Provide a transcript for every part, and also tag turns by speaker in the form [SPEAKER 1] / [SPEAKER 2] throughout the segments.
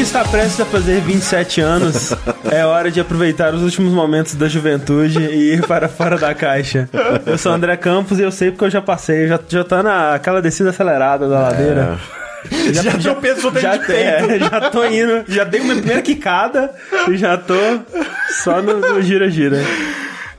[SPEAKER 1] está prestes a fazer 27 anos, é hora de aproveitar os últimos momentos da juventude e ir para fora da caixa. Eu sou o André Campos e eu sei porque eu já passei, já, já tá naquela descida acelerada da ladeira.
[SPEAKER 2] Já, já tropeçou
[SPEAKER 1] É.
[SPEAKER 2] dentro
[SPEAKER 1] Já,
[SPEAKER 2] de
[SPEAKER 1] te-
[SPEAKER 2] peito.
[SPEAKER 1] é, já tô indo, já dei uma primeira quicada e já tô só no- no gira-gira.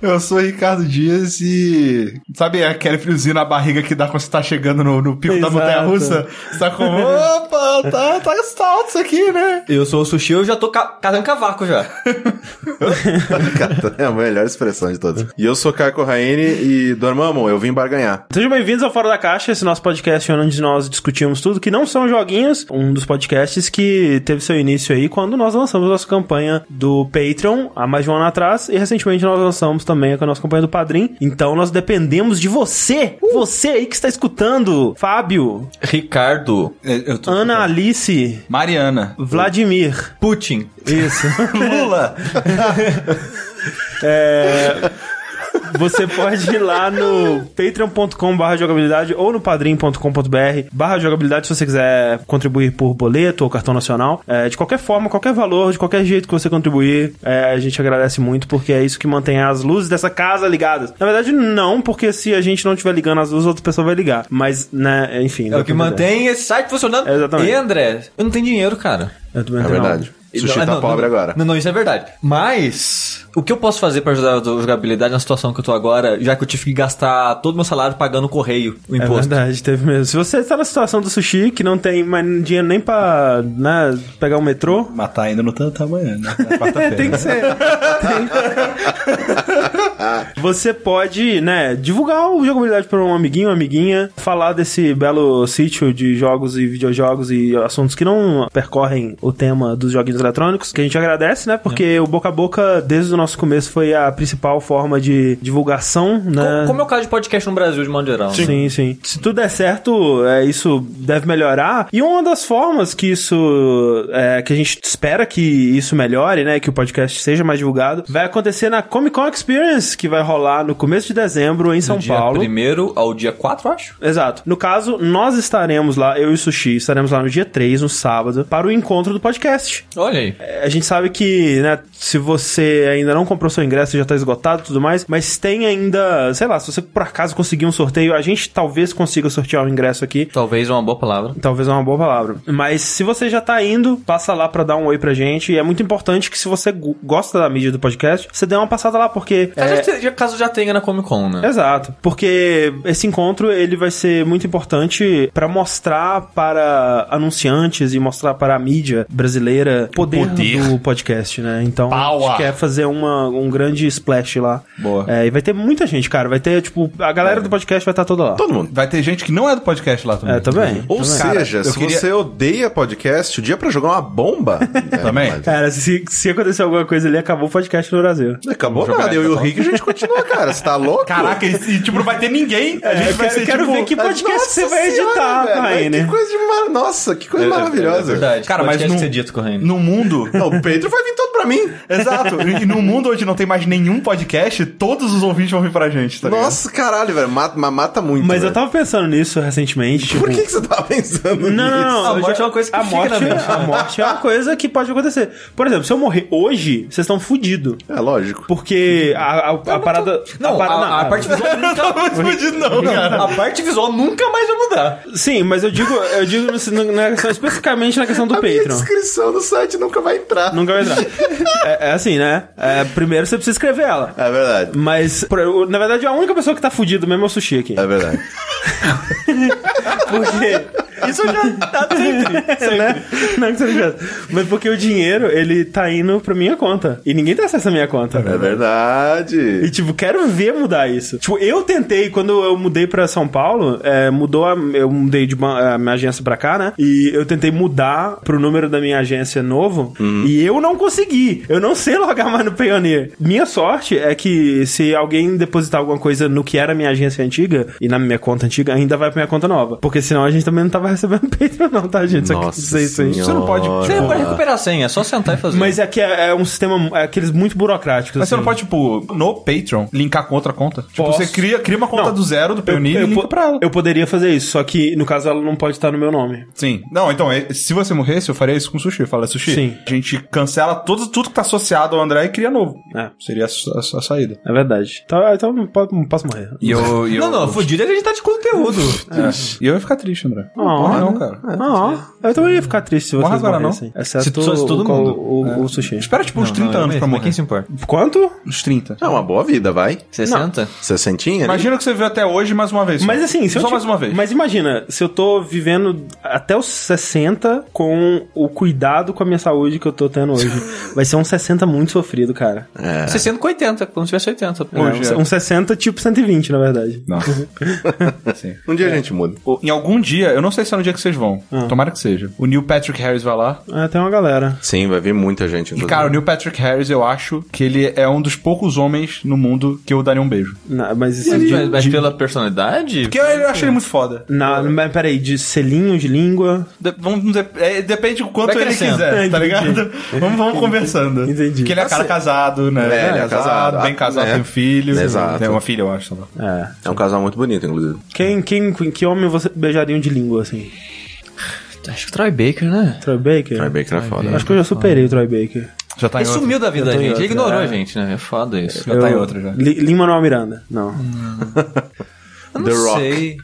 [SPEAKER 2] Eu sou o Ricardo Dias e. Sabe é aquele friozinho na barriga que dá quando você tá chegando no, no pico
[SPEAKER 1] Exato.
[SPEAKER 2] da montanha russa? Você tá com. Opa, tá, tá, tá alto isso aqui, né?
[SPEAKER 3] Eu sou o Sushi, eu já tô ca catando cavaco já.
[SPEAKER 4] Cara, é a melhor expressão de todas. E eu sou Caco Raine e Dormammu, eu vim barganhar.
[SPEAKER 1] Sejam bem-vindos ao Fora da Caixa, esse nosso podcast onde nós discutimos tudo que não são joguinhos, um dos podcasts que teve seu início aí quando nós lançamos nossa campanha do Patreon há mais de um ano atrás e recentemente nós lançamos também a nossa campanha do Padrim. Então nós dependemos de você, você aí que está escutando, Fábio,
[SPEAKER 3] Ricardo. É, Eu tô...
[SPEAKER 1] Ana Alice,
[SPEAKER 3] Mariana.
[SPEAKER 1] Vladimir.
[SPEAKER 3] Putin.
[SPEAKER 1] Isso.
[SPEAKER 3] Lula.
[SPEAKER 1] É, Você pode ir lá no patreon.com barra jogabilidade ou no padrim.com.br barra jogabilidade se você quiser contribuir por boleto ou cartão nacional. É, de qualquer forma, qualquer valor, de qualquer jeito que você contribuir, é, a gente agradece muito porque é isso que mantém as luzes dessa casa ligadas. Na verdade, não, porque se a gente não estiver ligando as luzes, outra pessoa vai ligar. Mas, né, enfim.
[SPEAKER 3] É o que mantém esse site funcionando.
[SPEAKER 1] É, exatamente.
[SPEAKER 3] E André, eu não tenho dinheiro, cara.
[SPEAKER 1] É
[SPEAKER 4] É verdade. Sushi
[SPEAKER 3] Não,
[SPEAKER 4] tá
[SPEAKER 3] não,
[SPEAKER 4] pobre
[SPEAKER 3] não,
[SPEAKER 4] agora.
[SPEAKER 3] Não, não, isso é verdade. Mas, o que eu posso fazer pra ajudar a jogabilidade na situação que eu tô agora, já que eu tive que gastar todo o meu salário pagando o correio, o
[SPEAKER 1] É
[SPEAKER 3] imposto?
[SPEAKER 1] verdade, teve mesmo. Se você está na situação do sushi, que não tem mais dinheiro nem pra né, pegar o metrô,
[SPEAKER 2] Mas tá ainda no tanto amanhã, né? Na
[SPEAKER 1] É,
[SPEAKER 2] quarta-feira.
[SPEAKER 1] tem que ser. Tem. Você pode, né, divulgar o jogabilidade para um amiguinho, uma amiguinha, falar desse belo sítio de jogos e videojogos e assuntos que não percorrem o tema dos joguinhos eletrônicos, que a gente agradece, né? Porque o boca a boca, desde o nosso começo, foi a principal forma de divulgação, né?
[SPEAKER 3] Co- Como é o caso de podcast no Brasil, de modo geral. né?
[SPEAKER 1] Sim, sim. Se tudo der certo, é, isso deve melhorar. E uma das formas que isso. é, que a gente espera que isso melhore, né? Que o podcast seja mais divulgado, vai acontecer na Comic Con Experience, que vai rolar no começo de dezembro em São
[SPEAKER 3] Do dia
[SPEAKER 1] Paulo.
[SPEAKER 3] 1 ao dia 4, acho.
[SPEAKER 1] Exato. No caso, nós estaremos lá, eu e o Sushi, estaremos lá no dia 3, no sábado, para o encontro do podcast.
[SPEAKER 3] Olha aí.
[SPEAKER 1] É, A gente sabe que, né, se você ainda não comprou seu ingresso, já tá esgotado e tudo mais, mas tem ainda, sei lá, se você por acaso conseguir um sorteio, a gente talvez consiga sortear o ingresso aqui.
[SPEAKER 3] Talvez uma boa palavra.
[SPEAKER 1] Talvez é uma boa palavra. Mas se você já tá indo, passa lá pra dar um oi pra gente. E é muito importante que se você go- gosta da mídia do podcast, você dê uma passada lá, porque...
[SPEAKER 3] Caso,
[SPEAKER 1] é,
[SPEAKER 3] já te- caso já tenha na Comic Con, né?
[SPEAKER 1] Exato, porque esse encontro ele vai ser muito importante pra mostrar para anunciantes e mostrar para a mídia brasileira o poder,
[SPEAKER 2] Poder.
[SPEAKER 1] do podcast, né? Então
[SPEAKER 2] Power.
[SPEAKER 1] a gente quer fazer uma, um grande splash lá.
[SPEAKER 3] Boa. É.
[SPEAKER 1] É, e vai ter muita gente, cara. Vai ter, tipo, a galera do podcast vai estar toda lá.
[SPEAKER 4] Todo mundo.
[SPEAKER 2] Vai ter gente que não é do podcast lá também.
[SPEAKER 1] É, também.
[SPEAKER 4] Ou
[SPEAKER 1] também.
[SPEAKER 4] seja,
[SPEAKER 2] eu
[SPEAKER 4] se
[SPEAKER 2] queria-
[SPEAKER 4] você odeia podcast, o dia pra jogar uma bomba. é,
[SPEAKER 2] Também.
[SPEAKER 4] mas-
[SPEAKER 1] Cara, se, se acontecer alguma coisa ali, acabou o podcast no Brasil.
[SPEAKER 4] Acabou
[SPEAKER 2] Vamos jogar
[SPEAKER 4] nada, eu e o
[SPEAKER 2] essa
[SPEAKER 4] Rick a gente continua, cara. Você tá louco?
[SPEAKER 2] Caraca, e, e, tipo, não vai ter ninguém. A gente
[SPEAKER 1] É, eu
[SPEAKER 2] vai
[SPEAKER 1] quero-
[SPEAKER 2] ser,
[SPEAKER 1] quero
[SPEAKER 2] tipo,
[SPEAKER 1] ver que podcast
[SPEAKER 4] Nossa
[SPEAKER 1] você vai
[SPEAKER 4] senhora,
[SPEAKER 1] editar,
[SPEAKER 4] velho,
[SPEAKER 1] Raine.
[SPEAKER 4] Que coisa de mar... Nossa, que coisa maravilhosa.
[SPEAKER 3] É verdade.
[SPEAKER 2] Cara, mas
[SPEAKER 3] Podcast
[SPEAKER 2] não-
[SPEAKER 3] que ser dito, correndo.
[SPEAKER 2] No mundo.
[SPEAKER 4] Não, o Pedro vai vir todo pra mim.
[SPEAKER 2] Exato. E no mundo onde não tem mais nenhum podcast, todos os ouvintes vão vir pra gente, tá ligado?
[SPEAKER 4] Nossa, caralho, velho. Mata, ma- mata muito.
[SPEAKER 1] Mas eu
[SPEAKER 4] velho.
[SPEAKER 1] tava pensando nisso recentemente. Tipo,
[SPEAKER 4] Por que, que você tava
[SPEAKER 1] Não,
[SPEAKER 4] pensando nisso?
[SPEAKER 1] não, não.
[SPEAKER 3] A
[SPEAKER 1] eu
[SPEAKER 3] morte é uma coisa que
[SPEAKER 1] a
[SPEAKER 3] fica
[SPEAKER 1] morte,
[SPEAKER 3] na mente.
[SPEAKER 1] A morte é uma coisa que pode acontecer. Por exemplo, se eu morrer hoje, vocês estão fudidos.
[SPEAKER 4] É lógico.
[SPEAKER 1] Porque a, a- a parada.
[SPEAKER 3] Não,
[SPEAKER 1] parada,
[SPEAKER 3] a, a parte visual nunca...
[SPEAKER 2] Fudido não, cara.
[SPEAKER 3] A parte visual nunca mais vai mudar.
[SPEAKER 1] Sim, mas eu digo, eu digo assim, no- na é questão- especificamente na questão do
[SPEAKER 4] a minha
[SPEAKER 1] Patreon.
[SPEAKER 4] descrição do site nunca vai entrar.
[SPEAKER 1] Nunca vai entrar. É, é assim, né? É, primeiro você precisa escrever ela.
[SPEAKER 4] É verdade.
[SPEAKER 1] Mas, por- eu- na verdade, a única pessoa que tá fudida mesmo é o sushi aqui.
[SPEAKER 4] É verdade.
[SPEAKER 1] Porque.
[SPEAKER 3] Isso já dá sempre.
[SPEAKER 1] né? Não que seja chato. Mas porque o dinheiro, ele tá indo pra minha conta. E ninguém tem acesso à minha conta.
[SPEAKER 4] É
[SPEAKER 1] E,
[SPEAKER 4] verdade.
[SPEAKER 1] tipo, quero ver mudar isso. Tipo, eu tentei, quando eu mudei pra São Paulo, é, mudou a, eu mudei de ba- a minha agência pra cá, né? E eu tentei mudar pro número da minha agência novo
[SPEAKER 4] Uhum.
[SPEAKER 1] e eu não consegui. Eu não sei logar mais no Pioneer. Minha sorte é que se alguém depositar alguma coisa no que era minha agência antiga e na minha conta antiga, ainda vai pra minha conta nova. Porque senão a gente também não tava recebendo Patreon, não, tá, gente? Só
[SPEAKER 4] Nossa
[SPEAKER 1] que dizer isso aí.
[SPEAKER 4] senhora.
[SPEAKER 2] Você não pode-
[SPEAKER 3] Você
[SPEAKER 2] Porra.
[SPEAKER 3] pode recuperar a senha, é só sentar e fazer.
[SPEAKER 1] Mas é que é, é um sistema, é aqueles muito burocráticos.
[SPEAKER 2] Mas você
[SPEAKER 1] assim.
[SPEAKER 2] não pode, tipo, no Patreon, linkar com outra conta? Tipo,
[SPEAKER 1] Posso.
[SPEAKER 2] você cria, cria uma conta
[SPEAKER 1] Não.
[SPEAKER 2] do zero do Payoneer e
[SPEAKER 1] eu,
[SPEAKER 2] linka
[SPEAKER 1] po-
[SPEAKER 2] pra ela.
[SPEAKER 1] eu poderia fazer isso, só que no caso ela não pode estar no meu nome.
[SPEAKER 2] Sim. Não, então, eh, se você morresse, eu faria isso com o Sushi. Fala, Sushi,
[SPEAKER 1] Sim.
[SPEAKER 2] a gente cancela tudo, tudo que tá associado ao André e cria novo.
[SPEAKER 1] É.
[SPEAKER 2] Seria a, su- a su- a saída.
[SPEAKER 1] É verdade. Então, então não po- não posso morrer.
[SPEAKER 2] E eu, e eu,
[SPEAKER 3] Não, não, fudido é que a gente tá de conteúdo.
[SPEAKER 2] E eu ia ficar triste, André.
[SPEAKER 1] Ah,
[SPEAKER 2] Porra, não,
[SPEAKER 1] né?
[SPEAKER 2] cara.
[SPEAKER 1] Ah, eu também ia ficar triste se
[SPEAKER 2] Morra
[SPEAKER 1] vocês
[SPEAKER 2] agora, não.
[SPEAKER 1] morressem. Exceto
[SPEAKER 3] Se tu fosse todo
[SPEAKER 1] o, com-
[SPEAKER 3] mundo.
[SPEAKER 1] O, o sushi.
[SPEAKER 2] Espera, tipo, uns 30
[SPEAKER 3] Não, não,
[SPEAKER 2] anos
[SPEAKER 3] mas
[SPEAKER 2] pra morrer.
[SPEAKER 3] Quem se importa?
[SPEAKER 1] Quanto?
[SPEAKER 2] Uns 30.
[SPEAKER 4] É uma boa vida, vai.
[SPEAKER 3] 60?
[SPEAKER 4] Sessentinha? né? ali?
[SPEAKER 2] Imagina que você viu até hoje mais uma vez.
[SPEAKER 1] Mas assim, se
[SPEAKER 2] só
[SPEAKER 1] eu
[SPEAKER 2] mais
[SPEAKER 1] ti-
[SPEAKER 2] uma vez.
[SPEAKER 1] Mas imagina, se eu tô vivendo até os 60 com o cuidado com a minha saúde que eu tô tendo hoje, vai ser um 60 muito sofrido, cara.
[SPEAKER 4] É.
[SPEAKER 3] 60 com 80, como se tivesse 80.
[SPEAKER 1] É,
[SPEAKER 2] Hoje é.
[SPEAKER 1] um, um 60 tipo 120, na verdade.
[SPEAKER 2] Não. Sim.
[SPEAKER 4] Um dia a gente muda.
[SPEAKER 2] O- Em algum dia, eu não sei se é no dia que vocês vão. Tomara que seja. O Neil Patrick Harris vai lá.
[SPEAKER 1] É, tem uma galera.
[SPEAKER 4] Sim, vai vir muita gente.
[SPEAKER 2] E,
[SPEAKER 4] inclusive.
[SPEAKER 2] cara, o Neil Patrick Harris, eu acho que ele é um dos poucos homens no mundo que eu daria um beijo.
[SPEAKER 1] Na- mas isso
[SPEAKER 3] Mas,
[SPEAKER 1] de,
[SPEAKER 3] mas- mas
[SPEAKER 1] de-
[SPEAKER 3] pela personalidade?
[SPEAKER 2] Porque eu, eu achei ele muito foda.
[SPEAKER 1] na, mas peraí, de selinho, de língua.
[SPEAKER 2] De- vamos dizer, é, depende do quanto
[SPEAKER 3] Vai
[SPEAKER 2] ele
[SPEAKER 3] crescendo.
[SPEAKER 2] quiser, tá
[SPEAKER 1] Entendi.
[SPEAKER 2] ligado? Vamos, vamos conversando.
[SPEAKER 1] Entendi.
[SPEAKER 2] Porque ele é cara
[SPEAKER 4] Assim,
[SPEAKER 2] casado, né?
[SPEAKER 4] é, ele é casado.
[SPEAKER 2] Bem casado,
[SPEAKER 4] É.
[SPEAKER 2] tem um filho.
[SPEAKER 4] Exato.
[SPEAKER 2] Tem uma filha, eu acho. sei lá.
[SPEAKER 1] É.
[SPEAKER 4] É um casal muito bonito, inclusive.
[SPEAKER 1] Quem, quem, que homem você beijaria de língua, assim?
[SPEAKER 3] Acho que o Troy Baker, né?
[SPEAKER 1] Troy Baker?
[SPEAKER 4] Vai bem que não é foda.
[SPEAKER 1] Acho que né? eu já superei o Troy Baker.
[SPEAKER 2] Já tá em
[SPEAKER 3] Ele
[SPEAKER 2] outro.
[SPEAKER 3] sumiu da vida
[SPEAKER 1] Eu
[SPEAKER 3] da
[SPEAKER 1] tô em
[SPEAKER 3] gente,
[SPEAKER 1] outra,
[SPEAKER 3] ele ignorou
[SPEAKER 1] é.
[SPEAKER 3] a gente, né? É foda isso.
[SPEAKER 2] Já tá em
[SPEAKER 1] Eu-
[SPEAKER 2] outro, já.
[SPEAKER 1] Li- Lin-Manuel Miranda. Não.
[SPEAKER 3] Eu não
[SPEAKER 4] The Rock.
[SPEAKER 3] sei.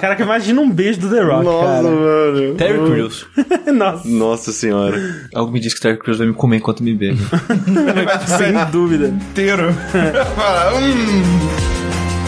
[SPEAKER 1] Caraca, imagina um beijo do The Rock,
[SPEAKER 4] mano.
[SPEAKER 3] Terry Crews.
[SPEAKER 1] cara. Nossa,
[SPEAKER 4] Nossa senhora.
[SPEAKER 3] Algo me diz que Terry Crews vai me comer enquanto me bebe.
[SPEAKER 2] Ele vai ser
[SPEAKER 1] sem dúvida.
[SPEAKER 2] inteiro. Fala, hum.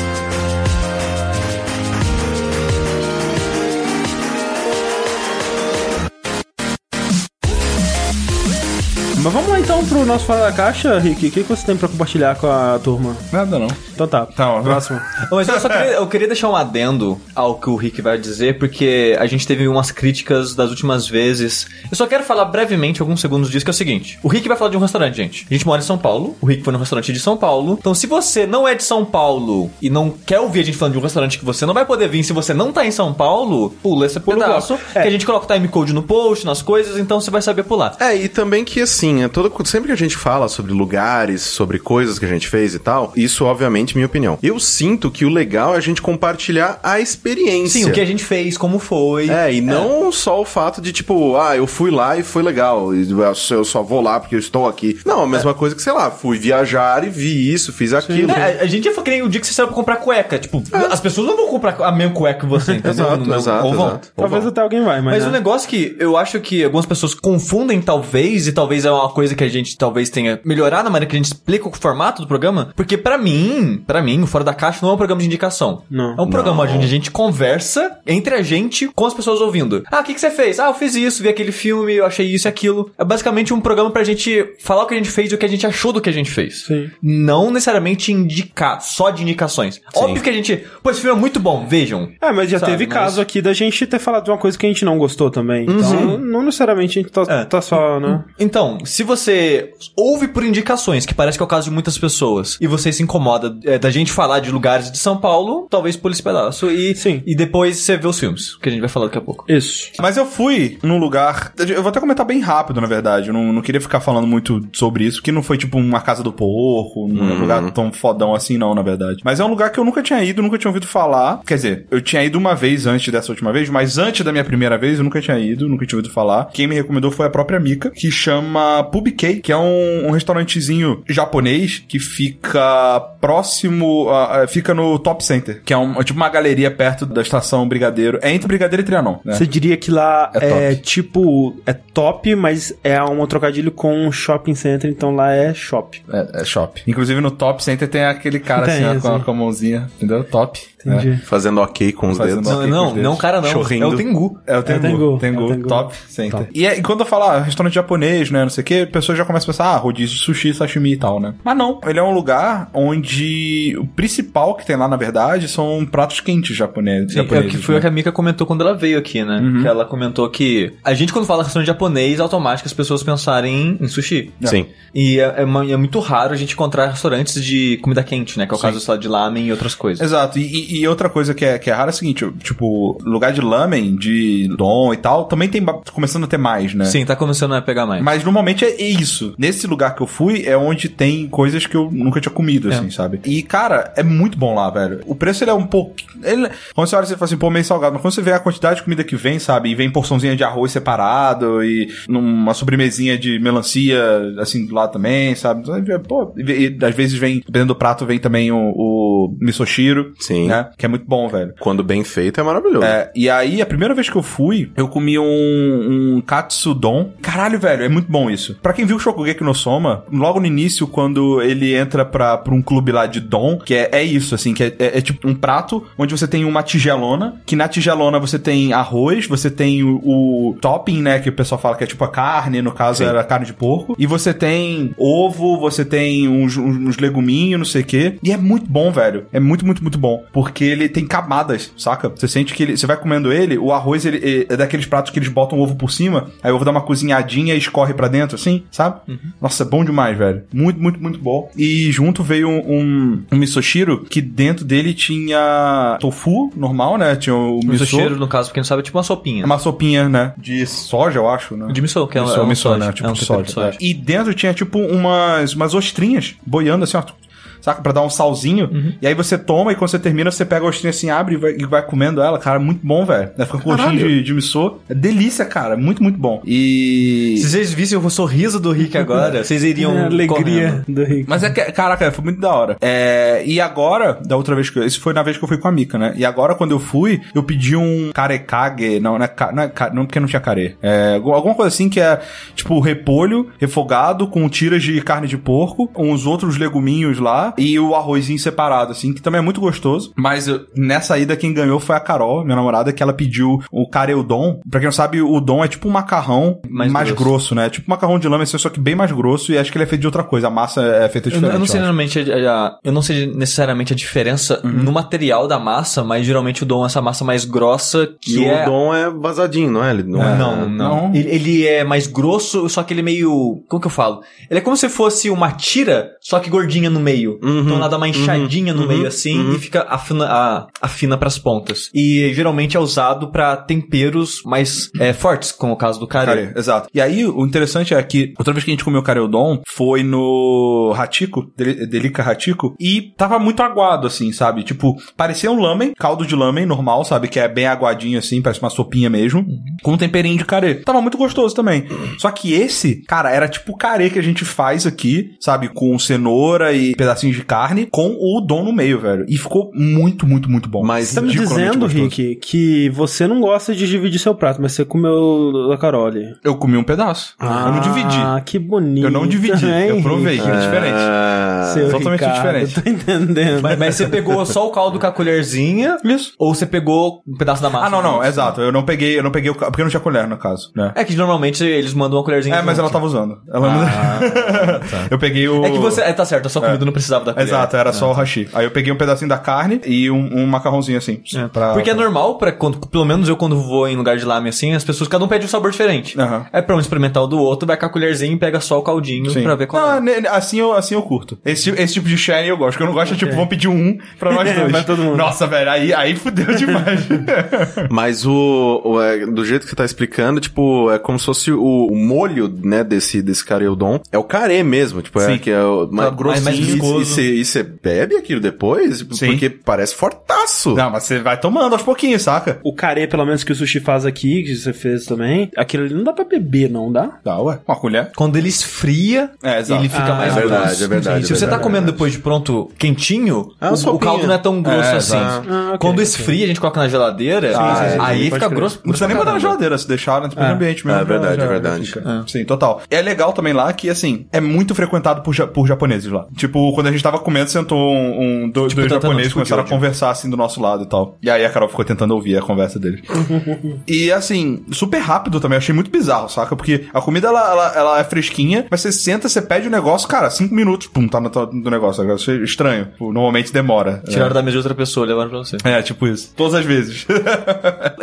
[SPEAKER 1] Mas vamos lá então pro nosso Fora da Caixa, Rick. O que, que você tem pra compartilhar com a turma?
[SPEAKER 2] Nada não.
[SPEAKER 1] Então tá.
[SPEAKER 2] Tá, ó.
[SPEAKER 1] próximo.
[SPEAKER 3] Ô, Mas eu só queria, eu queria deixar um adendo ao que o Rick vai dizer, porque a gente teve umas críticas das últimas vezes. Eu só quero falar brevemente alguns segundos disso, que é o seguinte. O Rick vai falar de um restaurante, gente. A gente mora em São Paulo, o Rick foi num restaurante de São Paulo. Então, se você não é de São Paulo e não quer ouvir a gente falando de um restaurante que você não vai poder vir se você não tá em São Paulo, pula esse
[SPEAKER 1] o
[SPEAKER 3] pedaço,
[SPEAKER 1] bloco.
[SPEAKER 3] que
[SPEAKER 1] É.
[SPEAKER 3] a gente coloca o timecode no post, nas coisas, então você vai saber pular.
[SPEAKER 4] É, e também que assim, é todo, sempre que a gente fala sobre lugares, sobre coisas que a gente fez e tal, isso obviamente é minha opinião. Eu sinto que o legal é a gente compartilhar a experiência.
[SPEAKER 3] Sim, o que é a gente fez, como foi.
[SPEAKER 4] É, e não só o fato de, tipo, ah, eu fui lá e foi legal, e eu só vou lá porque eu estou aqui. Não, a mesma coisa que, sei lá, fui viajar e vi isso, fiz aquilo.
[SPEAKER 3] É, a- a gente já foi que nem o dia que você saiu pra comprar cueca. Tipo, as pessoas não vão comprar a mesma cueca que você, entendeu?
[SPEAKER 4] É. Exato,
[SPEAKER 3] Não- não-
[SPEAKER 4] exato,
[SPEAKER 3] ou vão.
[SPEAKER 4] exato.
[SPEAKER 1] Talvez até alguém vai, mas.
[SPEAKER 3] Mas o
[SPEAKER 1] né?
[SPEAKER 3] negócio é que eu acho que algumas pessoas confundem, talvez, e talvez é uma coisa que a gente talvez tenha melhorado na maneira que a gente explica o formato do programa, porque pra mim, pra mim, o Fora da Caixa não é um programa de indicação.
[SPEAKER 1] Não.
[SPEAKER 3] É um programa onde a gente conversa entre a gente com as pessoas ouvindo. Ah, o que, que você fez? Ah, eu fiz isso, vi aquele filme, eu achei isso e aquilo. É basicamente um programa pra gente falar o que a gente fez e o que a gente achou do que a gente fez.
[SPEAKER 1] Sim.
[SPEAKER 3] Não necessariamente indicar, só de indicações. Óbvio que a gente. Pô, esse filme é muito bom, vejam.
[SPEAKER 1] É, mas já
[SPEAKER 3] Sabe,
[SPEAKER 1] teve
[SPEAKER 3] mas-
[SPEAKER 1] caso aqui da gente ter falado de uma coisa que a gente não gostou também. Então, não necessariamente a gente tá,
[SPEAKER 3] É.
[SPEAKER 1] tá só, né?
[SPEAKER 3] Então, se você ouve por indicações, que parece que é o caso de muitas pessoas, e você se incomoda é, da gente falar de lugares de São Paulo, talvez pule esse pedaço e,
[SPEAKER 1] Sim.
[SPEAKER 3] e depois você vê os filmes, que a gente vai falar daqui a pouco.
[SPEAKER 1] Isso.
[SPEAKER 2] Mas eu fui num lugar. Eu vou até comentar bem rápido, na verdade. Eu não, não queria ficar falando muito sobre isso, que não foi tipo uma casa do porco, um lugar tão fodão assim, não, na verdade. Mas é um lugar que eu nunca tinha ido, nunca tinha ouvido falar. Quer dizer, eu tinha ido uma vez antes dessa última vez, mas antes da minha primeira vez eu nunca tinha ido, nunca tinha ouvido falar. Quem me recomendou foi a própria Mika, que chama Pub Cake, que é um, um restaurantezinho japonês que fica próximo. a- a- fica no Top Center, que é um, é tipo uma galeria perto da estação Brigadeiro. É entre Brigadeiro e Trianon, né?
[SPEAKER 1] Você diria que lá
[SPEAKER 2] É top.
[SPEAKER 1] é, tipo. É top, mas é um trocadilho com um shopping center, então lá é shop.
[SPEAKER 2] É, é shop. Inclusive no top center tem aquele cara
[SPEAKER 1] Tem,
[SPEAKER 2] assim, ó, com, a,
[SPEAKER 1] assim.
[SPEAKER 2] com a mãozinha, entendeu? Top. É.
[SPEAKER 1] Entendi.
[SPEAKER 4] Fazendo ok com os
[SPEAKER 2] Fazendo
[SPEAKER 4] dedos.
[SPEAKER 3] Não,
[SPEAKER 2] ok. Aqui com
[SPEAKER 3] não,
[SPEAKER 2] os dedos.
[SPEAKER 3] não, cara, não.
[SPEAKER 4] Chorrindo.
[SPEAKER 3] É o Tengu.
[SPEAKER 2] É, é o Tengu.
[SPEAKER 1] Tengu,
[SPEAKER 2] Tengu,
[SPEAKER 1] é o Tengu.
[SPEAKER 2] top center.
[SPEAKER 1] Top.
[SPEAKER 2] E, é- e quando eu falar restaurante japonês, né, não sei o que, a pessoa já começa a pensar, ah, rodízio, sushi, sashimi e tal, né? Mas não. Ele é um lugar onde o principal que tem lá, na verdade, são pratos quentes japoneses.
[SPEAKER 3] Sim, é o
[SPEAKER 2] japoneses,
[SPEAKER 3] que foi o
[SPEAKER 2] né?
[SPEAKER 3] que a Mika comentou quando ela veio aqui, né? Que ela comentou que a gente, quando fala restaurante japonês, automático as pessoas pensarem em, em sushi.
[SPEAKER 4] Sim.
[SPEAKER 3] E é, é uma- é muito raro a gente encontrar restaurantes de comida quente, né? Que é o caso sei lá, de lamen e outras coisas.
[SPEAKER 2] Exato, e, e- e outra coisa que é, que é rara é o seguinte, tipo, lugar de lamen, de dom e tal, também tem ba- começando a ter mais, né?
[SPEAKER 3] Sim, tá começando a pegar mais.
[SPEAKER 2] Mas normalmente é isso. Nesse lugar que eu fui é onde tem coisas que eu nunca tinha comido, assim, sabe? E, cara, é muito bom lá, velho. O preço ele é um pouco. Ele... Quando você olha, você fala assim, pô, meio salgado. Mas quando você vê a quantidade de comida que vem, sabe? E vem porçãozinha de arroz separado e numa sobremesinha de melancia, assim, lá também, sabe? é, Pô, e, e às vezes vem, dependendo do prato, vem também o, o misoshiro.
[SPEAKER 4] Sim.
[SPEAKER 2] Né? Que é muito bom, velho.
[SPEAKER 4] Quando bem feito é maravilhoso.
[SPEAKER 2] É, e aí, a primeira vez que eu fui, eu comi um, um katsudon. Caralho, velho, é muito bom isso. Pra quem viu o Shokugeki no Soma, logo no início, quando ele entra pra, pra um clube lá de don, que é, é isso, assim, que é, é- é tipo um prato onde você tem uma tigelona, que na tigelona você tem arroz, você tem o, o topping, né, que o pessoal fala que é tipo a carne, no caso era carne de porco, e você tem ovo, você tem uns, uns- uns leguminhos, não sei o quê. E é muito bom, velho. É muito, muito, muito bom. Porque ele tem camadas, saca? Você sente que ele. Você vai comendo ele, o arroz ele, ele- é daqueles pratos que eles botam o ovo por cima, aí o ovo dá uma cozinhadinha e escorre pra dentro, assim, sabe? Nossa, é bom demais, velho. Muito, muito, muito bom. E junto veio um, um, um misoshiro que dentro dele tinha tofu normal, né? Tinha o
[SPEAKER 3] O
[SPEAKER 2] miso.
[SPEAKER 3] cheiro, no caso, pra quem não sabe, é tipo uma sopinha.
[SPEAKER 2] Uma sopinha, né? De soja, eu acho, né?
[SPEAKER 3] De missô, que é,
[SPEAKER 2] Missô,
[SPEAKER 3] é um
[SPEAKER 2] missô,
[SPEAKER 3] soja.
[SPEAKER 2] né? Tipo
[SPEAKER 3] é um tempero
[SPEAKER 2] soja.
[SPEAKER 3] de soja.
[SPEAKER 2] é. E dentro tinha tipo umas, umas ostrinhas boiando assim, ó. Saca? Pra dar um salzinho.
[SPEAKER 3] Uhum.
[SPEAKER 2] E aí você toma e quando você termina, você pega a ostrinha assim, abre e vai, e vai comendo ela. Cara, muito bom, velho. Né? Fica com gostinho de, de missô. É delícia, cara. Muito, muito bom. E...
[SPEAKER 3] Se vocês vissem o sorriso do Rick agora, vocês iriam.
[SPEAKER 1] É a alegria
[SPEAKER 3] correndo.
[SPEAKER 1] do Rick.
[SPEAKER 2] Mas é que, caraca, foi muito da hora. É, e agora, da outra vez que eu. Isso foi na vez que eu fui com a Mika, né? E agora, quando eu fui, eu pedi um carecage. Não, não é, ca- não, é ca- não porque não tinha care. É, algu- alguma coisa assim que é tipo repolho, refogado, com tiras de carne de porco, uns outros leguminhos lá e o arrozinho separado, assim, que também é muito gostoso. Mas eu- nessa ida, quem ganhou foi a Carol, minha namorada, que ela pediu o careudon. Pra quem não sabe, o dom é tipo um macarrão mais,
[SPEAKER 3] Mais
[SPEAKER 2] grosso.
[SPEAKER 3] grosso.
[SPEAKER 2] né? É Tipo macarrão de lama, assim, só que bem mais grosso e acho que ele é feito de outra coisa. A massa é feita
[SPEAKER 3] Eu,
[SPEAKER 2] diferente.
[SPEAKER 3] eu não sei
[SPEAKER 2] eu acho.
[SPEAKER 3] necessariamente a, a- eu não sei necessariamente a diferença no material da massa, mas geralmente o dom é essa massa mais grossa que
[SPEAKER 4] E
[SPEAKER 3] é
[SPEAKER 4] o dom é vazadinho, não é? Ele não é...
[SPEAKER 3] Não, não.
[SPEAKER 2] não.
[SPEAKER 3] Ele, ele é mais grosso, só que ele é meio. Como que eu falo? Ele é como se fosse uma tira, só que gordinha no meio.
[SPEAKER 4] Uhum,
[SPEAKER 3] então ela dá uma inchadinha no
[SPEAKER 4] uhum,
[SPEAKER 3] meio assim
[SPEAKER 4] uhum.
[SPEAKER 3] e fica afina, a, afina pras pontas. E geralmente é usado pra temperos mais é, fortes, como o caso do
[SPEAKER 2] Carê,
[SPEAKER 3] carê.
[SPEAKER 2] exato. E aí, o interessante é que outra vez que a gente comeu careudon foi no Ratico, Del- Delica Ratico, e tava muito aguado, assim, sabe? Tipo, parecia um lamen, caldo de lamen normal, sabe? Que é bem aguadinho, assim, parece uma sopinha mesmo,
[SPEAKER 1] Uhum.
[SPEAKER 2] com um temperinho de carê. Tava muito gostoso também. Só que esse, cara, era tipo o carê que a gente faz aqui, sabe? Com cenoura e pedacinhos de carne, com o dom no meio, velho. E ficou muito, muito, muito bom.
[SPEAKER 4] Mas
[SPEAKER 1] Você tá me
[SPEAKER 2] Ridiculamente
[SPEAKER 1] dizendo,
[SPEAKER 2] gostoso.
[SPEAKER 1] Rick, que você não gosta de dividir seu prato, mas você comeu da Carole.
[SPEAKER 2] Eu comi um pedaço. eu não dividi.
[SPEAKER 1] Ah, que bonito.
[SPEAKER 2] Eu não dividi,
[SPEAKER 1] hein,
[SPEAKER 2] eu provei,
[SPEAKER 1] Rick?
[SPEAKER 2] que é diferente.
[SPEAKER 4] Ah,
[SPEAKER 1] Seu
[SPEAKER 2] totalmente
[SPEAKER 1] Ricardo,
[SPEAKER 2] diferente.
[SPEAKER 1] Tô entendendo.
[SPEAKER 3] Mas, mas você pegou só o caldo com a colherzinha
[SPEAKER 2] Isso.
[SPEAKER 3] ou você pegou um pedaço da massa?
[SPEAKER 2] Ah, não, não, exato. Eu não peguei, eu não peguei o ca- porque eu não tinha colher no caso, né?
[SPEAKER 3] É que normalmente eles mandam uma colherzinha.
[SPEAKER 2] É, mas ela
[SPEAKER 3] junto.
[SPEAKER 2] tava usando. Ela Eu peguei o
[SPEAKER 3] É que você. É, tá certo, a sua comida não precisava da colher.
[SPEAKER 2] Exato, é. era só o hashi. Aí eu peguei um pedacinho da carne e um, um macarrãozinho assim.
[SPEAKER 3] É,
[SPEAKER 2] pra-
[SPEAKER 3] Porque é normal, pra quando, pelo menos eu quando vou em lugar de lame assim, as pessoas, cada um pede um sabor diferente.
[SPEAKER 2] Aham.
[SPEAKER 3] É pra um experimentar o do outro, vai com a colherzinha e pega só o caldinho
[SPEAKER 2] Sim.
[SPEAKER 3] pra ver qual
[SPEAKER 2] Não,
[SPEAKER 3] é.
[SPEAKER 2] ne- assim, eu, assim eu curto. Esse, tipo- esse tipo de sharing eu gosto. O que eu não gosto é tipo, vão pedir um pra nós
[SPEAKER 1] É,
[SPEAKER 2] dois.
[SPEAKER 1] vai todo mundo.
[SPEAKER 2] Nossa, velho, aí, aí fudeu demais.
[SPEAKER 4] Mas o, o- é, do jeito que você tá explicando, tipo, é como se fosse o, o molho, né, desse, desse careudon. É o carê mesmo, tipo,
[SPEAKER 2] Sim.
[SPEAKER 4] é que é o mais
[SPEAKER 3] grossinho. mais
[SPEAKER 4] E
[SPEAKER 3] viscoso.
[SPEAKER 4] você- E você bebe aquilo depois? Tipo,
[SPEAKER 2] Sim.
[SPEAKER 4] Porque parece fortaço.
[SPEAKER 2] não, mas você vai tomando aos pouquinhos, saca?
[SPEAKER 1] O carê, pelo menos, que o sushi faz aqui, que você fez também, aquilo ali não dá pra beber, não dá?
[SPEAKER 2] Dá, ué. Uma colher.
[SPEAKER 3] Quando ele esfria,
[SPEAKER 2] É, exato.
[SPEAKER 3] ele fica
[SPEAKER 1] Ah,
[SPEAKER 3] mais
[SPEAKER 1] é
[SPEAKER 4] verdade,
[SPEAKER 3] grosso.
[SPEAKER 4] é verdade,
[SPEAKER 3] Se
[SPEAKER 4] é
[SPEAKER 3] você tá
[SPEAKER 4] verdade,
[SPEAKER 3] comendo
[SPEAKER 4] é verdade.
[SPEAKER 3] depois de pronto quentinho,
[SPEAKER 4] Ah,
[SPEAKER 3] o- o,
[SPEAKER 4] sopinha.
[SPEAKER 3] caldo não é tão grosso
[SPEAKER 2] É,
[SPEAKER 3] assim.
[SPEAKER 2] exato.
[SPEAKER 1] Ah, ok,
[SPEAKER 3] Quando
[SPEAKER 1] ok.
[SPEAKER 3] esfria, a gente coloca na geladeira,
[SPEAKER 1] sim, sim,
[SPEAKER 3] aí
[SPEAKER 1] sim,
[SPEAKER 3] fica
[SPEAKER 1] pode crer.
[SPEAKER 3] grosso.
[SPEAKER 2] Não precisa nem botar na geladeira, se deixar no tipo de ambiente mesmo.
[SPEAKER 4] É verdade, é verdade.
[SPEAKER 2] fica. Sim, total. É legal também lá que, assim, é muito frequentado por, ja- por japoneses lá. Tipo, quando a gente tava comendo, sentou um, um- do-
[SPEAKER 3] Tipo,
[SPEAKER 2] dois
[SPEAKER 3] tentando
[SPEAKER 2] japoneses
[SPEAKER 3] discutir,
[SPEAKER 2] começaram a
[SPEAKER 3] tipo.
[SPEAKER 2] conversar, assim, do nosso lado e tal. E aí a Carol ficou tentando ouvir a conversa deles. e, assim, super rápido também. Achei muito bizarro, saca? Porque a comida, ela, ela, ela é fresquinha, mas você senta, você pede o negócio, cara, cinco minutos, pum, tá no, tá no negócio. Eu achei estranho. Tipo, Normalmente demora. né?
[SPEAKER 3] Tiraram da mesa de outra pessoa, levaram pra você.
[SPEAKER 2] É, tipo isso. Todas as vezes.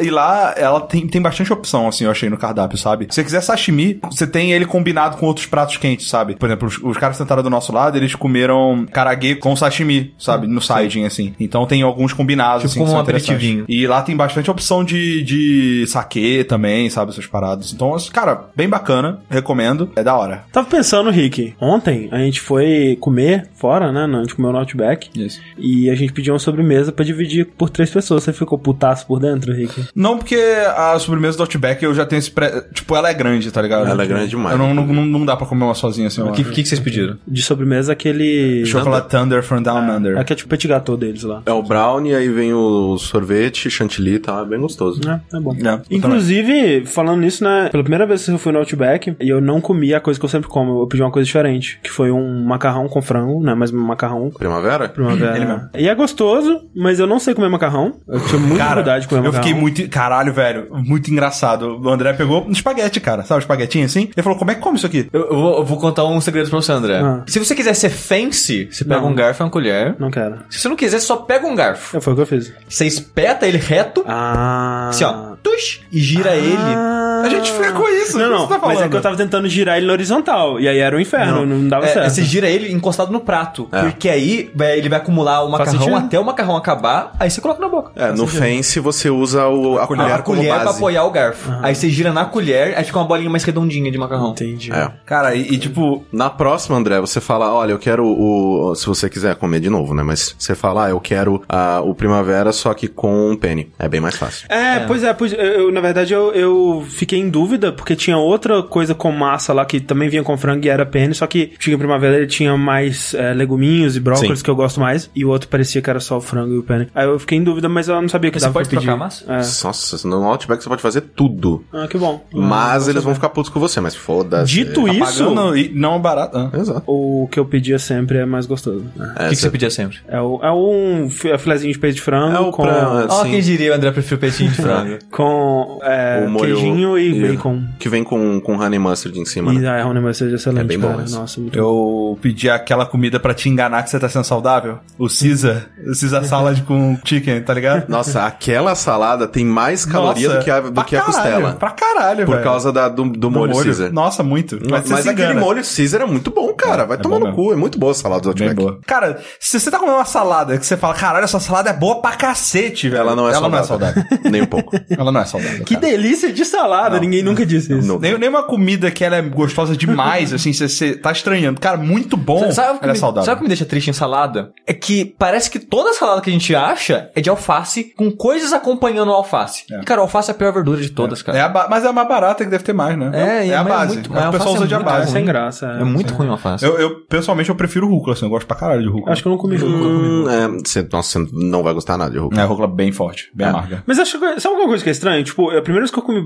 [SPEAKER 2] e lá, ela tem, tem bastante opção, assim, eu achei no cardápio, sabe? Se você quiser sashimi, você tem ele combinado com outros pratos quentes, sabe? Por exemplo, os, os caras sentaram do nosso lado, eles comeram um karaguê com sashimi, sabe? No siding, assim. Então tem alguns combinados,
[SPEAKER 3] Tipo
[SPEAKER 2] assim,
[SPEAKER 3] como
[SPEAKER 2] que são
[SPEAKER 3] um
[SPEAKER 2] interessantes.
[SPEAKER 3] aperitivinho.
[SPEAKER 2] E lá tem bastante opção de, de saque também, sabe? Essas paradas. Então, cara, bem bacana. Recomendo. É da hora.
[SPEAKER 1] Tava pensando, Rick, ontem a gente foi comer fora, né? A gente comeu no Outback.
[SPEAKER 2] Isso.
[SPEAKER 1] E a gente pediu uma sobremesa pra dividir por três pessoas. Você ficou putaço por dentro, Rick?
[SPEAKER 2] Não, porque a sobremesa do Outback eu já tenho esse pré... Tipo, ela é grande, tá ligado?
[SPEAKER 4] Ela é grande demais.
[SPEAKER 2] Eu não, não, não- não dá pra comer uma sozinha assim, eu
[SPEAKER 3] O que,
[SPEAKER 2] acho.
[SPEAKER 3] que que vocês pediram?
[SPEAKER 1] De sobremesa, aquele.
[SPEAKER 2] Chocolate Thunder from Down Under.
[SPEAKER 1] Aquele tipo petit gâteau deles lá.
[SPEAKER 4] É o brownie, aí vem o sorvete, chantilly, tá? É bem gostoso.
[SPEAKER 1] É, é bom.
[SPEAKER 2] É, eu
[SPEAKER 1] Inclusive, falando nisso, né? Pela primeira vez que eu fui no Outback, e eu não comi a coisa que eu sempre como. Eu pedi uma coisa diferente, que foi um macarrão com frango, né? Mas um macarrão com
[SPEAKER 4] Primavera?
[SPEAKER 1] primavera.
[SPEAKER 2] Ele mesmo.
[SPEAKER 1] E é gostoso, mas eu não sei comer macarrão. Eu tinha muita
[SPEAKER 2] Cara,
[SPEAKER 1] dificuldade de comer
[SPEAKER 2] eu
[SPEAKER 1] macarrão.
[SPEAKER 2] fiquei muito. Caralho, velho. Muito engraçado. O André pegou um espaguete, cara. Sabe, um espaguetinho assim? Ele falou: como é que come isso aqui?
[SPEAKER 3] Eu, eu vou, eu vou contar um segredo pra você, André.
[SPEAKER 1] Ah.
[SPEAKER 3] Se você quiser ser fancy, você pega
[SPEAKER 1] Não.
[SPEAKER 3] um garfo e uma colher.
[SPEAKER 1] Não quero.
[SPEAKER 3] Se você não quiser, só pega um garfo.
[SPEAKER 1] É, Foi o que eu fiz.
[SPEAKER 3] Você espeta ele reto,
[SPEAKER 1] Ah.
[SPEAKER 3] assim, ó, tush, e gira ele.
[SPEAKER 2] A gente
[SPEAKER 4] Ah.
[SPEAKER 2] fica com isso.
[SPEAKER 1] Não,
[SPEAKER 2] o que
[SPEAKER 1] não.
[SPEAKER 2] Você tá
[SPEAKER 1] mas é
[SPEAKER 2] falando?
[SPEAKER 1] que eu tava tentando girar ele na horizontal. E aí era o inferno, não, dava
[SPEAKER 3] É,
[SPEAKER 1] certo.
[SPEAKER 3] você gira ele encostado no prato.
[SPEAKER 4] É.
[SPEAKER 3] Porque aí vai- ele vai acumular o
[SPEAKER 1] Faz
[SPEAKER 3] macarrão
[SPEAKER 1] sentido.
[SPEAKER 3] até o macarrão acabar, aí você coloca na boca.
[SPEAKER 4] É, no Fancy você usa o, a, colher,
[SPEAKER 3] Tá a colher é
[SPEAKER 4] como
[SPEAKER 3] pra
[SPEAKER 4] base.
[SPEAKER 3] apoiar o garfo. Aí você gira na colher, aí fica uma bolinha mais redondinha de macarrão.
[SPEAKER 1] Entendi.
[SPEAKER 4] É.
[SPEAKER 2] Cara, e, e, tipo.
[SPEAKER 4] Na próxima, André, você fala, olha, eu quero o... Se você quiser comer de novo, né? Mas você fala, ah, eu quero ah, o Primavera, só que com um penne. É bem mais fácil.
[SPEAKER 1] É, pois é, pois eu, eu, na verdade eu, eu fiquei em dúvida, porque tinha outra coisa com massa lá que também vinha com frango e era penne, só que tinha primavera ele tinha mais é, leguminhos e brócolis
[SPEAKER 4] Sim.
[SPEAKER 1] que eu gosto mais, e o outro parecia que era só o frango e o penne. Aí eu fiquei em dúvida, mas eu não sabia o que
[SPEAKER 3] Você
[SPEAKER 1] dava
[SPEAKER 3] pode
[SPEAKER 1] pra pedir.
[SPEAKER 3] trocar a massa?
[SPEAKER 1] É.
[SPEAKER 4] Nossa, no Outback você pode fazer tudo.
[SPEAKER 1] Ah, que bom.
[SPEAKER 4] Mas eles vão ficar putos com você, mas foda-se.
[SPEAKER 1] Dito isso,
[SPEAKER 2] Pagando, e não é barato. Ah.
[SPEAKER 4] Exato.
[SPEAKER 1] o que eu pedia sempre é mais gostoso. né?
[SPEAKER 3] O
[SPEAKER 4] É,
[SPEAKER 3] que, que você
[SPEAKER 4] cê-
[SPEAKER 3] pedia sempre?
[SPEAKER 1] É, o, é um fi- filezinho de peito de frango
[SPEAKER 4] É o
[SPEAKER 1] tá com...
[SPEAKER 4] pra-
[SPEAKER 3] Ó,
[SPEAKER 4] Sim.
[SPEAKER 3] quem diria o André prefere o peitinho de frango.
[SPEAKER 1] com é,
[SPEAKER 4] o molho-
[SPEAKER 1] queijinho e, bacon.
[SPEAKER 4] Que vem com, com honey mustard em cima,
[SPEAKER 1] E
[SPEAKER 4] né?
[SPEAKER 1] a Honey Mustard é excelente,
[SPEAKER 4] É bem bom
[SPEAKER 1] cara.
[SPEAKER 4] isso.
[SPEAKER 1] Nossa, muito
[SPEAKER 2] Eu pedi aquela comida pra te enganar que você tá sendo saudável. O Caesar. O Caesar salad com chicken, tá ligado?
[SPEAKER 4] Nossa, aquela salada tem mais caloria
[SPEAKER 2] Nossa,
[SPEAKER 4] do que a, do
[SPEAKER 2] pra
[SPEAKER 4] que a
[SPEAKER 2] caralho,
[SPEAKER 4] costela.
[SPEAKER 2] Pra caralho,
[SPEAKER 4] Por
[SPEAKER 2] velho.
[SPEAKER 4] causa da- do, do,
[SPEAKER 2] do
[SPEAKER 4] molho, Caesar.
[SPEAKER 2] Nossa, muito.
[SPEAKER 4] Mas,
[SPEAKER 2] você se
[SPEAKER 4] aquele
[SPEAKER 2] engana.
[SPEAKER 4] molho Caesar é muito bom, cara. Vai
[SPEAKER 2] É
[SPEAKER 4] tomar
[SPEAKER 2] bom
[SPEAKER 4] no
[SPEAKER 2] mesmo.
[SPEAKER 4] cu. É muito boa a salada do
[SPEAKER 2] Bem
[SPEAKER 4] Outback.
[SPEAKER 2] boa. Cara, se você tá comendo uma salada que você fala, caralho, essa salada é boa pra cacete, velho.
[SPEAKER 4] Ela não é saudável.
[SPEAKER 2] saudável.
[SPEAKER 4] Nem um pouco.
[SPEAKER 2] Ela não é saudável.
[SPEAKER 1] Que
[SPEAKER 2] cara.
[SPEAKER 1] delícia de salada, ninguém nunca disse isso.
[SPEAKER 4] Não.
[SPEAKER 3] né?
[SPEAKER 2] Nem, um nem uma comida que ela é gostosa demais, assim, você- você tá estranhando. Cara, muito bom.
[SPEAKER 3] Sabe, o que
[SPEAKER 2] ela é
[SPEAKER 3] me-
[SPEAKER 2] saudável.
[SPEAKER 3] sabe o que me deixa triste em salada? É que parece que toda salada que a gente acha é de alface, com coisas acompanhando o alface. E, cara, o alface é a pior verdura de todas,
[SPEAKER 2] É
[SPEAKER 3] cara.
[SPEAKER 2] a ba- mas é a mais barata que deve ter mais, né?
[SPEAKER 3] É,
[SPEAKER 2] a
[SPEAKER 3] mas é
[SPEAKER 2] base.
[SPEAKER 3] muito-
[SPEAKER 2] o
[SPEAKER 3] mas a
[SPEAKER 2] pessoal
[SPEAKER 3] alface
[SPEAKER 2] usa
[SPEAKER 3] é
[SPEAKER 2] de a
[SPEAKER 3] muito
[SPEAKER 2] base.
[SPEAKER 1] Tá, Sem graça.
[SPEAKER 3] É, muito ruim o alface.
[SPEAKER 2] Eu, eu, pessoalmente, eu prefiro rúcula, assim. Eu gosto pra caralho de rúcula.
[SPEAKER 1] Acho que eu não comi junto.
[SPEAKER 4] Hum, é, cê- nossa, você não vai gostar nada de roupa.
[SPEAKER 2] É, rúcula bem forte, bem
[SPEAKER 4] É.
[SPEAKER 2] amarga.
[SPEAKER 1] Mas acho que. Sabe uma coisa que é estranha? Tipo, a primeira vez que eu comi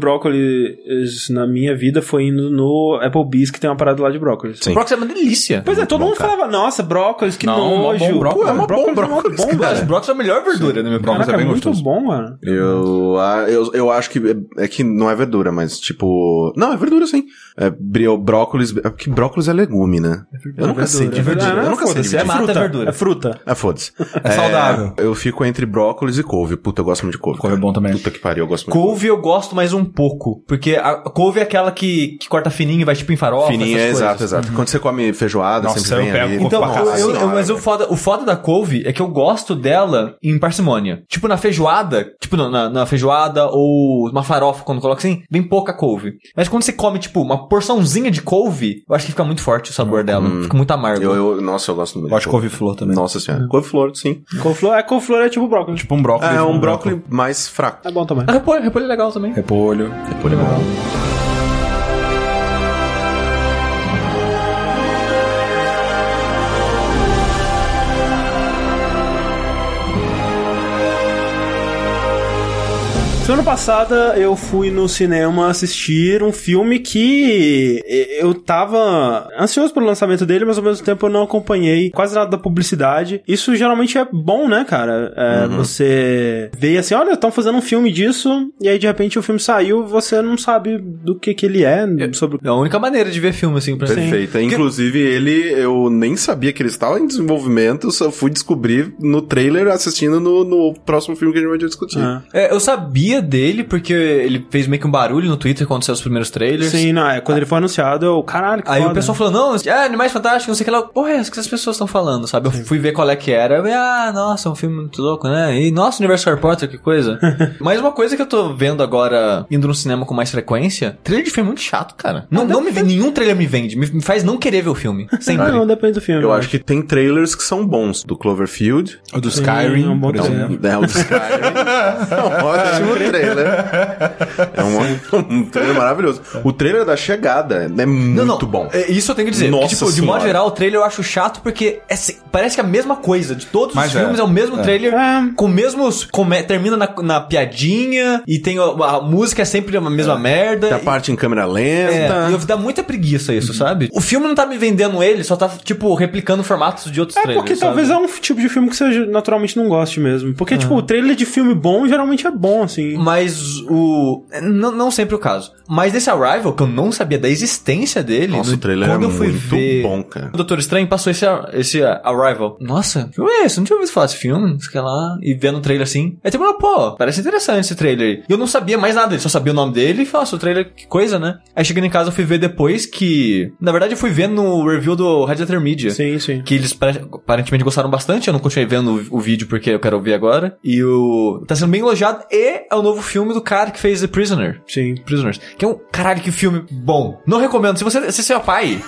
[SPEAKER 1] brócolis na minha vida foi indo no Applebee's, que tem uma parada lá de brócolis.
[SPEAKER 4] Sim.
[SPEAKER 3] O brócolis é uma delícia.
[SPEAKER 1] Pois é, todo
[SPEAKER 4] bom,
[SPEAKER 1] mundo
[SPEAKER 4] cara. é
[SPEAKER 1] falava, nossa, brócolis, que
[SPEAKER 2] Não, mó
[SPEAKER 1] nojo.
[SPEAKER 2] bom brócolis.
[SPEAKER 1] Pô, é
[SPEAKER 4] Mó bom brócolis,
[SPEAKER 1] mó bom,
[SPEAKER 4] cara.
[SPEAKER 1] velho.
[SPEAKER 3] Mas brócolis é a melhor verdura, né, meu brócolis?
[SPEAKER 2] Brócolis é
[SPEAKER 1] Caraca,
[SPEAKER 2] bem
[SPEAKER 1] muito
[SPEAKER 2] gostoso.
[SPEAKER 1] bom, mano.
[SPEAKER 4] Eu, ah, eu, eu acho que é, é que não é verdura, mas tipo. Não, é verdura sim. É brio- brócolis. É porque brócolis é legume, né? eu nunca sei
[SPEAKER 1] Verdura.
[SPEAKER 4] dividir.
[SPEAKER 1] Ah, não,
[SPEAKER 4] eu nunca sei
[SPEAKER 1] foda-se,
[SPEAKER 4] dividir.
[SPEAKER 1] é
[SPEAKER 3] Mata é
[SPEAKER 1] fruta.
[SPEAKER 3] verdura.
[SPEAKER 1] É fruta.
[SPEAKER 4] Ah, foda-se.
[SPEAKER 2] É saudável.
[SPEAKER 4] Eu fico entre brócolis e couve. Puta, eu gosto muito de couve.
[SPEAKER 2] Couve é
[SPEAKER 4] cara.
[SPEAKER 2] bom também.
[SPEAKER 4] Puta que pariu, eu gosto muito.
[SPEAKER 3] Couve eu gosto mais um pouco. Porque a a couve é aquela que, que corta fininho e vai tipo em farofa.
[SPEAKER 4] Fininha,
[SPEAKER 3] essas
[SPEAKER 4] é,
[SPEAKER 3] coisas.
[SPEAKER 4] exato, exato. Quando você come feijoada,
[SPEAKER 2] Uhum. Nossa,
[SPEAKER 4] sempre
[SPEAKER 2] eu
[SPEAKER 4] vem
[SPEAKER 2] pego
[SPEAKER 4] ali.
[SPEAKER 2] com
[SPEAKER 3] Então,
[SPEAKER 2] Opa,
[SPEAKER 3] eu- eu-
[SPEAKER 4] Nossa,
[SPEAKER 3] mas o foda, o foda da couve é que eu gosto dela em parcimônia. Tipo, na feijoada, tipo, na- na, na feijoada ou uma farofa, quando coloca assim, bem pouca couve. Mas quando você come, tipo, uma porçãozinha de couve, eu acho que fica muito forte o sabor dela. Fica muito amargo.
[SPEAKER 4] Hum. Eu, eu- nossa, eu gosto muito.
[SPEAKER 2] Gosto de couve-flor também.
[SPEAKER 4] Nossa senhora. Couve-flor, sim.
[SPEAKER 1] Couve-flor é, couve-flor é tipo brócolis.
[SPEAKER 2] Tipo um brócolis.
[SPEAKER 4] É um brócolis mais fraco.
[SPEAKER 1] É bom também.
[SPEAKER 3] Ah, repolho, repolho é legal também.
[SPEAKER 2] Repolho.
[SPEAKER 4] Repolho é bom.
[SPEAKER 1] Semana passada eu fui no cinema assistir um filme que eu tava ansioso pelo lançamento dele, mas ao mesmo tempo eu não acompanhei quase nada da publicidade. Isso geralmente é bom, né, cara? É, Você vê assim, olha, estão fazendo um filme disso, e aí de repente o filme saiu, você não sabe do que que ele é, sobre o
[SPEAKER 3] É a única maneira de ver filme, assim, pra mim.
[SPEAKER 4] Perfeito. É, Inclusive, ele, eu nem sabia que ele estava em desenvolvimento, só fui descobrir no trailer assistindo no, no próximo filme que a gente vai discutir.
[SPEAKER 1] É.
[SPEAKER 3] É, eu sabia dia dele, porque ele fez meio que um barulho no Twitter quando saiu os primeiros trailers.
[SPEAKER 1] Sim, não, é, quando ele foi anunciado, eu, caralho, que
[SPEAKER 3] Aí
[SPEAKER 1] foda.
[SPEAKER 3] o pessoal falou, não, é Animais Fantásticos, não sei o que lá. Porra, é isso que as pessoas estão falando, sabe? Eu fui ver qual é que era. Eu, ah, nossa, é um filme muito louco, né? E nossa, Universo Harry Potter, que coisa. Mas uma coisa que eu tô vendo agora, indo no cinema com mais frequência, trailer de filme é muito chato, cara. Não, não me vende, nenhum trailer me vende. Me, me faz não querer ver o filme.
[SPEAKER 1] Ah,
[SPEAKER 3] Sempre.
[SPEAKER 1] não, depende do filme.
[SPEAKER 4] Eu acho que tem trailers que são bons. Do Cloverfield.
[SPEAKER 2] O do
[SPEAKER 1] Skyrim,
[SPEAKER 2] Skyrim,
[SPEAKER 1] por
[SPEAKER 2] por
[SPEAKER 1] exemplo.
[SPEAKER 2] exemplo.
[SPEAKER 4] É, o do Skyrim. é um ótimo trailer. É um, um trailer maravilhoso. O trailer da chegada é muito
[SPEAKER 3] Não, não.
[SPEAKER 4] bom.
[SPEAKER 3] É, Isso eu tenho que dizer.
[SPEAKER 4] Nossa
[SPEAKER 3] tipo, de
[SPEAKER 4] Senhora.
[SPEAKER 3] modo geral, o trailer eu acho chato porque é se- parece que é a mesma coisa. De todos
[SPEAKER 2] Mas
[SPEAKER 3] os
[SPEAKER 2] é.
[SPEAKER 3] filmes é o mesmo
[SPEAKER 2] É.
[SPEAKER 3] trailer,
[SPEAKER 1] É.
[SPEAKER 3] com mesmos. come- termina na, na piadinha e tem a, a música é sempre a mesma merda.
[SPEAKER 4] Tem a
[SPEAKER 3] e-
[SPEAKER 4] parte em câmera lenta.
[SPEAKER 3] É, e eu dá muita preguiça isso,
[SPEAKER 4] Uhum.
[SPEAKER 3] sabe? O filme não tá me vendendo ele, só tá, tipo, replicando formatos de outros
[SPEAKER 1] É
[SPEAKER 3] trailers.
[SPEAKER 1] porque
[SPEAKER 3] sabe?
[SPEAKER 1] talvez é um tipo de filme que você naturalmente não goste mesmo. Porque, tipo, o trailer de filme bom geralmente é bom,
[SPEAKER 3] Hum.
[SPEAKER 1] assim.
[SPEAKER 3] Mas o. é, Não, não sempre o caso. Mas desse Arrival, que eu não sabia da existência dele.
[SPEAKER 4] Nossa,
[SPEAKER 3] no-
[SPEAKER 4] o trailer
[SPEAKER 3] quando
[SPEAKER 4] é
[SPEAKER 3] eu fui
[SPEAKER 4] muito
[SPEAKER 3] ver-
[SPEAKER 4] bom, cara.
[SPEAKER 3] O Doutor Estranho passou esse, esse Arrival. Nossa, que filme é esse? Eu Não tinha ouvido falar desse filme. não sei o que lá. E vendo o trailer assim. Aí tipo, não, pô, parece interessante esse trailer aí. E eu não sabia mais nada, eu só sabia o nome dele e falei, nossa, o trailer, que coisa, né? Aí chegando em casa eu fui ver depois que. Na verdade, eu fui ver no review do Radiator Media.
[SPEAKER 1] Sim, sim.
[SPEAKER 3] Que eles pare- aparentemente gostaram bastante. Eu não continuei vendo o, o vídeo porque eu quero ouvir agora. E o. Tá sendo bem elogiado. E é o novo filme do cara que fez The Prisoner.
[SPEAKER 1] Sim.
[SPEAKER 3] Prisoners. Que é um. Caralho, que filme bom. Não recomendo. Se você, se você é pai,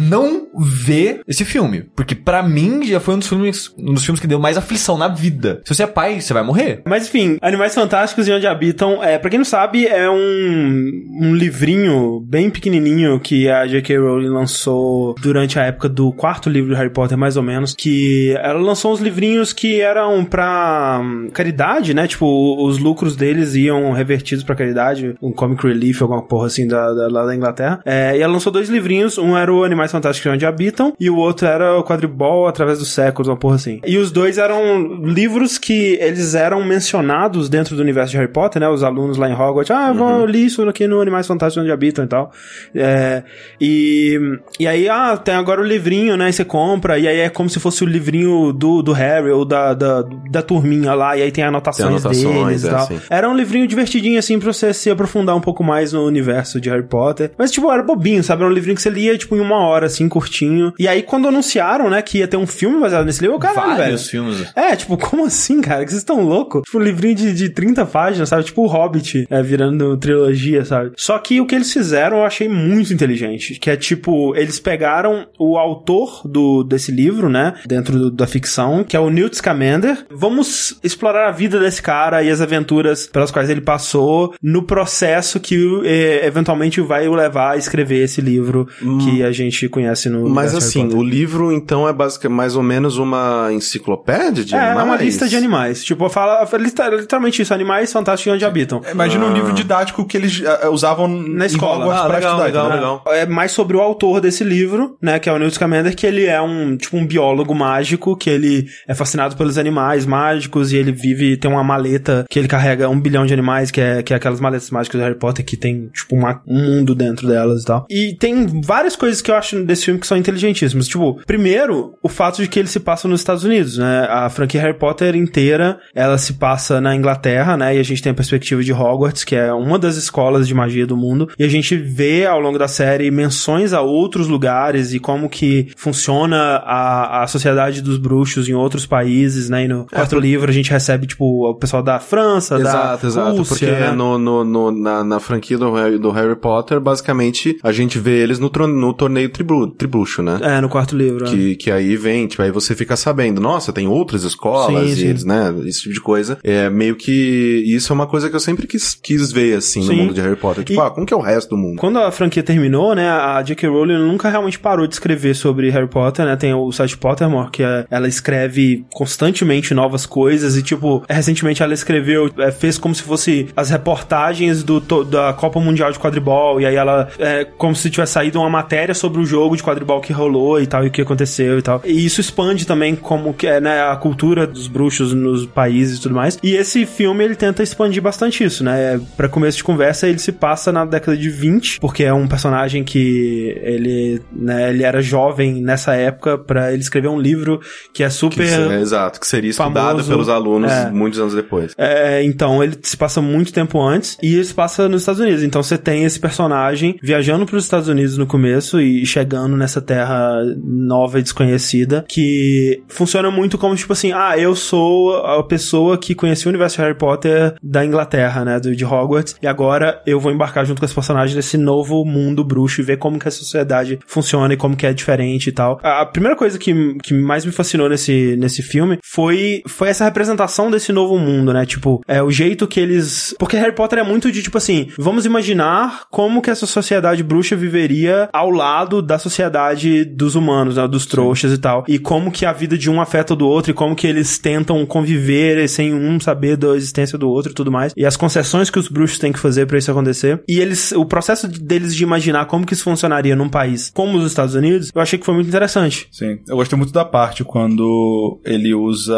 [SPEAKER 3] não vê esse filme. Porque pra mim já foi um dos filmes, um dos filmes que deu mais aflição na vida. Se você é pai, você vai morrer.
[SPEAKER 1] Mas enfim, Animais Fantásticos e Onde Habitam, é, pra quem não sabe, é um, um livrinho bem pequenininho que a J.K. Rowling lançou durante a época do quarto livro de Harry Potter, mais ou menos, que ela lançou uns livrinhos que eram pra hum, caridade, né? Tipo, os lucros deles iam revertidos pra caridade, um comic relief, alguma porra assim da, da- lá da Inglaterra. É, e ela lançou dois livrinhos, um era o Animais Fantásticos e Onde Habitam e o outro era o Quadribol Através dos Séculos, uma porra assim. E os dois eram livros que eles eram mencionados dentro do universo de Harry Potter, né? Os alunos lá em Hogwarts, ah,
[SPEAKER 4] Uhum.
[SPEAKER 1] vão, eu li isso aqui no Animais Fantásticos Onde Habitam e tal. É, e, e aí, ah, tem agora o livrinho, né? E você compra, e aí é como se fosse o livrinho do, do Harry ou da, da, da turminha lá, e aí tem anotações,
[SPEAKER 4] anotações,
[SPEAKER 1] deles e
[SPEAKER 4] é,
[SPEAKER 1] tal.
[SPEAKER 4] sim.
[SPEAKER 1] Era um livrinho divertidinho, assim, pra você se aprofundar um pouco mais no universo de Harry Potter. Mas, tipo, era bobinho, sabe? Era um livrinho que você lia, tipo, em uma hora, assim, curtinho. E aí, quando anunciaram, né, que ia ter um filme baseado nesse livro, eu, caralho, velho.
[SPEAKER 3] Vários filmes.
[SPEAKER 1] É, tipo, como assim, cara? Que vocês estão loucos? Tipo, um livrinho de, de 30 páginas, sabe? Tipo o Hobbit é, virando trilogia, sabe? Só que o que eles fizeram eu achei muito inteligente. Que é tipo, eles pegaram o autor do, desse livro, né? Dentro do- da ficção, que é o Newt Scamander. Vamos explorar a vida desse cara e as aventuras pelas quais ele passou no processo que eh, eventualmente vai o levar a escrever esse livro que a gente conhece no.
[SPEAKER 4] Hum. Mas
[SPEAKER 1] universo Harry
[SPEAKER 4] assim,
[SPEAKER 1] Potter.
[SPEAKER 4] o livro então é basicamente mais ou menos uma enciclopédia de
[SPEAKER 1] É,
[SPEAKER 4] animais?
[SPEAKER 1] é uma lista de animais. Tipo, fala lista- literalmente isso, animais fantásticos onde habitam.
[SPEAKER 4] É,
[SPEAKER 2] Imagina um livro didático que eles ah, usavam
[SPEAKER 1] Na
[SPEAKER 2] em
[SPEAKER 1] escola.
[SPEAKER 2] Hogwarts
[SPEAKER 4] Ah,
[SPEAKER 2] pra
[SPEAKER 4] legal,
[SPEAKER 2] estudar.
[SPEAKER 4] legal,
[SPEAKER 2] entendeu?
[SPEAKER 4] legal.
[SPEAKER 1] É mais sobre o autor desse livro, né, que é o Newt Scamander, que ele é um, tipo, um biólogo mágico, que ele é fascinado pelos animais mágicos e ele vive, tem uma maleta que ele carrega um bilhão de animais, que é, que é aquelas maletas mágicas do Harry Potter que tem, tipo, uma- um mundo dentro delas e tal. E tem várias coisas que eu acho desse filme que são inteligentíssimas. Tipo, primeiro, o fato de que ele se passa nos Estados Unidos, né, a franquia Harry Potter inteira, ela se passa na Inglaterra, né, e a gente tem a perspectiva de Hogwarts, que é uma das escolas de magia do mundo, e a gente vê ao longo da série menções a outros lugares e como que funciona a, a sociedade dos bruxos em outros países, né, e no
[SPEAKER 4] É,
[SPEAKER 1] quarto livro a gente recebe, tipo, o pessoal da França,
[SPEAKER 4] Exato,
[SPEAKER 1] da
[SPEAKER 4] exato.
[SPEAKER 1] Rússia,
[SPEAKER 4] porque
[SPEAKER 1] né?
[SPEAKER 4] no, no, no- na, na franquia do Harry, do Harry Potter, basicamente, a gente vê eles no, tron- no torneio tribu, tribucho, né?
[SPEAKER 1] É, no quarto livro. é.
[SPEAKER 4] Que, que aí vem, tipo, aí você fica sabendo, nossa, tem outras escolas
[SPEAKER 1] Sim,
[SPEAKER 4] e
[SPEAKER 1] sim.
[SPEAKER 4] eles, né? Esse tipo de coisa. É meio que. Isso é uma coisa que eu sempre quis, quis ver, assim, no
[SPEAKER 1] Sim.
[SPEAKER 4] mundo de Harry Potter. Tipo,
[SPEAKER 1] E-
[SPEAKER 4] ah, como que é o resto do mundo?
[SPEAKER 1] Quando a franquia terminou, né, a J.K. Rowling nunca realmente parou de escrever sobre Harry Potter, né? Tem o site Pottermore, que é- ela escreve constantemente novas coisas e, tipo, recentemente ela escreveu, é, fez como se fosse as reportagens do, to- da Copa Mundial de Quadribol, e aí ela, é, como se tivesse saído uma matéria matéria sobre o jogo de quadribol que rolou e tal, e o que aconteceu e tal. E isso expande também como que é, né, a cultura dos bruxos nos países e tudo mais. E esse filme, ele tenta expandir bastante isso, né? Pra começo de conversa, ele se passa na década de 20, porque é um personagem que ele, né, ele era jovem nessa época pra ele escrever um livro que é
[SPEAKER 4] Que
[SPEAKER 1] super...
[SPEAKER 4] se- é, exato, que seria estudado
[SPEAKER 1] famoso,
[SPEAKER 4] pelos alunos
[SPEAKER 1] é.
[SPEAKER 4] muitos anos depois.
[SPEAKER 1] É, então, ele se passa muito tempo antes e ele se passa nos Estados Unidos. Então você tem esse personagem viajando para os Estados Unidos no começo e chegando nessa terra nova e desconhecida que funciona muito como tipo assim: ah, eu sou a pessoa que conheci o universo de Harry Potter da Inglaterra, né, do, de Hogwarts, e agora eu vou embarcar junto com esse personagem nesse novo mundo bruxo e ver como que a sociedade funciona e como que é diferente e tal. A a primeira coisa que, que mais me fascinou nesse, nesse filme foi, foi essa representação desse novo mundo, né? Tipo, é o jeito que eles. Porque Harry Potter é muito de tipo assim, vamos imaginar como que essa sociedade bruxa viveria ao lado da sociedade dos humanos, né? Dos trouxas e tal. E como que a vida de um afeta o do outro e como que eles tentam conviver sem um saber da existência do outro e tudo mais. E as concessões que os bruxos têm que fazer pra isso acontecer. E eles, o processo de- deles de imaginar como que isso funcionaria num país como os Estados Unidos, eu achei que foi muito interessante.
[SPEAKER 2] Sim. Eu gostei muito da parte quando ele usa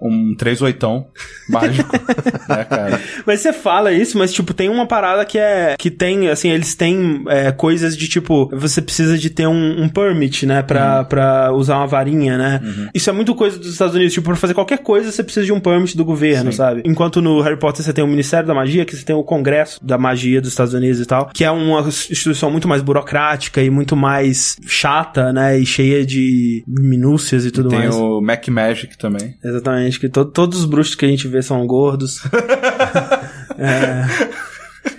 [SPEAKER 2] um 3 oitão mágico. né, cara?
[SPEAKER 1] Mas você fala isso, mas tipo, tem uma parada que é. Que tem, assim, eles têm é, coisas de tipo, você precisa de ter um, um permit, né? Pra,
[SPEAKER 2] Uhum.
[SPEAKER 1] pra usar uma varinha, né? Isso é muito coisa dos Estados Unidos. Tipo, pra fazer qualquer coisa, você precisa de um permit do governo, sabe? Enquanto no Harry Potter você tem o Ministério da Magia, que você tem o Congresso da Magia dos Estados Unidos e tal, que é uma instituição muito mais burocrática e muito mais chata, né? E cheia de minúcias e tudo
[SPEAKER 2] Tem
[SPEAKER 1] mais.
[SPEAKER 2] o Mac Magic também.
[SPEAKER 1] Exatamente, que to- todos os bruxos que a gente vê são gordos. É.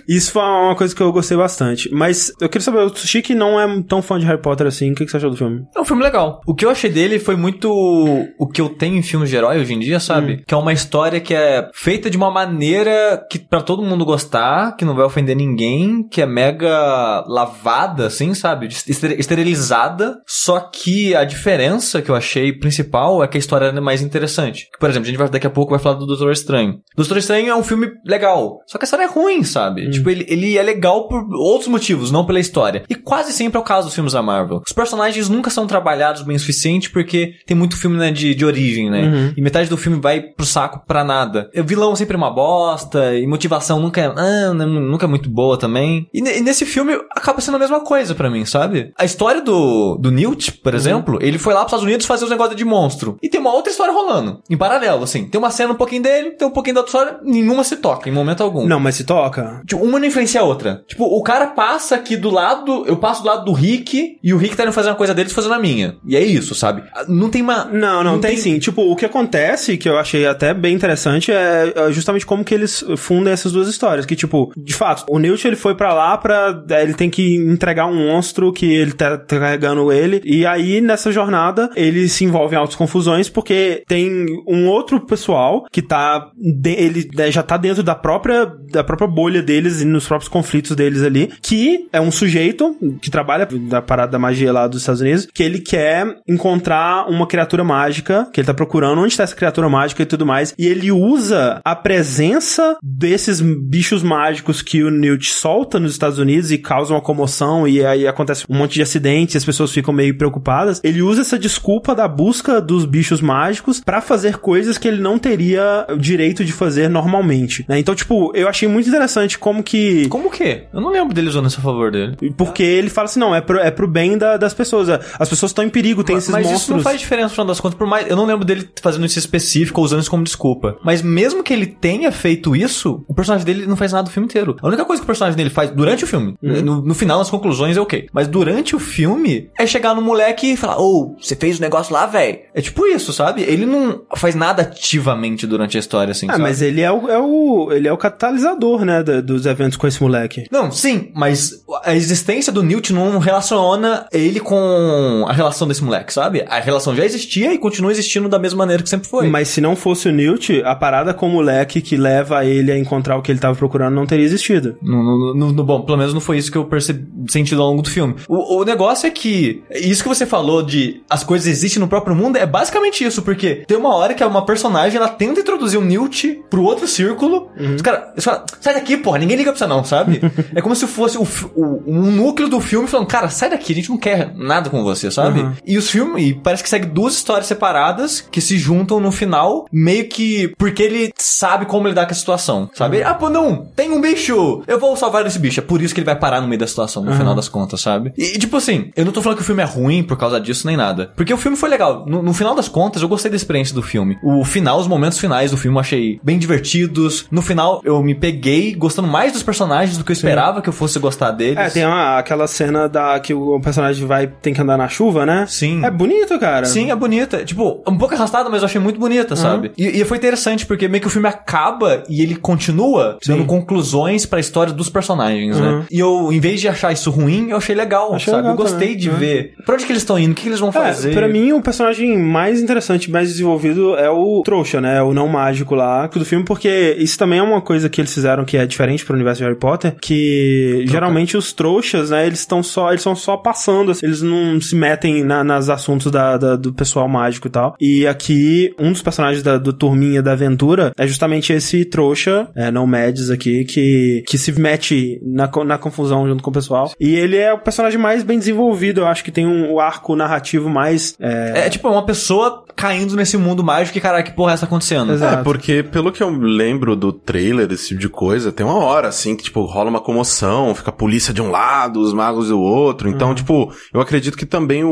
[SPEAKER 1] Isso foi uma coisa que eu gostei bastante. Mas eu queria saber, o Sushi que não é tão fã de Harry Potter assim, o que, que você achou do filme?
[SPEAKER 3] É um filme legal. O que eu achei dele foi muito o que eu tenho em filmes de herói hoje em dia, sabe? Que é uma história que é feita de uma maneira que pra todo mundo gostar, que não vai ofender ninguém, que é mega lavada, assim, sabe? Estere- Esterilizada. Só que a diferença que eu achei principal é que a história é mais interessante. Por exemplo, a gente vai daqui a pouco vai falar do Doutor Estranho. Doutor Estranho é um filme legal, só que a história é ruim, sabe? Tipo, ele, ele é legal por outros motivos, não pela história. E quase sempre é o caso dos filmes da Marvel. Os personagens nunca são trabalhados bem o suficiente porque tem muito filme né, de, de origem, né? E metade do filme vai pro saco pra nada. O vilão sempre é uma bosta, e motivação nunca é, ah, né, nunca é muito boa também. E, ne- e nesse filme acaba sendo a mesma coisa pra mim, sabe? A história do, do Newt, por exemplo, ele foi lá pros Estados Unidos fazer os negócios de monstro. E tem uma outra história rolando, em paralelo, assim. Tem uma cena um pouquinho dele, tem um pouquinho da outra história, nenhuma se toca, em momento algum.
[SPEAKER 1] Não, mas se toca.
[SPEAKER 3] Tipo, uma não influencia a outra. Tipo, o cara passa aqui do lado, eu passo do lado do Rick, e o Rick tá indo fazer uma coisa dele, eu tô fazendo a minha. E é isso, sabe? Ah, Não tem uma.
[SPEAKER 1] Não, não, tem, sim. Tipo, o que acontece, que eu achei até bem interessante, é é justamente como que eles fundem essas duas histórias. Que, tipo, de fato, o Newt ele foi pra lá pra. é, Ele tem que entregar um monstro que ele tá tá carregando ele. E aí, nessa jornada, ele se envolve em altas confusões, porque tem um outro pessoal que tá. de- ele né, já tá dentro da própria, da própria bolha deles e nos próprios conflitos deles ali. Que é um sujeito que trabalha da parada da magia lá dos Estados Unidos, que ele quer encontrar uma criatura mágica, que ele tá procurando onde tá essa criatura mágica e tudo mais, e ele usa a presença desses bichos mágicos que o Newt solta nos Estados Unidos e causam uma comoção e aí acontece um monte de acidentes, as pessoas ficam meio preocupadas. Ele usa essa desculpa da busca dos bichos mágicos pra fazer coisas que ele não teria o direito de fazer normalmente, né? Então, tipo, eu achei muito interessante como que
[SPEAKER 3] Como o quê? Eu não lembro dele usando isso a favor dele.
[SPEAKER 1] porque ele fala assim, não, é pro, é pro bem da- das pessoas. é, As pessoas estão em perigo, tem esses
[SPEAKER 3] Mas
[SPEAKER 1] monstros.
[SPEAKER 3] isso não faz diferença no final das contas, por mais. Eu não lembro dele fazendo isso específico ou usando isso como desculpa. Mas mesmo que ele tenha feito isso, o personagem dele não faz nada o filme inteiro. A única coisa que o personagem dele faz durante o filme,
[SPEAKER 1] Uhum.
[SPEAKER 3] no, no final, nas conclusões, é ok. Mas durante o filme, é chegar no moleque e falar: Ô, você fez o negócio lá, velho. É tipo isso, sabe? Ele não faz nada ativamente durante a história, assim.
[SPEAKER 1] Ah,
[SPEAKER 3] sabe?
[SPEAKER 1] mas ele é o, é o- ele é o catalisador, né, da- dos eventos com esse moleque.
[SPEAKER 3] Não, sim, mas a existência do Newt não relaciona ele com a relação desse moleque, sabe? A relação já existia e continua existindo da mesma maneira que sempre foi.
[SPEAKER 1] Mas se não fosse o Newt, a parada com o moleque que leva ele a encontrar o que ele tava procurando não teria existido.
[SPEAKER 3] No, no- no- no- bom, pelo menos não foi isso que eu percebi sentido ao longo do filme. O, o negócio é que isso que você falou de as coisas existem no próprio mundo é basicamente isso, porque tem uma hora que um uma personagem ela tenta introduzir o Newt pro outro círculo. Os caras, sai daqui, porra, ninguém liga liga pra você não, sabe? é como se fosse o, fi- o- um núcleo do filme falando, cara, sai daqui, a gente não quer nada com você, sabe? E os filmes, e parece que segue duas histórias separadas que se juntam no final, meio que porque ele sabe como lidar com a situação, sabe?
[SPEAKER 1] Uhum.
[SPEAKER 3] Ah, pô, não, tem um bicho, eu vou salvar esse bicho. É por isso que ele vai parar no meio da situação,
[SPEAKER 1] Uhum.
[SPEAKER 3] no final das contas, sabe? E, e, tipo assim, eu não tô falando que o filme é ruim por causa disso nem nada. Porque o filme foi legal. No, no final das contas, eu gostei da experiência do filme. O final, os momentos finais do filme eu achei bem divertidos. No final, eu me peguei gostando mais dos personagens do que eu esperava que eu fosse gostar deles.
[SPEAKER 1] É, tem uma- aquela cena da que o personagem vai tem que andar na chuva, né?
[SPEAKER 3] Sim.
[SPEAKER 1] É bonito, cara.
[SPEAKER 3] Sim, é bonita. Tipo, um pouco arrastada, mas eu achei muito
[SPEAKER 1] Uhum.
[SPEAKER 3] bonita, sabe? E, e foi interessante, porque meio que o filme acaba e ele continua dando conclusões pra história dos personagens, né? E eu, em vez de achar isso ruim, eu achei legal,
[SPEAKER 1] Uhum. Achei
[SPEAKER 3] sabe?
[SPEAKER 1] legal
[SPEAKER 3] eu gostei
[SPEAKER 1] também,
[SPEAKER 3] de
[SPEAKER 1] né?
[SPEAKER 3] ver pra onde que eles estão indo, o que, que eles vão fazer.
[SPEAKER 1] É, pra mim, o personagem mais interessante, mais desenvolvido é o trouxa, né? O não mágico lá do filme, porque isso também é uma coisa que eles fizeram que é diferente pro universo de Harry Potter, que geralmente os trouxas, né, eles estão só, eles são só passando, assim, eles não se metem na, nas assuntos da, da- do pessoal mágico e tal. E aqui, um dos personagens da, do Turminha da Aventura é justamente esse trouxa, é, não Mads aqui, que, que se mete na, co- na confusão junto com o pessoal. E ele é o personagem mais bem desenvolvido, eu acho que tem um, o arco narrativo mais
[SPEAKER 3] É tipo, uma pessoa caindo nesse mundo mágico e caralho, que porra é essa acontecendo?
[SPEAKER 1] Exato.
[SPEAKER 4] É, porque pelo que eu lembro do trailer, esse tipo de coisa, tem uma hora, assim, que, tipo, rola uma comoção, fica a polícia de um lado, os magos do outro. Então,
[SPEAKER 1] Uhum.
[SPEAKER 4] tipo, eu acredito que também o,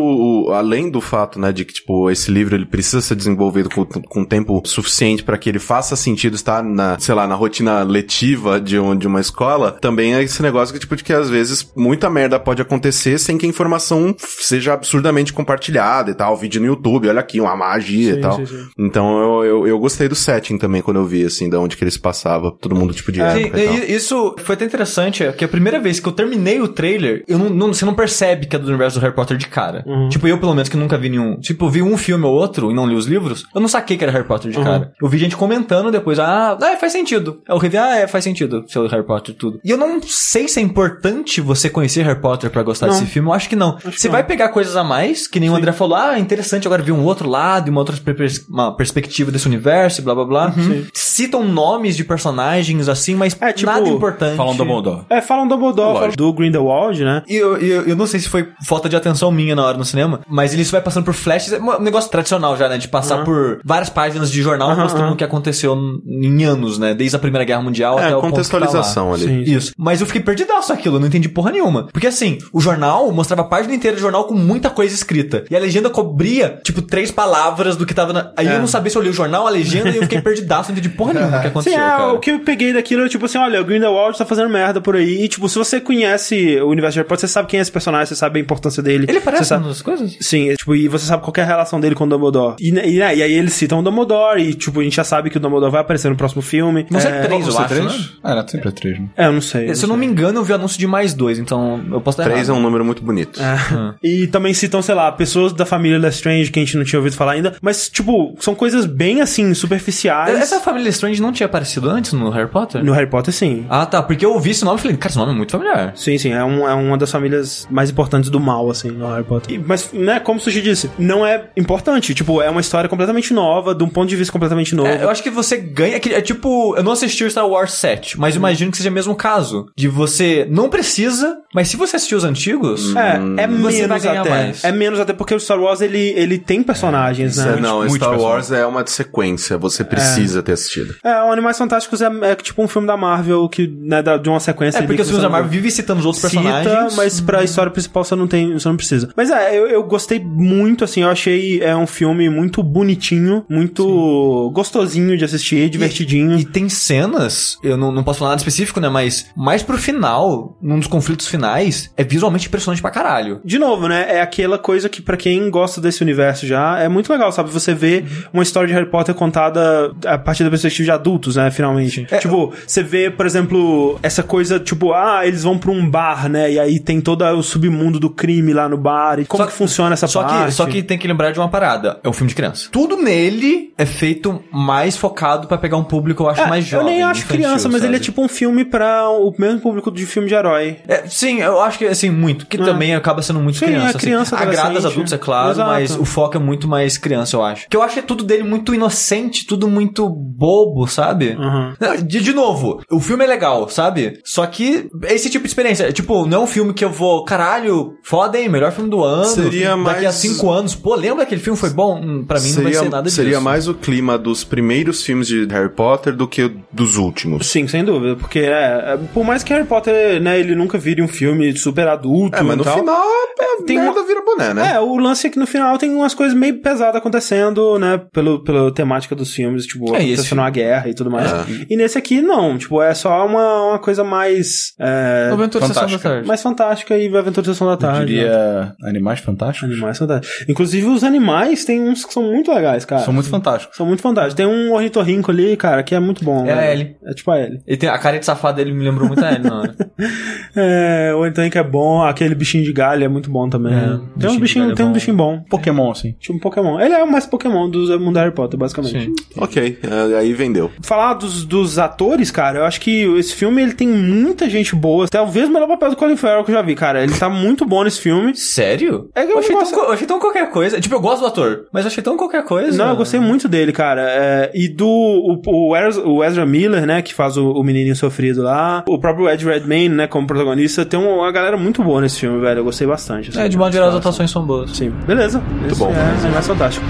[SPEAKER 4] o- além do fato, né, de que, tipo, esse livro ele precisa ser desenvolvido com, com tempo suficiente pra que ele faça sentido estar na, sei lá, na rotina letiva de, um, de uma escola, também é esse negócio que, tipo, de que às vezes muita merda pode acontecer sem que a informação seja absurdamente compartilhada e tal. Vídeo no YouTube, olha aqui, uma magia
[SPEAKER 1] Sim,
[SPEAKER 4] e tal.
[SPEAKER 1] sim, sim.
[SPEAKER 4] Então eu, eu, eu gostei do setting também quando eu vi, assim, da onde que eles passavam, todo mundo tipo de
[SPEAKER 3] É,
[SPEAKER 4] época
[SPEAKER 3] e-
[SPEAKER 4] e tal.
[SPEAKER 3] e- isso foi até interessante, é que a primeira vez que eu terminei o trailer, eu não, não- você não percebe que é do universo do Harry Potter de cara. Tipo, eu pelo menos que nunca vi nenhum. Tipo, eu vi um filme ou outro e não li os livros, eu não saquei que era Harry Potter de cara. Eu vi gente comentando depois, ah, é, faz sentido. Eu revi, ah, é, faz sentido, seu Harry Potter e tudo. E eu não sei se é importante você conhecer Harry Potter pra gostar desse filme, eu acho que não. você vai pegar coisas a mais, que nem o André falou, ah, interessante agora ver um outro lado e uma outra per- pers- uma perspectiva desse universo, e blá blá blá. Citam nomes de personagens assim, mas
[SPEAKER 1] É, tipo,
[SPEAKER 3] nada importante.
[SPEAKER 2] Falando do Moldó.
[SPEAKER 1] É, falam do Dumbledore, falam do Grindelwald, né?
[SPEAKER 3] E eu, e eu, eu não sei se foi falta de atenção minha na hora no cinema, mas ele só vai passando por flashes. É um negócio tradicional já, né? De passar por várias páginas de jornal
[SPEAKER 1] Aham,
[SPEAKER 3] mostrando
[SPEAKER 1] aham.
[SPEAKER 3] o que aconteceu n- em anos, né? Desde a Primeira Guerra Mundial
[SPEAKER 4] É,
[SPEAKER 3] até o ponto que tá lá.
[SPEAKER 4] contextualização ali.
[SPEAKER 1] Sim.
[SPEAKER 3] Isso. Mas eu fiquei perdidaço aquilo, eu não entendi porra nenhuma. Porque assim, o jornal mostrava a página inteira do jornal com muita coisa escrita. E a legenda cobria, tipo, três palavras do que tava na. Aí eu não sabia se eu li o jornal, a legenda, e eu fiquei perdidaço, não entendi porra nenhuma o que
[SPEAKER 1] Sim,
[SPEAKER 3] aconteceu.
[SPEAKER 1] é,
[SPEAKER 3] cara.
[SPEAKER 1] o que eu peguei daquilo é tipo assim, olha, o Grindelwald tá fazendo merda por aí. E tipo, se você conhece o universo de Harry Potter, você sabe quem é esse personagem, você sabe a importância dele.
[SPEAKER 3] Ele
[SPEAKER 1] você
[SPEAKER 3] aparece
[SPEAKER 1] sabe...
[SPEAKER 3] nas coisas?
[SPEAKER 1] Sim, é, tipo, e você sabe qual que é a relação dele com o Dumbledore. E, né, e, né, e aí eles citam o Dumbledore, e tipo, a gente já sabe que o Dumbledore vai aparecer no próximo filme.
[SPEAKER 3] Não sei
[SPEAKER 1] é...
[SPEAKER 3] três, eu
[SPEAKER 2] Você é
[SPEAKER 3] acho. né?
[SPEAKER 2] três? Ah, era sempre é três, né?
[SPEAKER 1] É, eu não sei.
[SPEAKER 3] Se eu não me engano, eu vi anúncio de mais dois, então eu posso estar
[SPEAKER 4] Três é
[SPEAKER 3] errado.
[SPEAKER 4] um número muito bonito.
[SPEAKER 1] É. E também citam, sei lá, pessoas da família Lestrange que a gente não tinha ouvido falar ainda. Mas, tipo, são coisas bem assim, superficiais.
[SPEAKER 3] Essa é família Strange não tinha aparecido antes no Harry Potter?
[SPEAKER 1] No Harry Potter, sim.
[SPEAKER 3] Ah, tá. Porque eu ouvi esse nome e falei, cara, esse nome é muito familiar.
[SPEAKER 1] Sim, sim, é, um, é uma das famílias mais importantes do mal, assim, no Harry Potter. E- mas, né, como o Sushi disse, não é importante. Tipo, é uma história completamente nova, de um ponto de vista completamente novo.
[SPEAKER 3] É, eu acho que você ganha. que- É tipo, eu não assisti o Star Wars 7,
[SPEAKER 1] Hum.
[SPEAKER 3] mas imagino que seja o mesmo caso. De você não precisa, mas se você assistir os antigos.
[SPEAKER 1] É, é
[SPEAKER 3] Você vai
[SPEAKER 1] menos
[SPEAKER 3] ganhar
[SPEAKER 1] até.
[SPEAKER 3] mais.
[SPEAKER 1] É menos até porque o Star Wars ele, ele tem personagens,
[SPEAKER 4] É,
[SPEAKER 1] né?
[SPEAKER 4] não,
[SPEAKER 2] muito
[SPEAKER 4] Star
[SPEAKER 2] pessoal.
[SPEAKER 4] Wars é uma sequência,
[SPEAKER 3] É.
[SPEAKER 4] você precisa ter assistido.
[SPEAKER 1] É, o Animais Fantásticos é, é tipo um filme da Marvel que, né, da- de uma sequência
[SPEAKER 3] É
[SPEAKER 1] ali
[SPEAKER 3] porque
[SPEAKER 1] que
[SPEAKER 3] os filmes
[SPEAKER 1] você
[SPEAKER 3] da
[SPEAKER 1] não-
[SPEAKER 3] Marvel vivem citando os outros personagens. Uhum.
[SPEAKER 1] mas pra história principal você não tem, você não precisa. Mas é, eu, eu gostei muito, assim, eu achei é um filme muito bonitinho, muito gostosinho de assistir, divertidinho.
[SPEAKER 3] E tem cenas, eu não, não posso falar nada específico, né? Mas mais pro final, num dos conflitos finais, é visualmente impressionante pra caralho.
[SPEAKER 1] De novo, né? É aquela coisa que, pra quem gosta desse universo já, é muito legal, sabe? Você vê
[SPEAKER 3] Uhum.
[SPEAKER 1] uma história de Harry Potter contada a partir da perspectiva de adultos, né? Finalmente.
[SPEAKER 3] É,
[SPEAKER 1] tipo, você vê, por exemplo, essa coisa, tipo, ah, eles vão pra um bar, né? E aí tem todo o submundo do crime lá no bar. E como
[SPEAKER 3] Só
[SPEAKER 1] que funciona essa
[SPEAKER 3] só
[SPEAKER 1] parte?
[SPEAKER 3] Que, só que tem que lembrar de uma parada: é um filme de criança. Tudo nele é feito mais focado pra pegar um público, eu acho,
[SPEAKER 1] É,
[SPEAKER 3] mais jovem.
[SPEAKER 1] eu nem acho
[SPEAKER 3] infantil,
[SPEAKER 1] criança, mas ele é
[SPEAKER 3] sabe?
[SPEAKER 1] tipo um filme pra o mesmo público de filme de herói.
[SPEAKER 3] É, sim, eu acho que assim, muito. Que também acaba sendo muito
[SPEAKER 1] Sim,
[SPEAKER 3] criança.
[SPEAKER 1] é criança,
[SPEAKER 3] assim. Agrada os
[SPEAKER 1] adolescente.
[SPEAKER 3] adultos, é claro,
[SPEAKER 1] Exato.
[SPEAKER 3] é mas o foco é muito mais criança, eu acho. Que eu acho tudo dele muito inocente, tudo muito bobo, sabe?
[SPEAKER 1] Uhum.
[SPEAKER 3] De, de novo, o filme é legal, sabe? Só que esse tipo de experiência, tipo, não é um filme que eu vou, caralho, foda, hein, melhor filme do ano. Daqui
[SPEAKER 4] Seria
[SPEAKER 3] a
[SPEAKER 4] mais-
[SPEAKER 3] cinco anos, pô, lembra aquele filme foi bom? Hum, Pra mim não vai ser nada disso.
[SPEAKER 4] seria mais o clima dos primeiros filmes de Harry Potter do que dos últimos.
[SPEAKER 1] Sim, sem dúvida, porque é, é, por mais que Harry Potter, né, ele nunca vire um filme super adulto
[SPEAKER 4] É, mas
[SPEAKER 1] e
[SPEAKER 4] no
[SPEAKER 1] tal,
[SPEAKER 4] final,
[SPEAKER 3] é,
[SPEAKER 4] a
[SPEAKER 1] tem
[SPEAKER 4] merda vira boné, né?
[SPEAKER 1] É, o lance é que no final tem umas coisas meio pesadas acontecendo, né? Pelo, pela temática dos filmes, tipo,
[SPEAKER 3] É, e
[SPEAKER 1] acontecendo
[SPEAKER 3] esse
[SPEAKER 1] uma guerra e tudo mais.
[SPEAKER 4] É.
[SPEAKER 1] E nesse aqui, não. Tipo, é só uma, uma coisa mais. é,
[SPEAKER 3] Aventura Sessão da
[SPEAKER 2] Fantástica.
[SPEAKER 3] Tarde.
[SPEAKER 1] mais fantástica e Aventura de Sessão da
[SPEAKER 2] Eu
[SPEAKER 1] Tarde. né?
[SPEAKER 2] diria Animais Fantásticos.
[SPEAKER 1] Animais fantásticos. Inclusive, os animais tem uns que são muito legais, cara.
[SPEAKER 2] São muito fantásticos.
[SPEAKER 1] São muito fantásticos. Tem um ornitorrinco ali, cara, que é muito bom.
[SPEAKER 3] É a
[SPEAKER 1] né?
[SPEAKER 3] Ellie.
[SPEAKER 1] É tipo a Ellie.
[SPEAKER 3] E tem a cara de safado dele me lembrou muito a ele, não.
[SPEAKER 1] É, o ornitorrinco é bom, aquele bichinho de galho é muito bom também.
[SPEAKER 3] É,
[SPEAKER 1] né? tem
[SPEAKER 3] bichinho
[SPEAKER 1] um
[SPEAKER 3] de
[SPEAKER 1] bichinho,
[SPEAKER 3] galho é
[SPEAKER 1] tem um
[SPEAKER 3] bom.
[SPEAKER 1] bichinho bom.
[SPEAKER 2] Pokémon, assim.
[SPEAKER 1] Tipo um Pokémon. Ele é o mais Pokémon do mundo Harry Potter, basicamente.
[SPEAKER 3] Sim.
[SPEAKER 4] Ok, é, aí vendeu.
[SPEAKER 1] Falar dos, dos atores, cara, eu acho que esse filme ele tem muita gente boa. Talvez o melhor papel do Colin Farrell que eu já vi, cara. Ele tá muito bom nesse filme.
[SPEAKER 3] Sério?
[SPEAKER 1] É que eu
[SPEAKER 3] eu, achei
[SPEAKER 1] não
[SPEAKER 3] tão,
[SPEAKER 1] gosto-
[SPEAKER 3] co- eu achei tão qualquer coisa. Tipo, eu gosto do ator, mas eu achei tão qualquer coisa.
[SPEAKER 1] Não, eu gostei muito dele, cara. É, e do o, o Wes- o Ezra Miller, né, que faz o, o menininho sofrido lá. O próprio Ed Redmayne, né, como protagonista. Tem um, uma galera muito boa nesse filme, velho. Eu gostei bastante. assim.
[SPEAKER 3] É, de modo geral, as atuações são boas.
[SPEAKER 1] Sim, beleza. Muito
[SPEAKER 4] bom.
[SPEAKER 1] É, é mais fantástico.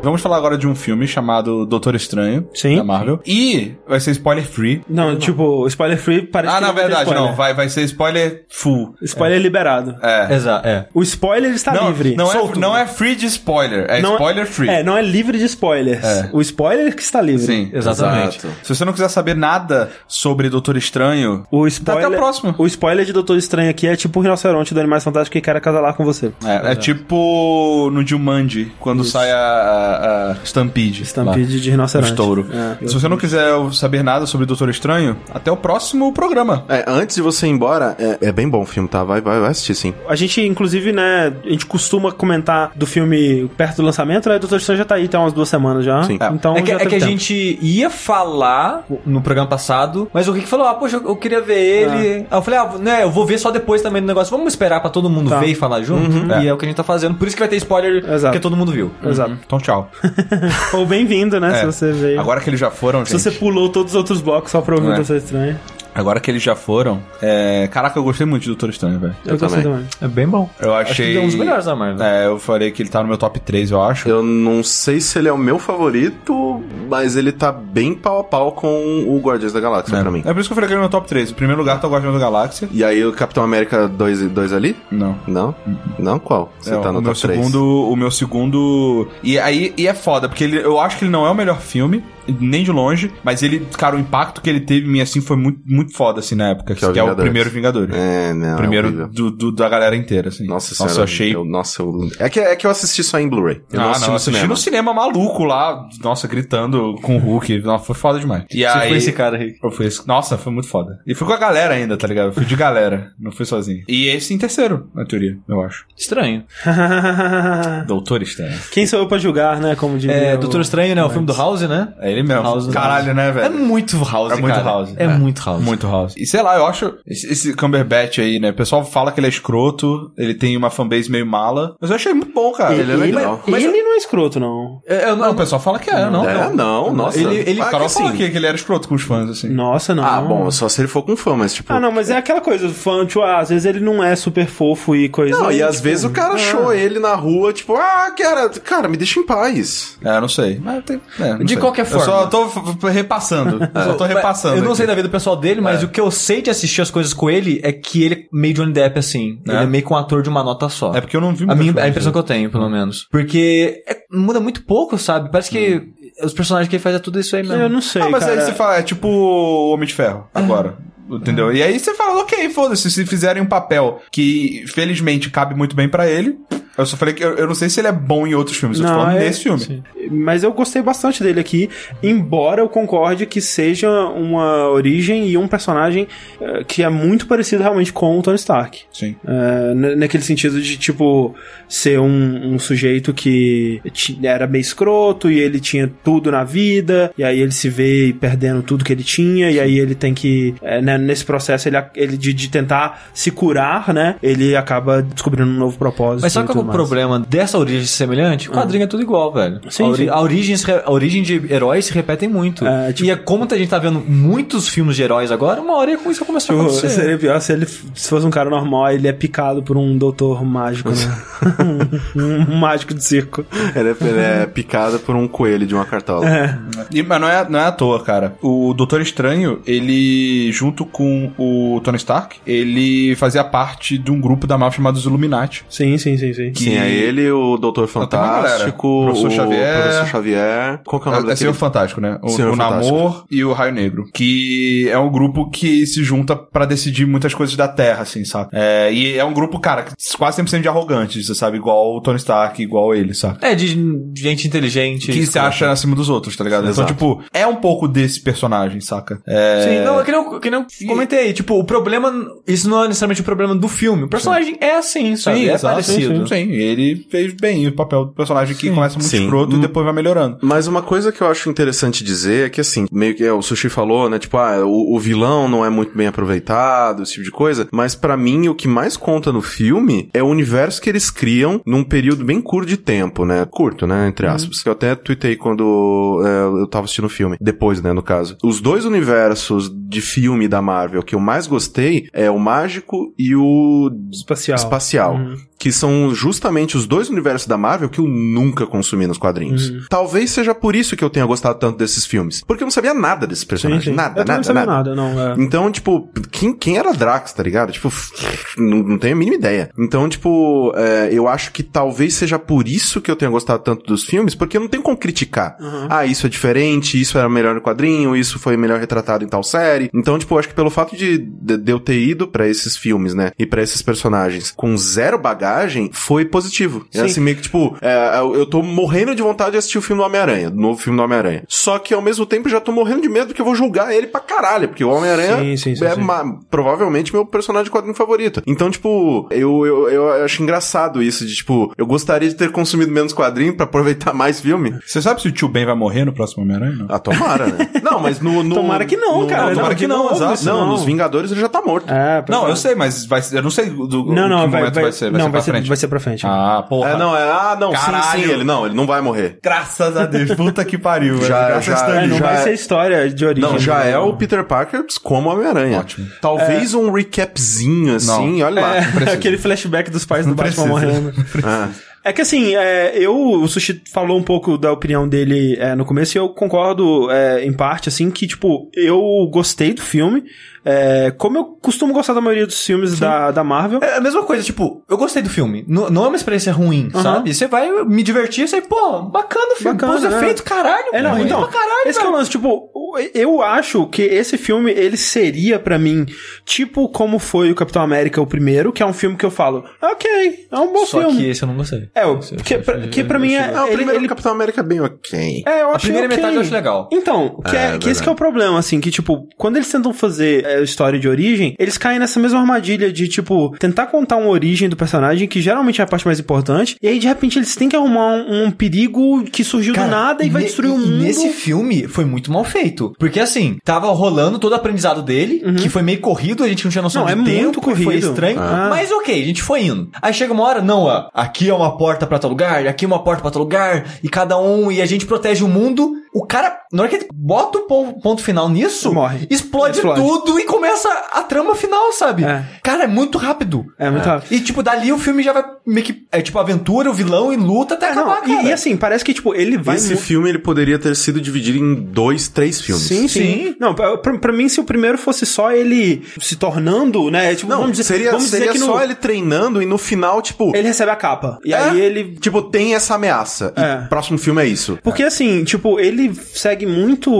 [SPEAKER 2] Vamos falar agora de um filme chamado Doutor Estranho,
[SPEAKER 1] Sim.
[SPEAKER 2] da Marvel. E vai ser spoiler free.
[SPEAKER 1] Não, tipo, spoiler free parece
[SPEAKER 2] ah,
[SPEAKER 1] que
[SPEAKER 2] na
[SPEAKER 1] tem
[SPEAKER 2] verdade,
[SPEAKER 1] spoiler.
[SPEAKER 2] não. Vai, vai ser spoiler full.
[SPEAKER 1] Spoiler liberado.
[SPEAKER 2] É.
[SPEAKER 3] Exato, é.
[SPEAKER 1] O spoiler ele está
[SPEAKER 2] Não,
[SPEAKER 1] Tá livre.
[SPEAKER 2] não, é,
[SPEAKER 1] solto.
[SPEAKER 2] não é free de spoiler, é
[SPEAKER 1] Não é-
[SPEAKER 2] spoiler free.
[SPEAKER 1] É, não é livre de spoilers.
[SPEAKER 2] É.
[SPEAKER 1] O spoiler que está livre.
[SPEAKER 2] Sim.
[SPEAKER 3] Exatamente.
[SPEAKER 4] Exato.
[SPEAKER 2] Se você não quiser saber nada sobre Doutor Estranho,
[SPEAKER 1] O spoiler,
[SPEAKER 2] Tá até o próximo.
[SPEAKER 1] O spoiler de Doutor Estranho aqui é tipo o rinoceronte do Animais Fantásticos que quer acasalar com você.
[SPEAKER 2] é, é tipo no Jumanji, quando sai a, a- a Stampede.
[SPEAKER 1] Stampede de
[SPEAKER 2] Lá. O
[SPEAKER 1] rinoceronte.
[SPEAKER 2] estouro.
[SPEAKER 1] É.
[SPEAKER 2] Se você não quiser saber nada sobre Doutor Estranho, até o próximo programa.
[SPEAKER 4] É, antes de você ir embora, é, é bem bom o filme, tá? Vai, vai, vai assistir sim.
[SPEAKER 1] A gente, inclusive, né, a gente costuma comentar do filme perto do lançamento, né? O Doutor Estranho já tá aí, tem umas duas semanas já.
[SPEAKER 4] Sim.
[SPEAKER 1] Então,
[SPEAKER 3] é que,
[SPEAKER 1] já
[SPEAKER 3] é
[SPEAKER 1] teve
[SPEAKER 3] que a
[SPEAKER 1] tempo.
[SPEAKER 3] gente ia falar no programa passado, mas o Rick falou: ah, poxa, eu eu queria ver ele. Aí eu falei: ah, né, eu vou ver só depois também do negócio. Vamos esperar pra todo mundo
[SPEAKER 1] Tá.
[SPEAKER 3] ver e falar junto?
[SPEAKER 2] Uhum.
[SPEAKER 3] E é. o que a gente tá fazendo. Por isso que vai ter spoiler
[SPEAKER 1] Exato.
[SPEAKER 3] porque todo mundo viu.
[SPEAKER 1] Exato.
[SPEAKER 2] Então, tchau.
[SPEAKER 1] Ou bem-vindo, né?
[SPEAKER 2] É.
[SPEAKER 1] Se você veio.
[SPEAKER 2] Agora que eles já foram,
[SPEAKER 1] se
[SPEAKER 2] gente.
[SPEAKER 1] você pulou todos os outros blocos só pra ouvir
[SPEAKER 2] É.
[SPEAKER 1] o Doutor Estranho.
[SPEAKER 2] Agora que eles já foram. é, Caraca, eu gostei muito de Doutor Estranho, velho.
[SPEAKER 1] Eu,
[SPEAKER 4] Eu
[SPEAKER 1] gostei
[SPEAKER 4] também.
[SPEAKER 1] também.
[SPEAKER 3] É bem bom.
[SPEAKER 2] Eu
[SPEAKER 3] Acho
[SPEAKER 2] achei.
[SPEAKER 3] que é um dos melhores da Marvel.
[SPEAKER 2] É, eu falei que ele tá no meu top 3, eu acho.
[SPEAKER 4] Eu não sei se ele é o meu favorito, mas ele tá bem pau a pau com o Guardiões da Galáxia pra mim.
[SPEAKER 2] É por isso que eu falei que ele é meu top 3. Em primeiro lugar tá o Guardião da Galáxia.
[SPEAKER 4] E aí o Capitão América 2 e 2 ali?
[SPEAKER 2] Não.
[SPEAKER 4] Não? Não qual? Você
[SPEAKER 2] É,
[SPEAKER 4] tá no
[SPEAKER 2] o meu
[SPEAKER 4] top 3.
[SPEAKER 2] segundo, o meu segundo e aí e é foda porque ele, eu acho que ele não é o melhor filme nem de longe, mas ele, cara, o impacto que ele teve em mim assim foi muito, muito foda assim na época, que,
[SPEAKER 4] é o
[SPEAKER 2] é o
[SPEAKER 4] Vingadores.
[SPEAKER 2] primeiro Vingadores.
[SPEAKER 4] É, não. é
[SPEAKER 2] primeiro
[SPEAKER 4] horrível.
[SPEAKER 2] do, do- da galera inteira assim.
[SPEAKER 4] Nossa
[SPEAKER 2] Nossa,
[SPEAKER 4] senhora.
[SPEAKER 2] eu achei
[SPEAKER 4] eu- nossa, eu... É, que, é que eu assisti só em Blu-ray. Eu
[SPEAKER 2] ah,
[SPEAKER 4] não assisti no
[SPEAKER 2] assisti
[SPEAKER 4] cinema.
[SPEAKER 2] no cinema maluco lá, nossa, gritando com o Hulk. Nossa, foi foda demais. É. E
[SPEAKER 3] Você
[SPEAKER 2] aí,
[SPEAKER 3] foi esse cara, Rick.
[SPEAKER 2] Eu fui esse- Nossa, foi muito foda. E fui com a galera ainda, tá ligado? Eu fui de galera, não fui sozinho. E esse em terceiro, na teoria, eu acho.
[SPEAKER 3] Estranho.
[SPEAKER 2] Doutor Estranho.
[SPEAKER 1] Quem sou eu pra julgar, né? Como diria
[SPEAKER 3] É,
[SPEAKER 1] o-
[SPEAKER 3] Doutor Estranho, né? O filme do House, né?
[SPEAKER 2] É ele mesmo.
[SPEAKER 3] House.
[SPEAKER 2] Caralho, né, velho?
[SPEAKER 3] É muito House,
[SPEAKER 2] É muito
[SPEAKER 3] cara.
[SPEAKER 2] House.
[SPEAKER 3] É,
[SPEAKER 2] É.
[SPEAKER 3] muito House.
[SPEAKER 2] Muito House. E sei lá, eu acho esse, esse Cumberbatch aí, né? O pessoal fala que ele é escroto, ele tem uma fanbase meio mala. Mas eu achei muito bom, cara.
[SPEAKER 4] Ele é legal.
[SPEAKER 1] Ele não é escroto, não.
[SPEAKER 3] É, eu
[SPEAKER 2] Não,
[SPEAKER 3] não-
[SPEAKER 2] o pessoal fala que é, não.
[SPEAKER 4] É, não, nossa.
[SPEAKER 3] Ele- ele-
[SPEAKER 2] O
[SPEAKER 4] Ah,
[SPEAKER 2] Carol
[SPEAKER 4] que
[SPEAKER 2] falou
[SPEAKER 4] assim-
[SPEAKER 2] que, que ele era escroto com os fãs, assim.
[SPEAKER 1] Nossa, não.
[SPEAKER 4] Ah, bom, só se ele for com fã, mas tipo...
[SPEAKER 1] Ah, não, mas é aquela coisa, o fã, tipo, ah, às vezes ele não é super fofo e coisa.
[SPEAKER 4] Não, e
[SPEAKER 1] tipo,
[SPEAKER 4] às vezes o
[SPEAKER 2] é.
[SPEAKER 4] cara achou ele na rua, tipo, ah, cara, cara, me deixa em paz.
[SPEAKER 2] É, não sei. Mas tem, é, não
[SPEAKER 3] De
[SPEAKER 2] sei.
[SPEAKER 3] qualquer
[SPEAKER 2] Eu
[SPEAKER 3] forma.
[SPEAKER 2] só tô f- f- repassando. Eu só tô
[SPEAKER 3] Mas
[SPEAKER 2] repassando.
[SPEAKER 3] Eu não
[SPEAKER 2] aqui. É.
[SPEAKER 3] sei da vida pessoal dele, mas o que eu sei de assistir as coisas com ele é que ele é meio Johnny Depp, assim.
[SPEAKER 2] É?
[SPEAKER 3] Ele é meio que um ator de uma nota só.
[SPEAKER 2] É porque eu não vi
[SPEAKER 3] a,
[SPEAKER 2] muita
[SPEAKER 3] minha,
[SPEAKER 2] coisa.
[SPEAKER 3] a impressão que eu tenho, pelo menos. Porque é- muda muito pouco, sabe? Parece que os personagens que ele faz é tudo isso aí mesmo.
[SPEAKER 1] Eu não sei,
[SPEAKER 2] Ah, mas
[SPEAKER 1] cara.
[SPEAKER 2] aí você fala, é tipo o Homem de Ferro, agora. Entendeu? E aí você fala, ok, foda-se, se fizerem um papel que felizmente cabe muito bem pra ele, Eu só falei que eu, eu não sei se ele é bom em outros filmes, eu tô falando
[SPEAKER 1] é-
[SPEAKER 2] nesse filme.
[SPEAKER 1] sim. Mas eu gostei bastante dele aqui, embora eu concorde que seja uma origem e um personagem eh, que é muito parecido realmente com o Tony Stark.
[SPEAKER 2] Sim.
[SPEAKER 1] Eh, na- naquele sentido de, tipo, ser um, um sujeito que ti- era meio escroto e ele tinha tudo na vida, e aí ele se vê perdendo tudo que ele tinha, e aí ele tem que, eh, né, nesse processo, ele, a- ele de, de tentar se curar, né? Ele acaba descobrindo um novo propósito.
[SPEAKER 3] Mas sabe
[SPEAKER 1] e
[SPEAKER 3] qual é
[SPEAKER 1] tudo
[SPEAKER 3] o
[SPEAKER 1] mais.
[SPEAKER 3] problema dessa origem semelhante? O quadrinho é tudo igual, velho.
[SPEAKER 1] Sim,
[SPEAKER 3] a, ori-
[SPEAKER 1] sim.
[SPEAKER 3] a origem, se re- a origem de heróis se repetem muito.
[SPEAKER 1] É, tipo-
[SPEAKER 3] E é como a gente tá vendo muitos filmes de heróis agora, uma hora é isso começar a
[SPEAKER 1] Tipo,
[SPEAKER 3] acontecer.
[SPEAKER 1] seria pior se ele f- se fosse um cara normal, ele é picado por um doutor mágico, né? um, um mágico de circo.
[SPEAKER 4] Ela é, ela é picada por um coelho de uma cartola.
[SPEAKER 2] É. E- mas não é, não é à toa, cara. O Doutor Estranho, ele, junto com o Tony Stark, ele fazia parte de um grupo da máfia chamado os Illuminati.
[SPEAKER 1] Sim, sim, sim, sim.
[SPEAKER 4] Sim, é ele, o Doutor
[SPEAKER 2] Ah, tem uma galera.
[SPEAKER 4] Fantástico,
[SPEAKER 2] Professor
[SPEAKER 4] o
[SPEAKER 2] Xavier.
[SPEAKER 4] Professor Xavier. Qual que é o nome
[SPEAKER 2] É, é
[SPEAKER 4] daquele?
[SPEAKER 2] Senhor Fantástico, né? O,
[SPEAKER 4] Senhor
[SPEAKER 2] o
[SPEAKER 4] Fantástico.
[SPEAKER 2] Namor e o Raio Negro. Que é um grupo que se junta pra decidir muitas coisas da Terra, assim, sabe? É, e é um grupo, cara, que quase 100% de arrogantes, você sabe? Igual o Tony Stark, igual ele, sabe?
[SPEAKER 3] É, de de gente inteligente. tipo,
[SPEAKER 2] Que se acha acima dos outros, tá ligado?
[SPEAKER 4] Exato.
[SPEAKER 2] Então, tipo, é um pouco desse personagem, saca? É...
[SPEAKER 3] Sim, não, é que nem eu, que nem eu comentei. Tipo, o problema. Isso não é necessariamente o problema do filme. O personagem é assim, sabe? é
[SPEAKER 2] exato,
[SPEAKER 3] parecido.
[SPEAKER 2] Sim, sim. ele fez bem o papel do personagem que começa muito
[SPEAKER 4] Sim.
[SPEAKER 2] escroto e
[SPEAKER 4] Hum.
[SPEAKER 2] depois vai melhorando.
[SPEAKER 4] Mas uma coisa que eu acho interessante dizer é que, assim, meio que é, o Sushi falou, né? Tipo, ah, o, o vilão não é muito bem aproveitado, esse tipo de coisa. Mas pra mim, o que mais conta no filme é o universo que eles criam num período bem curto de tempo, né? Curto, né? Entre
[SPEAKER 2] Uhum.
[SPEAKER 4] aspas. Que eu até tuitei quando é, eu tava assistindo o filme. Depois, né? No caso. Os dois universos de filme da Marvel que eu mais gostei é o Mágico e o
[SPEAKER 1] Espacial.
[SPEAKER 4] Espacial.
[SPEAKER 1] Uhum.
[SPEAKER 4] que são justamente os dois universos da Marvel que eu nunca consumi nos quadrinhos.
[SPEAKER 1] Uhum.
[SPEAKER 4] Talvez seja por isso que eu tenha gostado tanto desses filmes. Porque eu não sabia nada desses
[SPEAKER 1] Sim,
[SPEAKER 4] personagens.
[SPEAKER 1] sim.
[SPEAKER 4] Nada,
[SPEAKER 1] eu também
[SPEAKER 4] nada,
[SPEAKER 1] não sabia nada,
[SPEAKER 4] nada.
[SPEAKER 1] não. é.
[SPEAKER 4] Então, tipo, quem, quem era Drax, tá ligado? Tipo, não, não tenho a mínima ideia. Então, tipo, é, eu acho que talvez seja por isso que eu tenha gostado tanto dos filmes, porque não tem como criticar.
[SPEAKER 1] Uhum.
[SPEAKER 4] Ah, isso é diferente, isso era melhor no quadrinho, isso foi melhor retratado em tal série. Então, tipo, eu acho que pelo fato de, de, de eu ter ido pra esses filmes, né, e pra esses personagens com zero bagagem, foi positivo. É
[SPEAKER 1] Sim.
[SPEAKER 4] assim, meio que, tipo, é, eu eu tô morrendo de vontade de assistir o filme do Homem-Aranha, do novo filme do Homem-Aranha. Só que, ao mesmo tempo, eu já tô morrendo de medo que eu vou julgar ele pra caralho, porque o Homem-Aranha
[SPEAKER 1] Sim, sim, sim,
[SPEAKER 4] é
[SPEAKER 1] sim.
[SPEAKER 4] ma- provavelmente meu personagem de quadrinho favorito. Então, tipo, eu, eu, eu acho engraçado isso de, tipo, eu gostaria de ter consumido menos quadrinho pra aproveitar mais filme.
[SPEAKER 2] Você sabe se o tio Ben vai morrer no próximo Homem-Aranha? Não.
[SPEAKER 4] Ah, tomara, né? Não, mas no. no-
[SPEAKER 1] Tomara que não,
[SPEAKER 4] no-
[SPEAKER 1] cara.
[SPEAKER 4] Não, tomara
[SPEAKER 2] Não,
[SPEAKER 4] que
[SPEAKER 2] de
[SPEAKER 4] não,
[SPEAKER 2] novo,
[SPEAKER 4] exato.
[SPEAKER 1] isso
[SPEAKER 4] Não,
[SPEAKER 1] não.
[SPEAKER 4] nos Vingadores ele já tá morto.
[SPEAKER 1] É, pois
[SPEAKER 2] Não,
[SPEAKER 1] é.
[SPEAKER 2] eu sei, mas vai, ser- eu não sei do, do
[SPEAKER 1] Não, não,
[SPEAKER 2] que
[SPEAKER 1] vai,
[SPEAKER 2] momento
[SPEAKER 1] vai,
[SPEAKER 2] vai, ser. Vai
[SPEAKER 1] não,
[SPEAKER 2] ser
[SPEAKER 1] vai,
[SPEAKER 2] pra
[SPEAKER 1] ser,
[SPEAKER 2] frente.
[SPEAKER 1] vai ser pra frente.
[SPEAKER 2] Ah, porra.
[SPEAKER 4] É, não, é. Ah, não, sim,
[SPEAKER 2] Caralho.
[SPEAKER 4] sim, ele não, ele não vai morrer.
[SPEAKER 2] Graças a Deus, puta que pariu. velho.
[SPEAKER 4] Já-
[SPEAKER 2] Graças
[SPEAKER 4] já-
[SPEAKER 2] a Deus.
[SPEAKER 1] É, não
[SPEAKER 4] já
[SPEAKER 1] vai
[SPEAKER 4] é-
[SPEAKER 1] ser história de origem.
[SPEAKER 4] Não, já
[SPEAKER 1] né?
[SPEAKER 4] é o Peter Parker como Homem-Aranha.
[SPEAKER 2] Ótimo.
[SPEAKER 4] Talvez um recapzinho assim, olha lá.
[SPEAKER 1] É, aquele flashback dos pais do
[SPEAKER 2] Não
[SPEAKER 1] Batman
[SPEAKER 2] precisa.
[SPEAKER 1] morrendo.
[SPEAKER 4] Ah.
[SPEAKER 1] É que assim, é, eu, o Sushi falou um pouco da opinião dele é, no começo e eu concordo é, em parte, assim, que tipo, eu gostei do filme, é, como eu costumo gostar da maioria dos filmes da, da Marvel.
[SPEAKER 3] É a mesma coisa, tipo, eu gostei do filme. Não, não é uma experiência ruim,
[SPEAKER 1] Aham.
[SPEAKER 3] sabe? Você vai me divertir, você, pô, bacana o filme.
[SPEAKER 1] Bacana,
[SPEAKER 3] pô, os
[SPEAKER 1] né?
[SPEAKER 3] efeitos, caralho.
[SPEAKER 1] É, não,
[SPEAKER 3] bonito
[SPEAKER 1] então,
[SPEAKER 3] pra caralho,
[SPEAKER 1] esse que é o
[SPEAKER 3] velho.
[SPEAKER 1] lance, tipo, eu acho que esse filme, ele seria pra mim, tipo como foi o Capitão América o primeiro, que é um filme que eu falo, ok, é um bom
[SPEAKER 3] Só
[SPEAKER 1] filme.
[SPEAKER 3] que esse eu não gostei.
[SPEAKER 1] É, o-
[SPEAKER 3] Esse eu
[SPEAKER 1] que,
[SPEAKER 3] achei-
[SPEAKER 1] pra, que pra
[SPEAKER 3] eu
[SPEAKER 1] mim é,
[SPEAKER 3] achei-
[SPEAKER 4] É, o
[SPEAKER 1] ele-
[SPEAKER 4] primeiro
[SPEAKER 1] ele-
[SPEAKER 4] Capitão América é bem ok.
[SPEAKER 1] É, eu
[SPEAKER 3] A
[SPEAKER 1] achei
[SPEAKER 3] primeira
[SPEAKER 1] ok.
[SPEAKER 3] metade eu acho legal.
[SPEAKER 1] Então, que,
[SPEAKER 4] É,
[SPEAKER 1] é, que esse
[SPEAKER 4] verdade.
[SPEAKER 1] que é o problema, assim, que tipo, quando eles tentam fazer é, história de origem, eles caem nessa mesma armadilha de, tipo, tentar contar uma origem do personagem, que geralmente é a parte mais importante, e aí de repente eles têm que arrumar um, um perigo que surgiu do nada e vai
[SPEAKER 3] ne-
[SPEAKER 1] destruir o
[SPEAKER 3] e
[SPEAKER 1] mundo.
[SPEAKER 3] Nesse filme foi muito mal feito. Porque assim, tava rolando todo o aprendizado dele, que foi meio corrido, a gente não tinha noção
[SPEAKER 1] Uhum. Não,
[SPEAKER 3] de
[SPEAKER 1] é
[SPEAKER 3] tempo,
[SPEAKER 1] muito
[SPEAKER 3] foi
[SPEAKER 1] corrido.
[SPEAKER 3] estranho.
[SPEAKER 1] Ah.
[SPEAKER 3] Mas ok, a gente foi indo. Aí chega uma hora, não, ó, aqui é uma porta pra tal lugar, aqui é uma porta pra tal lugar, e cada um, e a gente protege o mundo. O cara, na hora que ele bota o pon- ponto final nisso,
[SPEAKER 1] Morre.
[SPEAKER 3] explode,
[SPEAKER 1] Explode.
[SPEAKER 3] tudo e começa a trama final, sabe?
[SPEAKER 1] É.
[SPEAKER 3] Cara, é muito rápido.
[SPEAKER 1] É muito rápido.
[SPEAKER 3] E tipo, dali o filme já vai meio que. É tipo aventura, o vilão e luta até
[SPEAKER 1] Não,
[SPEAKER 3] acabar, cara.
[SPEAKER 1] e, e, assim, parece que, tipo, ele vai
[SPEAKER 4] Esse
[SPEAKER 1] mu-
[SPEAKER 4] filme ele poderia ter sido dividido em dois, três filmes.
[SPEAKER 1] Sim, sim,
[SPEAKER 3] Sim.
[SPEAKER 1] Não, pra, pra pra mim, se o primeiro fosse só ele se tornando, né? Tipo,
[SPEAKER 4] Não,
[SPEAKER 1] vamos dizer,
[SPEAKER 4] seria,
[SPEAKER 1] vamos dizer
[SPEAKER 4] seria
[SPEAKER 1] que no-
[SPEAKER 4] só ele treinando e no final, tipo,
[SPEAKER 1] ele recebe a capa. E
[SPEAKER 4] É.
[SPEAKER 1] aí ele
[SPEAKER 4] tipo, tem essa ameaça. E
[SPEAKER 1] É.
[SPEAKER 4] próximo filme é isso.
[SPEAKER 1] Porque assim, tipo, ele ele segue muito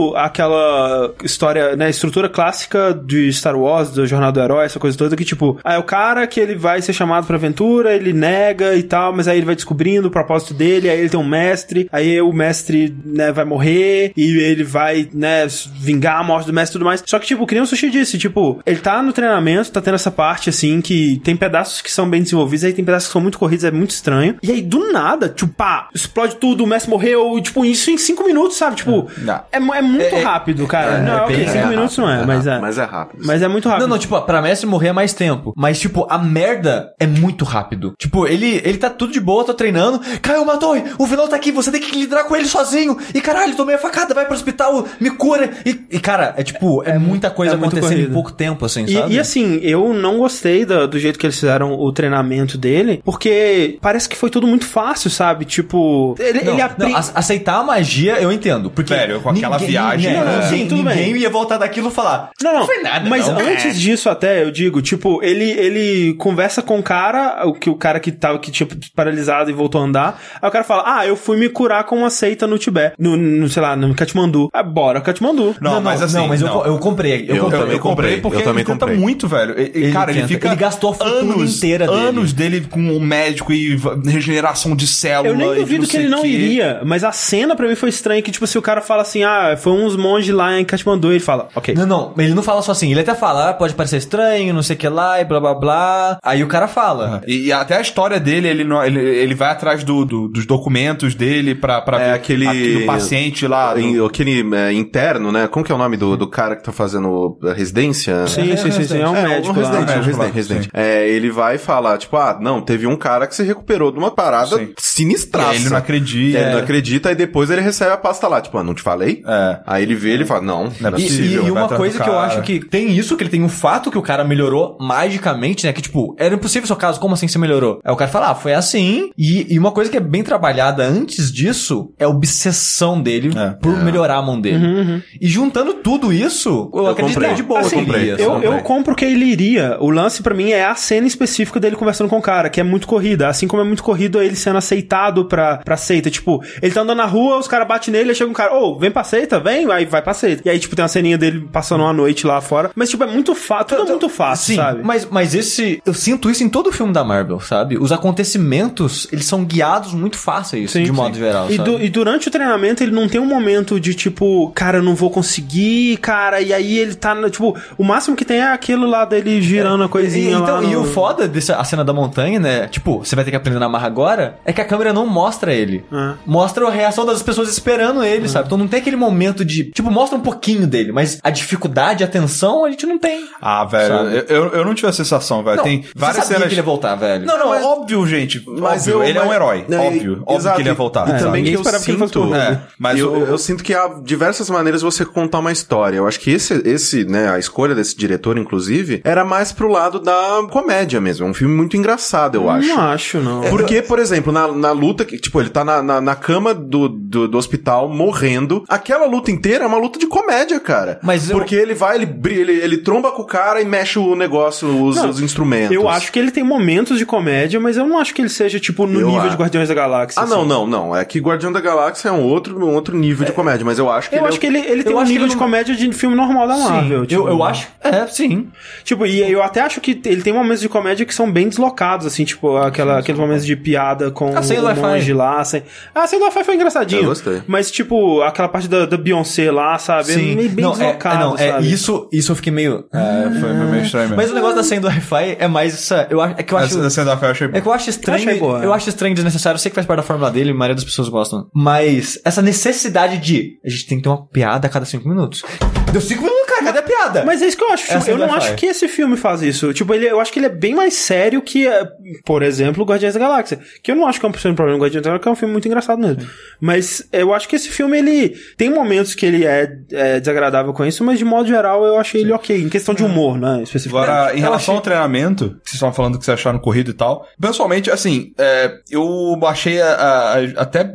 [SPEAKER 1] aquela história, né, estrutura clássica de Star Wars, do Jornal do Herói, essa coisa toda, que tipo, ah, é o cara que ele vai ser chamado pra aventura, ele nega e tal, mas aí ele vai descobrindo o propósito dele, aí ele tem um mestre, aí o mestre, né, vai morrer, e ele vai, né, vingar a morte do mestre e tudo mais. Só que, tipo, que nem o Sushi disse, tipo, ele tá no treinamento, tá tendo essa parte, assim, que tem pedaços que são bem desenvolvidos, aí tem pedaços que são muito corridos, é muito estranho. E aí, do nada, tipo, pá, explode tudo, o mestre morreu, e, tipo, isso em cinco minutos, sabe? Tipo,
[SPEAKER 2] Não.
[SPEAKER 1] é, mu- é muito rápido, cara. não, é, ok,
[SPEAKER 3] bem-
[SPEAKER 1] cinco
[SPEAKER 3] é
[SPEAKER 1] minutos não é, mas é.
[SPEAKER 4] Mas é rápido.
[SPEAKER 1] Mas é muito rápido.
[SPEAKER 3] Não, não, tipo, pra mestre morrer é mais tempo. Mas, tipo, a merda é muito rápido. Tipo, ele, ele tá tudo de boa, tá treinando. Caiu uma torre, o vilão tá aqui, você tem que lidar com ele sozinho. E caralho, tomei a facada, vai pro hospital, me cura. E, e, cara, é tipo, é, muita coisa
[SPEAKER 1] é muito
[SPEAKER 3] acontecendo em
[SPEAKER 1] corrido.
[SPEAKER 3] pouco tempo, assim, sabe?
[SPEAKER 1] E, e assim, eu não gostei da- do, jeito que eles fizeram o treinamento dele, porque parece que foi tudo muito fácil, sabe? Tipo, ele,
[SPEAKER 3] Não,
[SPEAKER 1] ele
[SPEAKER 3] não,
[SPEAKER 1] abri-
[SPEAKER 3] ace- aceitar a magia, eu entendo. Porque.
[SPEAKER 2] Velho, com aquela viagem,
[SPEAKER 3] Ninguém,
[SPEAKER 1] né?
[SPEAKER 3] ninguém,
[SPEAKER 1] Sim, tudo bem.
[SPEAKER 3] ninguém ia voltar daquilo e falar.
[SPEAKER 1] Não, não.
[SPEAKER 3] foi nada,
[SPEAKER 1] Mas
[SPEAKER 3] não. É.
[SPEAKER 1] antes disso, até, eu digo, tipo, ele, ele conversa com o cara, o que o cara que tava, que tinha paralisado e voltou a andar. Aí o cara fala, ah, eu fui me curar com uma seita no Tibete. No, no sei lá, no Katmandu. Ah, bora, Katmandu.
[SPEAKER 2] Não, mas assim,
[SPEAKER 3] Não, mas eu
[SPEAKER 2] não.
[SPEAKER 3] co- eu, comprei. É, Eu,
[SPEAKER 4] Eu
[SPEAKER 3] comprei.
[SPEAKER 4] também comprei,
[SPEAKER 2] porque
[SPEAKER 4] eu também
[SPEAKER 2] ele tenta
[SPEAKER 4] comprei.
[SPEAKER 2] muito, velho. E- e,
[SPEAKER 3] Ele
[SPEAKER 2] cara, ele
[SPEAKER 3] tenta.
[SPEAKER 2] fica.
[SPEAKER 3] Ele gastou a fortuna
[SPEAKER 2] anos,
[SPEAKER 3] inteira dele.
[SPEAKER 2] Anos dele com o médico e va- regeneração de célula.
[SPEAKER 1] Eu nem
[SPEAKER 2] e
[SPEAKER 1] duvido que
[SPEAKER 2] sei
[SPEAKER 1] ele não
[SPEAKER 2] quê.
[SPEAKER 1] iria, mas a cena pra mim foi estranha, que tipo, se o cara fala assim, ah, foi uns monges lá em Katmandu, ele fala, ok.
[SPEAKER 3] Não, não, ele não fala só assim. Ele até fala, ah, pode parecer estranho, não sei o que lá, e blá blá blá. Aí o cara fala.
[SPEAKER 2] E, e até a história dele, ele, não- ele, ele vai atrás do- do- dos documentos dele pra, pra
[SPEAKER 4] É aquele-
[SPEAKER 2] do paciente lá. do-
[SPEAKER 4] Em- aquele é, interno, né? Como que é o nome do, do cara que tá fazendo a residência?
[SPEAKER 1] Sim, sim, sim, sim, é um médico lá.
[SPEAKER 4] residente,
[SPEAKER 2] né?
[SPEAKER 4] é um
[SPEAKER 2] Médico lá,
[SPEAKER 4] residente, residente. É, ele vai falar, tipo, ah, não, teve um cara que se recuperou de uma parada
[SPEAKER 2] Sim.
[SPEAKER 4] sinistraça.
[SPEAKER 2] Ele não acredita.
[SPEAKER 4] É, Ele não acredita, e depois ele recebe a pasta lá, tipo, ah, não te falei?
[SPEAKER 2] É.
[SPEAKER 4] Aí ele vê, ele fala, não, não é
[SPEAKER 2] E-
[SPEAKER 3] E-
[SPEAKER 4] possível.
[SPEAKER 3] E,
[SPEAKER 2] possível,
[SPEAKER 3] e
[SPEAKER 2] vai
[SPEAKER 3] uma
[SPEAKER 2] atrás do
[SPEAKER 3] coisa que eu
[SPEAKER 2] cara.
[SPEAKER 3] acho que tem isso, que ele tem um fato que o cara melhorou magicamente, né? Que tipo, era impossível seu caso, como assim você melhorou? Aí o cara fala, ah, foi assim. E, e uma coisa que é bem trabalhada antes disso é a obsessão dele
[SPEAKER 2] É.
[SPEAKER 3] por melhorar a mão
[SPEAKER 1] Uhum,
[SPEAKER 3] dele. E juntando tudo isso, eu,
[SPEAKER 4] Eu
[SPEAKER 3] acredito
[SPEAKER 4] comprei.
[SPEAKER 3] que é de boa.
[SPEAKER 4] Eu
[SPEAKER 3] que ele
[SPEAKER 4] comprei.
[SPEAKER 3] ia,
[SPEAKER 1] Assim, Eu,
[SPEAKER 3] sabe?
[SPEAKER 1] eu compro que ele iria. O lance pra mim é a cena específica dele conversando com o cara, que é muito corrida. Assim como é muito corrido ele sendo aceitado pra, pra seita. Tipo, ele tá andando na rua, os caras batem nele, aí chega um cara, ô, vem pra seita, vem, aí vai pra seita. E aí, tipo, tem uma ceninha dele passando uma noite lá fora. Mas, tipo, é muito fácil, tudo é muito fácil,
[SPEAKER 3] Então, Sim,
[SPEAKER 1] sabe?
[SPEAKER 3] Mas, mas esse. Eu sinto isso em todo o filme da Marvel, sabe? Os acontecimentos, eles são guiados muito fáceis,
[SPEAKER 1] Sim,
[SPEAKER 3] de
[SPEAKER 1] sim.
[SPEAKER 3] modo geral.
[SPEAKER 1] E,
[SPEAKER 3] sabe?
[SPEAKER 1] du- e durante o treinamento ele não tem um momento de tipo, cara, eu não vou conseguir, cara, e aí ele tá, no- tipo, o máximo que tem é aquilo lá dele girando a coisinha
[SPEAKER 3] E, então,
[SPEAKER 1] lá. no-
[SPEAKER 3] e o foda dessa a cena da montanha, né? Tipo, você vai ter que aprender na marra agora, é que a câmera não mostra ele.
[SPEAKER 1] É.
[SPEAKER 3] Mostra a reação das pessoas esperando ele, sabe? Então não tem aquele momento de. Tipo, mostra um pouquinho dele, mas a dificuldade, a tensão, a gente não tem.
[SPEAKER 2] Ah, velho,
[SPEAKER 3] Sabe?
[SPEAKER 2] eu, eu- eu não tive a sensação, velho.
[SPEAKER 3] Não,
[SPEAKER 2] Tem
[SPEAKER 3] você
[SPEAKER 2] várias
[SPEAKER 3] sabia
[SPEAKER 2] cenas.
[SPEAKER 3] que ele é ia voltar, velho.
[SPEAKER 2] Não,
[SPEAKER 4] Então,
[SPEAKER 2] não,
[SPEAKER 4] Mas-
[SPEAKER 2] óbvio, gente.
[SPEAKER 4] Mas
[SPEAKER 2] óbvio,
[SPEAKER 4] eu-
[SPEAKER 2] ele é um
[SPEAKER 4] mas-
[SPEAKER 2] herói.
[SPEAKER 4] Não, e-
[SPEAKER 2] óbvio. óbvio
[SPEAKER 4] exato,
[SPEAKER 2] que ele ia voltar.
[SPEAKER 4] E
[SPEAKER 1] É,
[SPEAKER 4] também
[SPEAKER 1] ninguém
[SPEAKER 4] que eu
[SPEAKER 1] esperava que ele né? fosse
[SPEAKER 4] sinto.
[SPEAKER 1] correr.
[SPEAKER 2] É, mas
[SPEAKER 4] eu,
[SPEAKER 2] o-
[SPEAKER 4] eu sinto que há diversas maneiras você contar uma história. Eu acho que esse, esse, né, a escolha desse diretor, inclusive, era mais pro lado da comédia mesmo. É um filme muito engraçado, eu acho.
[SPEAKER 1] Não é. acho, não.
[SPEAKER 4] Porque, por exemplo, na, na luta, que, tipo, ele tá na, na, na cama do, do, do hospital morrendo. Aquela luta inteira é uma luta de comédia, cara.
[SPEAKER 3] Mas eu-
[SPEAKER 4] Porque ele vai, ele, bri- ele, ele tromba com o cara e mexe o negócio, os,
[SPEAKER 1] Não,
[SPEAKER 4] os instrumentos.
[SPEAKER 1] Eu acho que ele tem momentos de comédia, mas eu não acho que ele seja, tipo, no
[SPEAKER 4] Eu
[SPEAKER 1] nível
[SPEAKER 4] acho.
[SPEAKER 1] de Guardiões da Galáxia.
[SPEAKER 4] Ah,
[SPEAKER 1] assim.
[SPEAKER 4] não, não, não. É que Guardião da Galáxia é um outro, um outro nível de comédia, mas eu acho que
[SPEAKER 1] Eu
[SPEAKER 4] ele é
[SPEAKER 1] acho
[SPEAKER 4] o-
[SPEAKER 1] que ele, ele tem
[SPEAKER 3] eu
[SPEAKER 1] um
[SPEAKER 3] acho que
[SPEAKER 1] nível
[SPEAKER 3] ele
[SPEAKER 1] de
[SPEAKER 3] não-
[SPEAKER 1] comédia de filme normal da Marvel.
[SPEAKER 3] Sim,
[SPEAKER 1] tipo,
[SPEAKER 3] eu, eu acho. É, sim.
[SPEAKER 1] Tipo, e eu até acho que ele tem momentos de comédia que são bem deslocados, assim, tipo, aquela, aqueles momentos de piada com
[SPEAKER 3] Ah, sem
[SPEAKER 1] o
[SPEAKER 3] Lo-Fi.
[SPEAKER 1] monge lá. Sem... Ah, sem Lo-Fi foi engraçadinho.
[SPEAKER 4] Eu gostei.
[SPEAKER 1] Mas, tipo, aquela parte da, da Beyoncé lá, sabe? É meio bem
[SPEAKER 3] não, é-
[SPEAKER 1] deslocado,
[SPEAKER 3] é, não, é,
[SPEAKER 1] sabe?
[SPEAKER 3] isso, isso eu fiquei meio.
[SPEAKER 2] É, foi, foi meio estranho mesmo.
[SPEAKER 3] Mas o negócio da senha do Wi-Fi é mais essa. Eu acho, é que eu acho.
[SPEAKER 2] Essa da Sandafé eu achei
[SPEAKER 3] É que eu acho
[SPEAKER 1] Eu
[SPEAKER 3] estranho.
[SPEAKER 1] achei boa,
[SPEAKER 3] Eu acho estranho e desnecessário. Eu sei que faz parte da fórmula dele, a maioria das pessoas gostam. Mas essa necessidade de. A gente tem que ter uma piada a cada cinco minutos. Deu cinco minutos, cara, cadê a piada?
[SPEAKER 1] Mas é isso que eu acho.
[SPEAKER 3] Essa
[SPEAKER 1] eu
[SPEAKER 3] ainda
[SPEAKER 1] não
[SPEAKER 3] vai.
[SPEAKER 1] acho que esse filme faz isso. Tipo, ele, eu acho que ele é bem mais sério que, eh, por exemplo, Guardiões da Galáxia. Que eu não acho que é um possível problema do Guardiões da Galáxia, que é um filme muito engraçado mesmo. Mas eu acho que esse filme, ele tem momentos que ele é, é desagradável com isso, mas de modo geral eu achei ele ok. Em questão de humor, né? Especificamente.
[SPEAKER 2] Agora, em
[SPEAKER 3] eu achei-
[SPEAKER 2] relação ao treinamento, que vocês estavam falando que vocês acharam corrido e tal. Pessoalmente, assim, é, eu achei a- a- a- até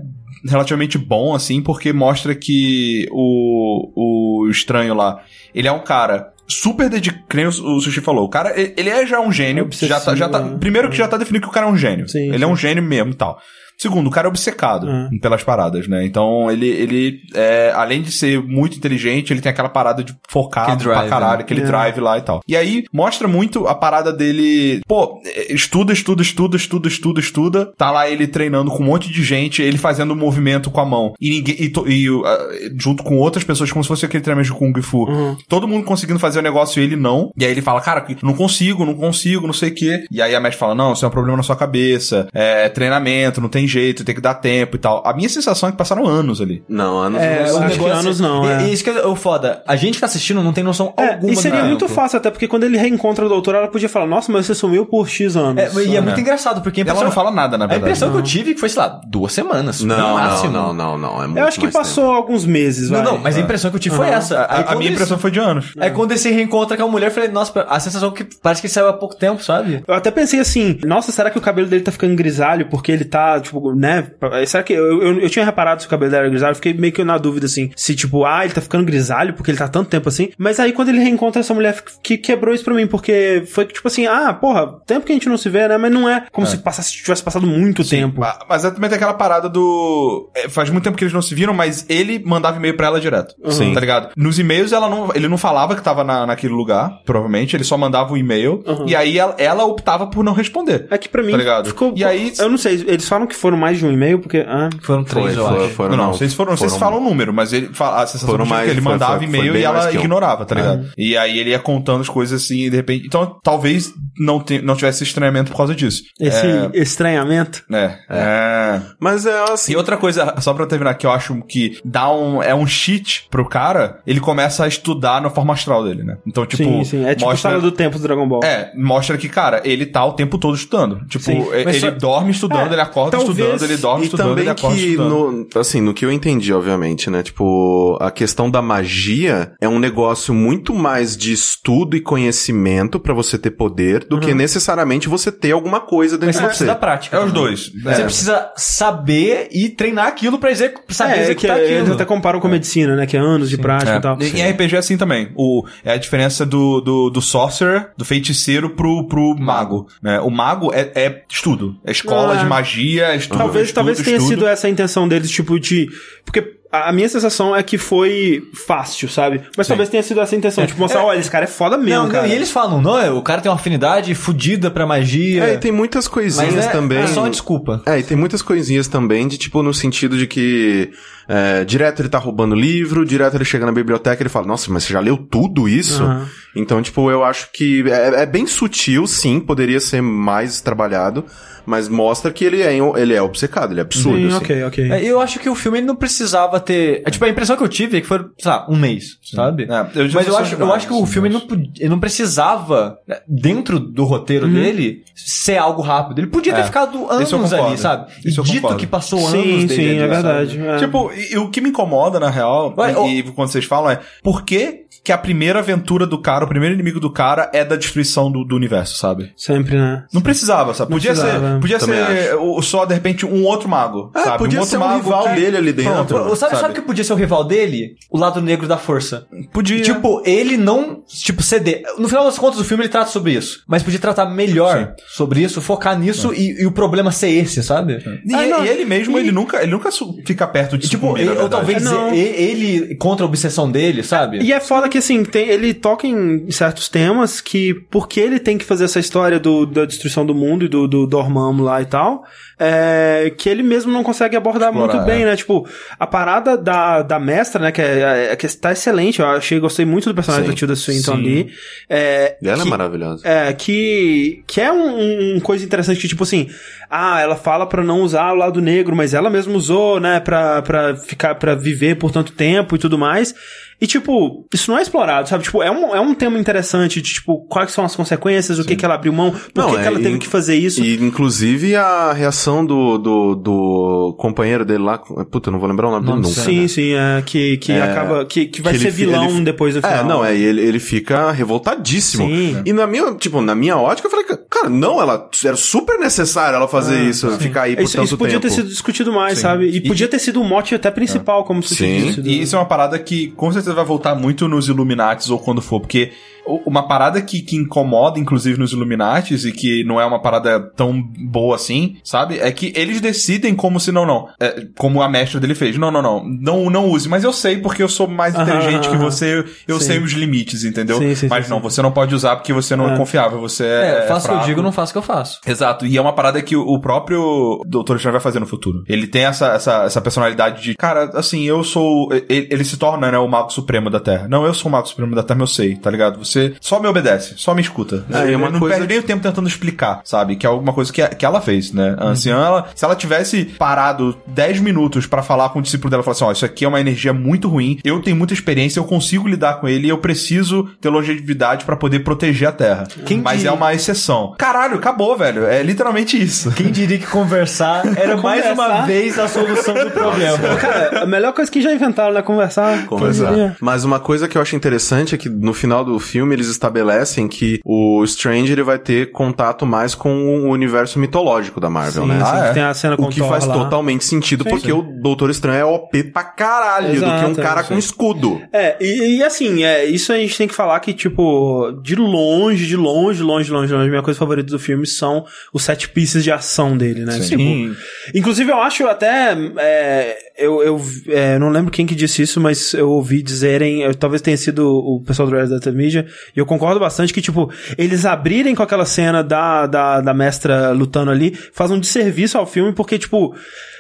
[SPEAKER 2] relativamente bom, assim, porque mostra que o, o estranho lá, ele é um cara super dedicado, que nem o, o Sushi falou, o cara, e- ele é já um gênio,
[SPEAKER 1] Obsessivo,
[SPEAKER 2] já tá, já tá,
[SPEAKER 1] né?
[SPEAKER 2] primeiro que já tá definido que o cara é um gênio,
[SPEAKER 1] Sim,
[SPEAKER 2] ele
[SPEAKER 1] sim.
[SPEAKER 2] é um gênio mesmo e tal. Segundo, o cara é obcecado pelas paradas, né? Então ele, ele é, além de ser muito inteligente, ele tem aquela parada de focado
[SPEAKER 3] Aquele drive,
[SPEAKER 2] pra caralho,
[SPEAKER 3] né?
[SPEAKER 2] aquele drive lá e tal. E aí mostra muito a parada dele, pô, estuda, estuda, estuda, estuda, estuda, estuda. Tá lá ele treinando com um monte de gente, ele fazendo um movimento com a mão. E ninguém e, to- e, uh, junto com outras pessoas como se fosse aquele treinamento de kung fu.
[SPEAKER 3] Uhum.
[SPEAKER 2] Todo mundo conseguindo fazer o negócio e ele não. E aí ele fala, cara, não consigo, não consigo, não sei o quê. E aí a mestre fala, não, isso é um problema na sua cabeça, é treinamento, não tem jeito, tem que dar tempo e tal. A minha sensação é que passaram anos ali.
[SPEAKER 4] Não, anos
[SPEAKER 1] É,
[SPEAKER 4] não
[SPEAKER 1] o
[SPEAKER 4] sei.
[SPEAKER 1] negócio- anos não,
[SPEAKER 3] um e,
[SPEAKER 1] é.
[SPEAKER 3] e isso que é o foda. A gente que tá assistindo não tem noção
[SPEAKER 1] É,
[SPEAKER 3] alguma né,
[SPEAKER 1] e seria
[SPEAKER 3] do
[SPEAKER 1] muito
[SPEAKER 3] tempo.
[SPEAKER 1] fácil, até porque quando ele reencontra a doutora, ela podia falar, nossa, mas você sumiu por X anos.
[SPEAKER 3] É, e é muito engraçado, porque a
[SPEAKER 2] Ela
[SPEAKER 3] impressão-
[SPEAKER 2] não fala nada, na
[SPEAKER 3] A
[SPEAKER 2] verdade.
[SPEAKER 3] impressão que eu tive que foi, sei lá, duas semanas.
[SPEAKER 4] Não,
[SPEAKER 3] no
[SPEAKER 4] não,
[SPEAKER 3] é máximo.
[SPEAKER 4] não, não, não. É muito
[SPEAKER 1] Eu acho que
[SPEAKER 4] mais tempo.
[SPEAKER 1] passou alguns meses,
[SPEAKER 3] Não,
[SPEAKER 1] vai.
[SPEAKER 3] não, mas a impressão que eu tive foi essa. Aí
[SPEAKER 2] A, a
[SPEAKER 3] quando
[SPEAKER 2] minha
[SPEAKER 3] ele-
[SPEAKER 2] impressão foi de anos.
[SPEAKER 3] Aí É quando ele se reencontra com a mulher, eu falei, nossa, a sensação que parece que ele saiu há pouco tempo, sabe?
[SPEAKER 1] Eu até pensei assim, nossa, será que o cabelo dele tá ficando grisalho porque ele tá, tipo, né? Será que. Eu, eu, eu tinha reparado se o cabelo dele era grisalho, eu fiquei meio que na dúvida, assim, se tipo, ah, ele tá ficando grisalho porque ele tá há tanto tempo assim. Mas aí quando ele reencontra essa mulher, f- que quebrou isso pra mim, porque foi tipo assim, ah, porra, tempo que a gente não se vê, né? Mas não é como se passasse, tivesse passado muito tempo.
[SPEAKER 2] Ma- Mas é também tem aquela parada do. é, faz muito tempo que eles não se viram, mas ele mandava e-mail pra ela direto.
[SPEAKER 1] Uhum.
[SPEAKER 4] Sim.
[SPEAKER 2] Tá ligado? Nos e-mails ela não, ele não falava que tava na, naquele lugar, provavelmente, ele só mandava o e-mail.
[SPEAKER 1] Uhum.
[SPEAKER 2] E aí ela, ela optava por não responder.
[SPEAKER 1] É que pra mim
[SPEAKER 2] Tá ligado?
[SPEAKER 1] ficou.
[SPEAKER 2] E aí-
[SPEAKER 1] Eu não sei, eles falam que foram mais de um e-mail, porque. Ah,
[SPEAKER 3] Foram três,
[SPEAKER 4] Foi,
[SPEAKER 3] eu
[SPEAKER 4] foi,
[SPEAKER 3] acho.
[SPEAKER 4] foram,
[SPEAKER 2] não, não, sei se foram, não sei se falam o número, mas ele fala, a sensação
[SPEAKER 4] Foram
[SPEAKER 2] que eu tive é
[SPEAKER 4] mais-
[SPEAKER 2] que ele
[SPEAKER 4] foi-
[SPEAKER 2] mandava
[SPEAKER 4] foi- foi
[SPEAKER 2] e-mail
[SPEAKER 4] bem
[SPEAKER 2] e
[SPEAKER 4] mais
[SPEAKER 2] ela
[SPEAKER 4] que um.
[SPEAKER 2] ignorava, tá ligado? E aí ele ia contando as coisas assim, e de repente. Então, talvez não, te- não tivesse estranhamento por causa disso.
[SPEAKER 1] esse estranhamento.
[SPEAKER 2] É. é.
[SPEAKER 4] Mas é assim.
[SPEAKER 2] E outra coisa, só pra terminar, que eu acho que dá um. É um cheat pro cara, ele começa a estudar na forma astral dele, né? Então, tipo.
[SPEAKER 1] sim, sim. É tipo a
[SPEAKER 2] mostra...
[SPEAKER 1] sala do tempo do Dragon Ball.
[SPEAKER 2] É, mostra que, cara, ele tá o tempo todo estudando. Tipo,
[SPEAKER 1] Sim,
[SPEAKER 2] e-
[SPEAKER 1] mas
[SPEAKER 2] ele
[SPEAKER 1] só-
[SPEAKER 2] dorme estudando,
[SPEAKER 1] É,
[SPEAKER 2] ele acorda
[SPEAKER 1] talvez-
[SPEAKER 2] estudando, ele dorme
[SPEAKER 4] e
[SPEAKER 2] estudando,
[SPEAKER 4] também
[SPEAKER 2] ele acorda
[SPEAKER 4] que,
[SPEAKER 2] estudando.
[SPEAKER 4] no, assim, no que eu entendi, obviamente, né? Tipo, a questão da magia é um negócio muito mais de estudo e conhecimento pra você ter poder do que necessariamente você ter alguma coisa
[SPEAKER 3] Mas
[SPEAKER 4] dentro
[SPEAKER 3] você
[SPEAKER 4] de
[SPEAKER 3] precisa da
[SPEAKER 4] você.
[SPEAKER 3] prática.
[SPEAKER 2] É os
[SPEAKER 3] também.
[SPEAKER 2] dois.
[SPEAKER 3] Você
[SPEAKER 2] É.
[SPEAKER 3] precisa saber e treinar aquilo pra execu saber
[SPEAKER 1] É, que
[SPEAKER 3] executar
[SPEAKER 1] eles
[SPEAKER 3] tá aquilo.
[SPEAKER 1] até comparam com medicina, né? Que é anos de prática
[SPEAKER 2] É.
[SPEAKER 1] e tal.
[SPEAKER 2] E- Em RPG é assim também. O, é a diferença do, do, do sorcerer, do feiticeiro pro, pro mago. né? O mago é, é estudo. É escola
[SPEAKER 1] Ah.
[SPEAKER 2] de magia, é estudo.
[SPEAKER 1] Talvez,
[SPEAKER 2] estudo,
[SPEAKER 1] talvez tenha
[SPEAKER 2] estudo.
[SPEAKER 1] sido essa a intenção deles, tipo, de. Porque a a minha sensação é que foi fácil, sabe? Mas talvez tenha sido essa a intenção, tipo, mostrar, olha, esse cara é foda mesmo,
[SPEAKER 3] Não, não,
[SPEAKER 1] cara.
[SPEAKER 3] e eles falam, não, é, o cara tem uma afinidade fodida pra magia.
[SPEAKER 4] É, e tem muitas coisinhas
[SPEAKER 3] mas é,
[SPEAKER 4] também.
[SPEAKER 3] é só uma desculpa.
[SPEAKER 4] É, e tem muitas coisinhas também de tipo no sentido de que é, direto ele tá roubando livro, direto ele chega na biblioteca e ele fala, nossa, mas você já leu tudo isso?
[SPEAKER 1] Aham.
[SPEAKER 4] Então, tipo, eu acho que é, é bem sutil, sim, poderia ser mais trabalhado, mas mostra que ele é, ele é obcecado, ele é absurdo,
[SPEAKER 1] Sim,
[SPEAKER 4] assim.
[SPEAKER 1] ok, ok.
[SPEAKER 3] É, Eu acho que o filme ele não precisava ter. é, Tipo, a impressão que eu tive é que foi, sei lá, um mês, sabe?
[SPEAKER 2] É, eu já
[SPEAKER 3] Mas eu
[SPEAKER 2] sou
[SPEAKER 3] acho, eu
[SPEAKER 2] demais,
[SPEAKER 3] acho que o filme ele não, podia- ele não precisava, né, dentro do roteiro
[SPEAKER 1] Uhum.
[SPEAKER 3] dele, ser algo rápido. Ele podia ter
[SPEAKER 2] É.
[SPEAKER 3] ficado
[SPEAKER 2] Isso eu
[SPEAKER 3] anos
[SPEAKER 2] concordo.
[SPEAKER 3] ali, sabe? E
[SPEAKER 2] Isso eu
[SPEAKER 3] dito
[SPEAKER 2] concordo.
[SPEAKER 3] que passou anos
[SPEAKER 1] sim,
[SPEAKER 3] dele
[SPEAKER 1] sim,
[SPEAKER 3] ali,
[SPEAKER 1] é
[SPEAKER 3] sabe?
[SPEAKER 1] verdade. é.
[SPEAKER 2] Tipo, e, e o que me incomoda, na real,
[SPEAKER 3] Ué,
[SPEAKER 2] e,
[SPEAKER 3] o-
[SPEAKER 2] e quando vocês falam, é por que, que a primeira aventura do cara, o primeiro inimigo do cara, é da destruição do, do universo, sabe?
[SPEAKER 1] sempre, né?
[SPEAKER 2] Não precisava, sabe?
[SPEAKER 1] Não
[SPEAKER 2] Podia
[SPEAKER 1] precisava.
[SPEAKER 2] ser, podia
[SPEAKER 4] Também
[SPEAKER 2] ser o- só, de repente, um outro mago,
[SPEAKER 4] É,
[SPEAKER 2] sabe?
[SPEAKER 4] podia
[SPEAKER 2] um outro
[SPEAKER 4] ser um
[SPEAKER 2] mago
[SPEAKER 4] rival
[SPEAKER 2] que-
[SPEAKER 4] dele ali dentro.
[SPEAKER 2] Pronto,
[SPEAKER 3] Sabe, sabe, o que podia ser o rival dele? O lado negro da força.
[SPEAKER 2] Podia.
[SPEAKER 3] Tipo, ele não, tipo, ceder. No final das contas, o filme ele trata sobre isso. Mas podia tratar melhor sobre isso, focar nisso
[SPEAKER 2] É.
[SPEAKER 3] e, e o problema ser esse, sabe?
[SPEAKER 2] e,
[SPEAKER 1] Ah, não.
[SPEAKER 2] e ele mesmo, ele nunca, ele nunca su- fica perto de
[SPEAKER 3] Tipo,
[SPEAKER 2] sucumbir,
[SPEAKER 3] ele-
[SPEAKER 2] na
[SPEAKER 3] ou
[SPEAKER 2] verdade.
[SPEAKER 3] talvez
[SPEAKER 1] É, não.
[SPEAKER 3] e- ele contra a obsessão dele, sabe?
[SPEAKER 1] E é foda que, assim, tem- ele toca em certos temas que, porque ele tem que fazer essa história do- da destruição do mundo e do, do Dormammu lá e tal, é, que ele mesmo não consegue abordar
[SPEAKER 2] Explorar,
[SPEAKER 1] muito bem,
[SPEAKER 2] é.
[SPEAKER 1] né? Tipo, a parada da, da mestra, né, que, é, é- que tá excelente, eu achei, gostei muito do personagem
[SPEAKER 4] Sim,
[SPEAKER 1] da Tilda Swinton
[SPEAKER 2] sim.
[SPEAKER 1] ali. É,
[SPEAKER 4] E ela
[SPEAKER 1] que-
[SPEAKER 4] é maravilhosa.
[SPEAKER 1] é, que, que é um, um- um coisa interessante que, tipo assim, ah, ela fala pra não usar o lado negro, mas ela mesma usou, né, pra, pra ficar, pra viver por tanto tempo e tudo mais. E, tipo, isso não é explorado, sabe? Tipo, é um, é um tema interessante de, tipo, quais são as consequências, o que que ela abriu mão, por
[SPEAKER 4] Não,
[SPEAKER 1] que,
[SPEAKER 4] é,
[SPEAKER 1] que ela teve
[SPEAKER 4] e-
[SPEAKER 1] que fazer isso.
[SPEAKER 4] E inclusive a reação do, do, do companheiro dele lá, puta, eu não vou lembrar o nome dele nunca. né?
[SPEAKER 1] sim, sim, é, que, que acaba, que, que vai
[SPEAKER 4] que
[SPEAKER 1] ser
[SPEAKER 4] ele fi-
[SPEAKER 1] vilão
[SPEAKER 4] ele fi-
[SPEAKER 1] depois do final.
[SPEAKER 4] É, não, é, e ele, ele fica revoltadíssimo.
[SPEAKER 1] Sim.
[SPEAKER 4] E na minha, tipo, na minha ótica, eu falei, cara, não, ela era super necessário ela fazer isso, ficar aí por
[SPEAKER 1] É, Ah, Isso,
[SPEAKER 4] tanto
[SPEAKER 1] isso podia
[SPEAKER 4] tempo.
[SPEAKER 1] ter sido discutido mais, sabe? E, podia ter sido um mote até principal, como se né?
[SPEAKER 4] Sim.
[SPEAKER 1] disse.
[SPEAKER 2] E isso é uma parada que com certeza vai voltar muito nos Illuminates ou quando for, porque uma parada que, que incomoda, inclusive, nos Illuminates, e que não é uma parada tão boa assim, sabe? É que eles decidem como se não, não. É, como a mestra dele fez. Não, não, não. Não, não use, mas eu sei porque eu sou mais
[SPEAKER 1] Aham,
[SPEAKER 2] inteligente que
[SPEAKER 1] aham.
[SPEAKER 2] você, eu
[SPEAKER 1] Sim.
[SPEAKER 2] sei os limites, entendeu?
[SPEAKER 1] Sim, sim,
[SPEAKER 2] mas
[SPEAKER 1] sim,
[SPEAKER 2] não,
[SPEAKER 1] sim.
[SPEAKER 2] você não pode usar porque você não é, confiável, você
[SPEAKER 3] É,
[SPEAKER 2] é.
[SPEAKER 3] faço o que eu
[SPEAKER 2] fraco.
[SPEAKER 3] digo, não faço o que eu faço.
[SPEAKER 2] Exato, e é uma parada que o próprio Dr. Strange vai fazer no futuro. Ele tem essa, essa, essa personalidade de, cara, assim, eu sou. Ele, ele se torna, né, o Mago Supremo da Terra. Não, eu sou o Mago Supremo da Terra, eu sei, tá ligado? Você só me obedece, só me escuta.
[SPEAKER 4] É, e
[SPEAKER 2] eu
[SPEAKER 4] uma
[SPEAKER 2] não
[SPEAKER 4] coisa-
[SPEAKER 2] perde nem o tempo tentando explicar, sabe? Que é alguma coisa que, que ela fez, né? A anciã, ela, se ela tivesse parado 10 minutos pra falar com o discípulo dela, falar assim: ó, isso aqui é uma energia muito ruim, eu tenho muita experiência, eu consigo lidar com ele e eu preciso ter longevidade pra poder proteger a Terra.
[SPEAKER 5] Quem
[SPEAKER 2] Mas
[SPEAKER 5] diria?
[SPEAKER 2] é uma exceção. Caralho, acabou, velho. É literalmente isso.
[SPEAKER 5] Quem diria que conversar era mais uma
[SPEAKER 1] Conversar?
[SPEAKER 5] vez a solução do problema.
[SPEAKER 1] Cara, a melhor coisa que já inventaram, né? Conversar.
[SPEAKER 4] Conversar.
[SPEAKER 1] Quem diria?
[SPEAKER 4] é. Mas uma coisa que eu acho interessante é que no final do filme eles estabelecem que o Strange ele vai ter contato mais com o universo mitológico da Marvel,
[SPEAKER 1] Sim,
[SPEAKER 4] né?
[SPEAKER 1] sim,
[SPEAKER 2] Ah,
[SPEAKER 1] que
[SPEAKER 2] é?
[SPEAKER 1] tem a cena com
[SPEAKER 4] O que
[SPEAKER 1] Thor
[SPEAKER 4] faz
[SPEAKER 1] lá.
[SPEAKER 4] totalmente sentido,
[SPEAKER 1] Sim,
[SPEAKER 4] porque
[SPEAKER 1] sim.
[SPEAKER 4] o Doutor Estranho é OP pra caralho do que um
[SPEAKER 1] Exato,
[SPEAKER 4] cara
[SPEAKER 1] sim.
[SPEAKER 4] com escudo.
[SPEAKER 1] É, e, e assim, é, isso a gente tem que falar que, tipo, de longe, de longe, longe, longe, longe, minha coisa favorita do filme são os set pieces de ação dele, né? Tipo, Inclusive, eu acho até. é, eu eu é, não lembro quem que disse isso, mas eu ouvi dizerem. eu- talvez tenha sido o pessoal do Red Data Media. E eu concordo bastante que, tipo, eles abrirem com aquela cena da, da, da mestra lutando ali faz um desserviço ao filme, porque, tipo.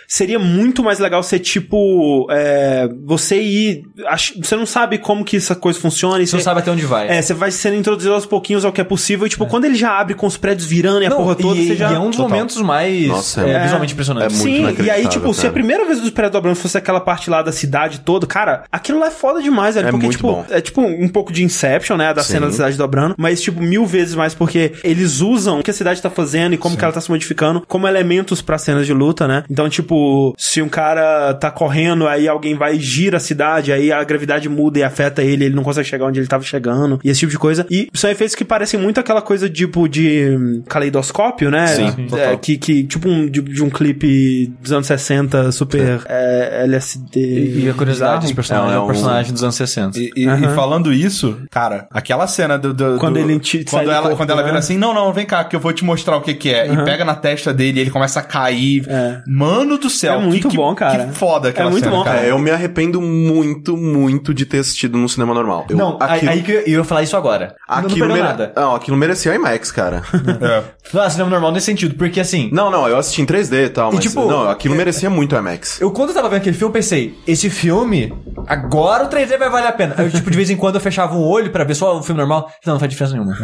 [SPEAKER 1] Seria muito mais legal ser tipo. é, você ir. ach- Você não sabe como que essa coisa funciona. e
[SPEAKER 3] Você não sabe até onde vai.
[SPEAKER 1] É, você vai sendo introduzido aos pouquinhos ao que é possível. E, tipo, quando ele já abre com os prédios virando e a
[SPEAKER 3] Não,
[SPEAKER 1] porra toda,
[SPEAKER 3] e,
[SPEAKER 1] você já.
[SPEAKER 3] e é um dos
[SPEAKER 4] Total.
[SPEAKER 3] momentos mais
[SPEAKER 4] Nossa,
[SPEAKER 3] é,
[SPEAKER 4] é-
[SPEAKER 3] visualmente impressionantes.
[SPEAKER 4] é muito
[SPEAKER 1] Sim, e aí,
[SPEAKER 4] inacreditável,
[SPEAKER 1] tipo, se
[SPEAKER 4] cara.
[SPEAKER 1] a primeira vez dos prédios dobrando fosse aquela parte lá da cidade toda, cara, aquilo lá é foda demais, velho.
[SPEAKER 4] É
[SPEAKER 1] porque,
[SPEAKER 4] muito
[SPEAKER 1] tipo,
[SPEAKER 4] bom.
[SPEAKER 1] é tipo um pouco de Inception, né? Da
[SPEAKER 4] Sim.
[SPEAKER 1] cena da cidade dobrando, mas, tipo, mil vezes mais, porque eles usam o que a cidade tá fazendo e como que ela tá se modificando como elementos pra cenas de luta, né? Então, tipo, se um cara tá correndo, aí alguém vai e gira a cidade, aí a gravidade muda e afeta ele, ele não consegue chegar onde ele tava chegando, e esse tipo de coisa. E são efeitos que parecem muito aquela coisa, tipo, de hum, caleidoscópio, né?
[SPEAKER 4] Sim,
[SPEAKER 1] É,
[SPEAKER 4] total.
[SPEAKER 1] que, que tipo um, de, de um clipe dos anos 60 super é, LSD.
[SPEAKER 3] E, e a curiosidade desse personagem
[SPEAKER 4] É,
[SPEAKER 3] é,
[SPEAKER 4] é
[SPEAKER 3] um
[SPEAKER 4] um-
[SPEAKER 3] personagem dos anos 60.
[SPEAKER 2] E, e- e falando isso, cara, aquela cena do. do-
[SPEAKER 1] Quando
[SPEAKER 2] do-
[SPEAKER 1] ele te- sai
[SPEAKER 2] quando
[SPEAKER 1] do
[SPEAKER 2] ela,
[SPEAKER 1] corpo,
[SPEAKER 2] quando ela
[SPEAKER 1] né?
[SPEAKER 2] vira assim, não, não, vem cá, que eu vou te mostrar o que, que é. E pega na testa dele, ele começa a cair.
[SPEAKER 1] É.
[SPEAKER 2] Mano do céu.
[SPEAKER 1] É
[SPEAKER 2] que-
[SPEAKER 1] muito
[SPEAKER 2] que-
[SPEAKER 1] bom, cara.
[SPEAKER 2] Que foda aquela
[SPEAKER 1] É muito
[SPEAKER 2] cena,
[SPEAKER 1] bom.
[SPEAKER 2] cara.
[SPEAKER 4] É, eu me arrependo muito, muito de ter assistido no cinema normal. Eu-
[SPEAKER 3] Não, aí-
[SPEAKER 4] aquilo,
[SPEAKER 3] aí que eu, eu ia falar isso agora.
[SPEAKER 4] aquilo
[SPEAKER 3] não, não
[SPEAKER 4] mere-
[SPEAKER 3] perdeu nada.
[SPEAKER 4] Não, aquilo merecia IMAX, cara.
[SPEAKER 2] É.
[SPEAKER 3] Ah, cinema normal nesse sentido, porque assim,
[SPEAKER 4] não, não, eu assisti em 3D e tal,
[SPEAKER 3] E,
[SPEAKER 4] mas
[SPEAKER 3] tipo, é
[SPEAKER 4] não, aquilo merecia muito IMAX.
[SPEAKER 3] Eu, quando eu tava vendo aquele filme, eu pensei, esse filme, agora o 3D vai valer a pena. Aí, eu, tipo, de vez em quando eu fechava um olho pra ver só um filme normal. Não, não faz diferença nenhuma.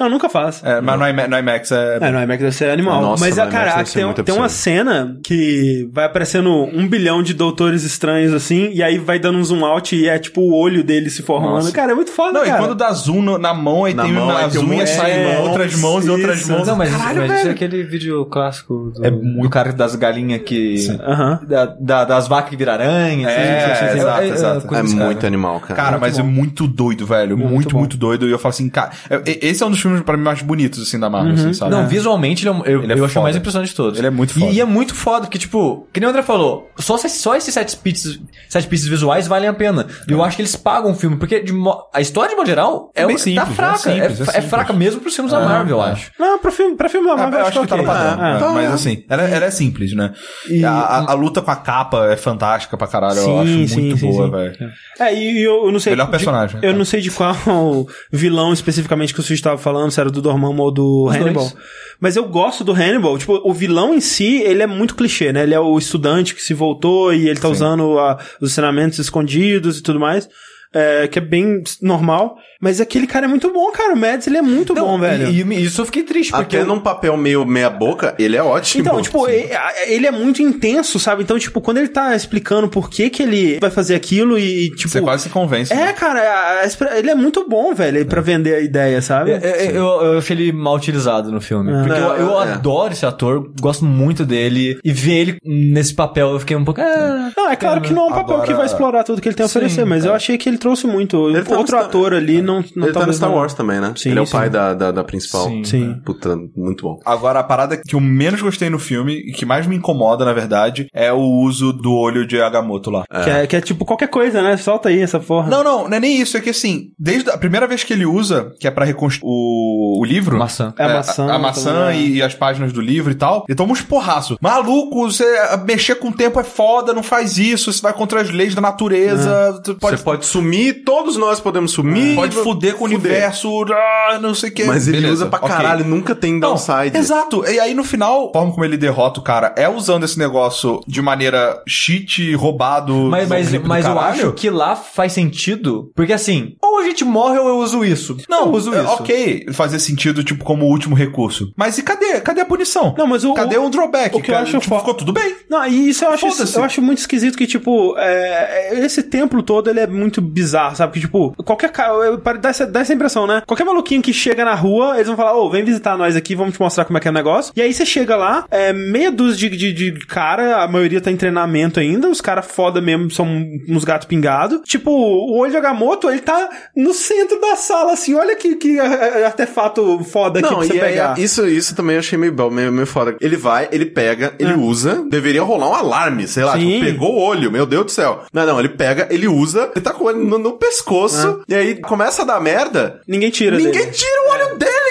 [SPEAKER 1] Não, nunca faz.
[SPEAKER 2] É, mas no IMA- no IMAX é.
[SPEAKER 1] É, no IMAX deve ser animal.
[SPEAKER 4] Nossa,
[SPEAKER 1] Mas,
[SPEAKER 4] no
[SPEAKER 1] a
[SPEAKER 4] IMAX
[SPEAKER 1] cara,
[SPEAKER 4] deve ser
[SPEAKER 1] tem, um,
[SPEAKER 4] muito
[SPEAKER 1] tem uma
[SPEAKER 4] absurdo.
[SPEAKER 1] cena que vai aparecendo um bilhão de doutores estranhos, assim, e aí vai dando um zoom out e é tipo o olho dele se formando.
[SPEAKER 4] Nossa.
[SPEAKER 1] Cara, é muito foda,
[SPEAKER 2] Não,
[SPEAKER 1] cara.
[SPEAKER 2] e quando dá zoom no- na mão, aí
[SPEAKER 4] Na
[SPEAKER 2] tem
[SPEAKER 4] mão,
[SPEAKER 2] uma
[SPEAKER 4] aí tem um
[SPEAKER 2] zoom e
[SPEAKER 4] monte de
[SPEAKER 2] sai
[SPEAKER 1] mãos,
[SPEAKER 2] outras mãos e outras
[SPEAKER 1] isso.
[SPEAKER 2] mãos.
[SPEAKER 3] não, mas, mas isso é
[SPEAKER 2] velho.
[SPEAKER 3] aquele vídeo clássico do,
[SPEAKER 2] É muito-
[SPEAKER 3] do cara das galinhas que...
[SPEAKER 1] Aham.
[SPEAKER 3] da- da- das vacas que viram aranha.
[SPEAKER 2] É,
[SPEAKER 3] assim, assim,
[SPEAKER 2] exato,
[SPEAKER 3] assim.
[SPEAKER 2] exato.
[SPEAKER 3] coisa
[SPEAKER 4] É
[SPEAKER 3] desse
[SPEAKER 4] muito
[SPEAKER 3] cara.
[SPEAKER 4] animal, cara.
[SPEAKER 2] Cara, mas é muito doido, velho. Muito, muito,
[SPEAKER 1] bom.
[SPEAKER 2] doido. E eu falo assim, cara, é- é- esse é um dos filmes pra mim mais bonitos, assim, da Marvel,
[SPEAKER 1] Uhum.
[SPEAKER 2] assim, sabe?
[SPEAKER 3] Não, visualmente ele é um- eu,
[SPEAKER 2] Ele é
[SPEAKER 3] eu acho o mais
[SPEAKER 2] foda.
[SPEAKER 3] impressionante de todos.
[SPEAKER 2] Ele é muito
[SPEAKER 3] E-
[SPEAKER 2] foda.
[SPEAKER 3] E, é muito foda, porque, tipo, que nem o André falou, só, se- só esses sete pieces, sete pieces visuais valem a pena. E eu acho que eles pagam o filme, porque de mo- a história, de modo geral, é,
[SPEAKER 2] É bem
[SPEAKER 3] uma-
[SPEAKER 2] simples,
[SPEAKER 3] tá
[SPEAKER 2] é
[SPEAKER 3] fraca. É,
[SPEAKER 2] simples, é
[SPEAKER 3] fa- é
[SPEAKER 2] simples. É.
[SPEAKER 3] fraca mesmo pros filmes da Marvel, eu acho.
[SPEAKER 1] Não, pra filme, pra filme da
[SPEAKER 2] Ah,
[SPEAKER 1] Marvel,
[SPEAKER 2] eu acho que tá no
[SPEAKER 1] ok.
[SPEAKER 2] padrão.
[SPEAKER 1] É.
[SPEAKER 2] é, mas assim, ela, ela é simples, né?
[SPEAKER 3] E-
[SPEAKER 2] a, a- a luta com a capa é fantástica pra caralho.
[SPEAKER 1] Sim,
[SPEAKER 2] eu acho muito
[SPEAKER 1] sim, sim,
[SPEAKER 2] boa,
[SPEAKER 1] sim.
[SPEAKER 2] velho.
[SPEAKER 1] É, e eu, eu não sei.
[SPEAKER 2] Melhor
[SPEAKER 1] de-
[SPEAKER 2] personagem,
[SPEAKER 1] eu
[SPEAKER 2] tá.
[SPEAKER 1] não sei de qual vilão especificamente que o Sushi estava falando, se era do Dormammu ou do
[SPEAKER 3] Os
[SPEAKER 1] Hannibal.
[SPEAKER 3] dois.
[SPEAKER 1] Mas eu gosto do Hannibal. Tipo, o vilão em si, ele é muito clichê, né? Ele é o estudante que se voltou e ele tá usando a- os ensinamentos escondidos e tudo mais. é, que é bem normal. Mas aquele cara é muito bom, cara. O Mads, ele é muito
[SPEAKER 3] Não,
[SPEAKER 1] bom, velho.
[SPEAKER 3] E, e isso eu fiquei triste, porque...
[SPEAKER 4] Até
[SPEAKER 3] eu-
[SPEAKER 4] num papel meio meia boca, ele é ótimo.
[SPEAKER 1] Então, tipo, ele, ele é muito intenso, sabe? Então, tipo, quando ele tá explicando por que que ele vai fazer aquilo e, tipo...
[SPEAKER 2] Você quase se convence.
[SPEAKER 1] É,
[SPEAKER 2] né?
[SPEAKER 1] cara, a- a expre- ele é muito bom, velho, pra vender a ideia, sabe?
[SPEAKER 3] É, é, é, Eu, eu achei ele mal utilizado no filme. Porque eu, eu
[SPEAKER 4] É.
[SPEAKER 3] adoro esse ator, gosto muito dele. E ver ele nesse papel, eu fiquei um pouco. ah,
[SPEAKER 1] Não, é claro que não é um papel
[SPEAKER 2] Agora-
[SPEAKER 1] que vai explorar tudo que ele tem a
[SPEAKER 3] Sim,
[SPEAKER 1] oferecer, mas eu achei que ele trouxe muito.
[SPEAKER 4] Ele tá no
[SPEAKER 1] Outro
[SPEAKER 4] Star-
[SPEAKER 1] ator ali não, não
[SPEAKER 4] ele tá no
[SPEAKER 1] talvez
[SPEAKER 4] Star
[SPEAKER 1] não.
[SPEAKER 4] Wars né? também, né?
[SPEAKER 1] Sim,
[SPEAKER 4] ele é o
[SPEAKER 1] sim.
[SPEAKER 4] pai da, da, da principal.
[SPEAKER 2] Sim.
[SPEAKER 1] Sim.
[SPEAKER 4] Puta, muito bom.
[SPEAKER 2] Agora, a parada que eu menos gostei no filme e que mais me incomoda, na verdade, é o uso do olho de Agamotto lá.
[SPEAKER 1] Que, é, que é tipo qualquer coisa, né? Solta aí essa porra.
[SPEAKER 2] Não, não, não é nem isso. É que assim, desde a primeira vez que ele usa, que é pra reconstruir o, o livro.
[SPEAKER 3] Maçã.
[SPEAKER 1] É a maçã.
[SPEAKER 2] a, maçã
[SPEAKER 1] também.
[SPEAKER 2] e, e as páginas do livro e tal. E toma uns porraço. Maluco, você mexer com o tempo é foda, não faz isso, você vai contra as leis da
[SPEAKER 1] Ah.
[SPEAKER 2] natureza. tu Pode, É.
[SPEAKER 4] Você pode sumir, todos nós podemos sumir.
[SPEAKER 2] pode fuder com o universo, ah, não sei o que.
[SPEAKER 4] Mas ele usa pra caralho, nunca tem downside.
[SPEAKER 2] Exato. E aí no final, a forma como ele derrota o cara é usando esse negócio de maneira cheat, roubado.
[SPEAKER 3] Mas, mas,
[SPEAKER 2] clipe do
[SPEAKER 3] mas eu
[SPEAKER 2] caralho.
[SPEAKER 3] acho que lá faz sentido, porque assim, ou a gente morre ou eu uso isso. Não, eu uso
[SPEAKER 2] é,
[SPEAKER 3] isso.
[SPEAKER 2] Ok, fazer sentido, tipo, como último recurso. Mas e cadê? Cadê a punição?
[SPEAKER 1] Não, mas o-
[SPEAKER 2] Cadê o, drawback?
[SPEAKER 1] o que eu acho
[SPEAKER 2] tipo,
[SPEAKER 1] fo-
[SPEAKER 2] ficou tudo bem.
[SPEAKER 1] Não, e isso eu acho,
[SPEAKER 2] Foda-se.
[SPEAKER 1] eu acho muito esquisito que, tipo, é, é, esse templo todo, ele é muito bizarro, sabe? Que, tipo, qualquer cara, eu- para- dá essa, dá essa impressão, né? Qualquer maluquinho que chega na rua, eles vão falar, ô, vem visitar nós aqui, vamos te mostrar como é que é o negócio. E aí você chega lá, é, meia dúzia de, de, de cara, a maioria tá em treinamento ainda, os caras foda mesmo, são uns gatos pingados. Tipo, o olho de Agamotto, ele tá no centro da sala, assim, olha que, que a- a- artefato foda aqui pra
[SPEAKER 4] Não,
[SPEAKER 1] você
[SPEAKER 4] e é-
[SPEAKER 1] pegar.
[SPEAKER 4] isso, isso também eu achei meio, bom, meio, meio foda. Ele vai, ele pega, ele usa. Deveria rolar um alarme, sei lá.
[SPEAKER 1] É. Sim.
[SPEAKER 4] Tipo, pegou o olho, meu Deus do céu. Não, não, ele pega, ele usa, ele tá com o olho no, no pescoço. E aí começa a dar merda.
[SPEAKER 1] Ninguém É. tira
[SPEAKER 4] Ninguém
[SPEAKER 1] dele.
[SPEAKER 4] tira o olho dele!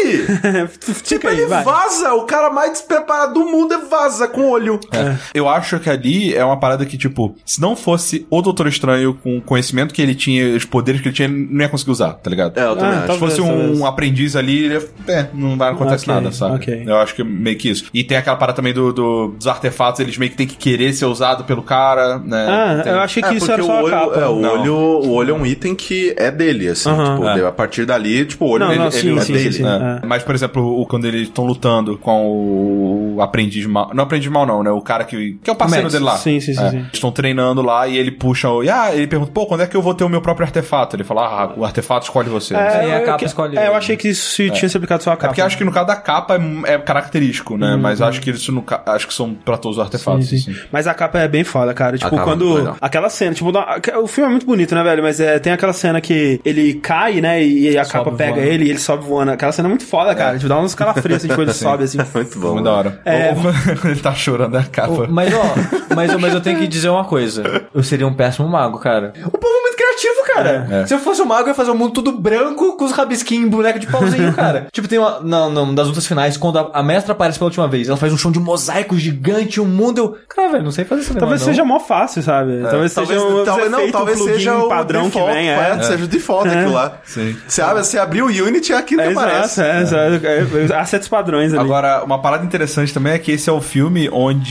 [SPEAKER 1] Fica
[SPEAKER 4] tipo,
[SPEAKER 1] aí,
[SPEAKER 4] ele
[SPEAKER 1] vai.
[SPEAKER 4] vaza. O cara mais despreparado do mundo é vaza com o olho.
[SPEAKER 1] É.
[SPEAKER 2] Eu acho que ali é uma parada que, tipo, se não fosse o Doutor Estranho com o conhecimento que ele tinha, os poderes que ele tinha, ele não ia conseguir usar, tá ligado?
[SPEAKER 4] É, eu também
[SPEAKER 1] Ah,
[SPEAKER 4] acho.
[SPEAKER 2] Se fosse
[SPEAKER 1] Talvez,
[SPEAKER 2] um
[SPEAKER 1] talvez.
[SPEAKER 2] aprendiz ali, ele ia- é, não vai acontecer
[SPEAKER 1] Ok,
[SPEAKER 2] nada, sabe?
[SPEAKER 1] ok.
[SPEAKER 2] Eu acho que é meio que isso. E tem aquela parada também do, do- dos artefatos, eles meio que tem que querer ser usado pelo cara, né?
[SPEAKER 1] Ah,
[SPEAKER 2] Tem-
[SPEAKER 1] eu achei que
[SPEAKER 4] É,
[SPEAKER 1] isso
[SPEAKER 4] porque
[SPEAKER 1] era só
[SPEAKER 4] o olho,
[SPEAKER 1] a capa.
[SPEAKER 4] é, o,
[SPEAKER 2] Não.
[SPEAKER 4] olho, o olho é um item que é dele, assim.
[SPEAKER 1] Aham.
[SPEAKER 4] tipo,
[SPEAKER 2] É.
[SPEAKER 4] a partir dali, tipo, o olho
[SPEAKER 1] Não,
[SPEAKER 4] ele,
[SPEAKER 1] não,
[SPEAKER 4] ele
[SPEAKER 1] sim,
[SPEAKER 4] é
[SPEAKER 1] sim,
[SPEAKER 4] dele.
[SPEAKER 1] sim, sim.
[SPEAKER 4] né?
[SPEAKER 2] É. Mas, por exemplo, o- quando eles estão lutando com o, o aprendiz mal. Não, aprendiz mal, não, né? O cara que. Que é o parceiro
[SPEAKER 3] Max.
[SPEAKER 2] dele lá.
[SPEAKER 1] Sim, sim, sim,
[SPEAKER 2] É.
[SPEAKER 1] sim.
[SPEAKER 2] Estão treinando lá e ele puxa o. E, ah, ele pergunta, pô, quando é que eu vou ter o meu próprio artefato? Ele fala, ah, o artefato escolhe você. É,
[SPEAKER 3] Sim, a
[SPEAKER 1] eu-
[SPEAKER 3] capa né?
[SPEAKER 1] que-
[SPEAKER 3] escolhe
[SPEAKER 1] É, eu
[SPEAKER 3] ele.
[SPEAKER 1] achei que isso se tinha se aplicado
[SPEAKER 4] É
[SPEAKER 1] só a capa.
[SPEAKER 2] porque acho que no caso da capa é, é característico, né? Mas acho que isso no ca- acho que são pra todos os artefatos.
[SPEAKER 1] Sim, sim.
[SPEAKER 2] assim.
[SPEAKER 1] Mas a capa é bem foda, cara. Tipo,
[SPEAKER 4] capa é muito
[SPEAKER 1] quando.
[SPEAKER 4] legal.
[SPEAKER 1] Aquela cena, tipo, dá- o filme é muito bonito, né, velho? Mas é, tem aquela cena que ele cai, né? E a capa pega
[SPEAKER 3] voando.
[SPEAKER 1] ele e ele sobe voando. Aquela cena é muito foda, cara. Tipo, dá uns calafrios, assim, tipo, ele sobe assim.
[SPEAKER 4] É Muito bom.
[SPEAKER 2] Muito da hora.
[SPEAKER 1] É.
[SPEAKER 2] Ou- ou- ele tá chorando a capa.
[SPEAKER 3] Mas ó, mas, mas eu tenho que dizer uma coisa. Eu seria um péssimo mago, cara. O povo é muito criativo, cara.
[SPEAKER 2] É.
[SPEAKER 3] Se eu fosse um mago, eu ia fazer um mundo tudo branco com os rabisquinhos, um boneco de pauzinho, cara. tipo, tem uma. Não, não, das lutas finais, quando a, a mestra aparece pela última vez, ela faz um chão de mosaico gigante, um mundo. Eu. Cara, velho, não sei fazer isso.
[SPEAKER 1] Talvez seja mó fácil, sabe? Talvez seja um
[SPEAKER 4] É. talvez, não,
[SPEAKER 1] efeito
[SPEAKER 4] talvez
[SPEAKER 1] plugin um
[SPEAKER 4] seja o
[SPEAKER 1] padrão
[SPEAKER 4] default,
[SPEAKER 1] que vem. É,
[SPEAKER 4] correto, Seja o default né, aquilo lá.
[SPEAKER 2] Sim.
[SPEAKER 4] Você, abre, você abriu o Unity, é aquilo
[SPEAKER 1] é,
[SPEAKER 4] que
[SPEAKER 1] exato,
[SPEAKER 4] aparece.
[SPEAKER 1] é, exato. É, é, há certos padrões ali.
[SPEAKER 2] Agora, uma parada interessante também é que esse é o filme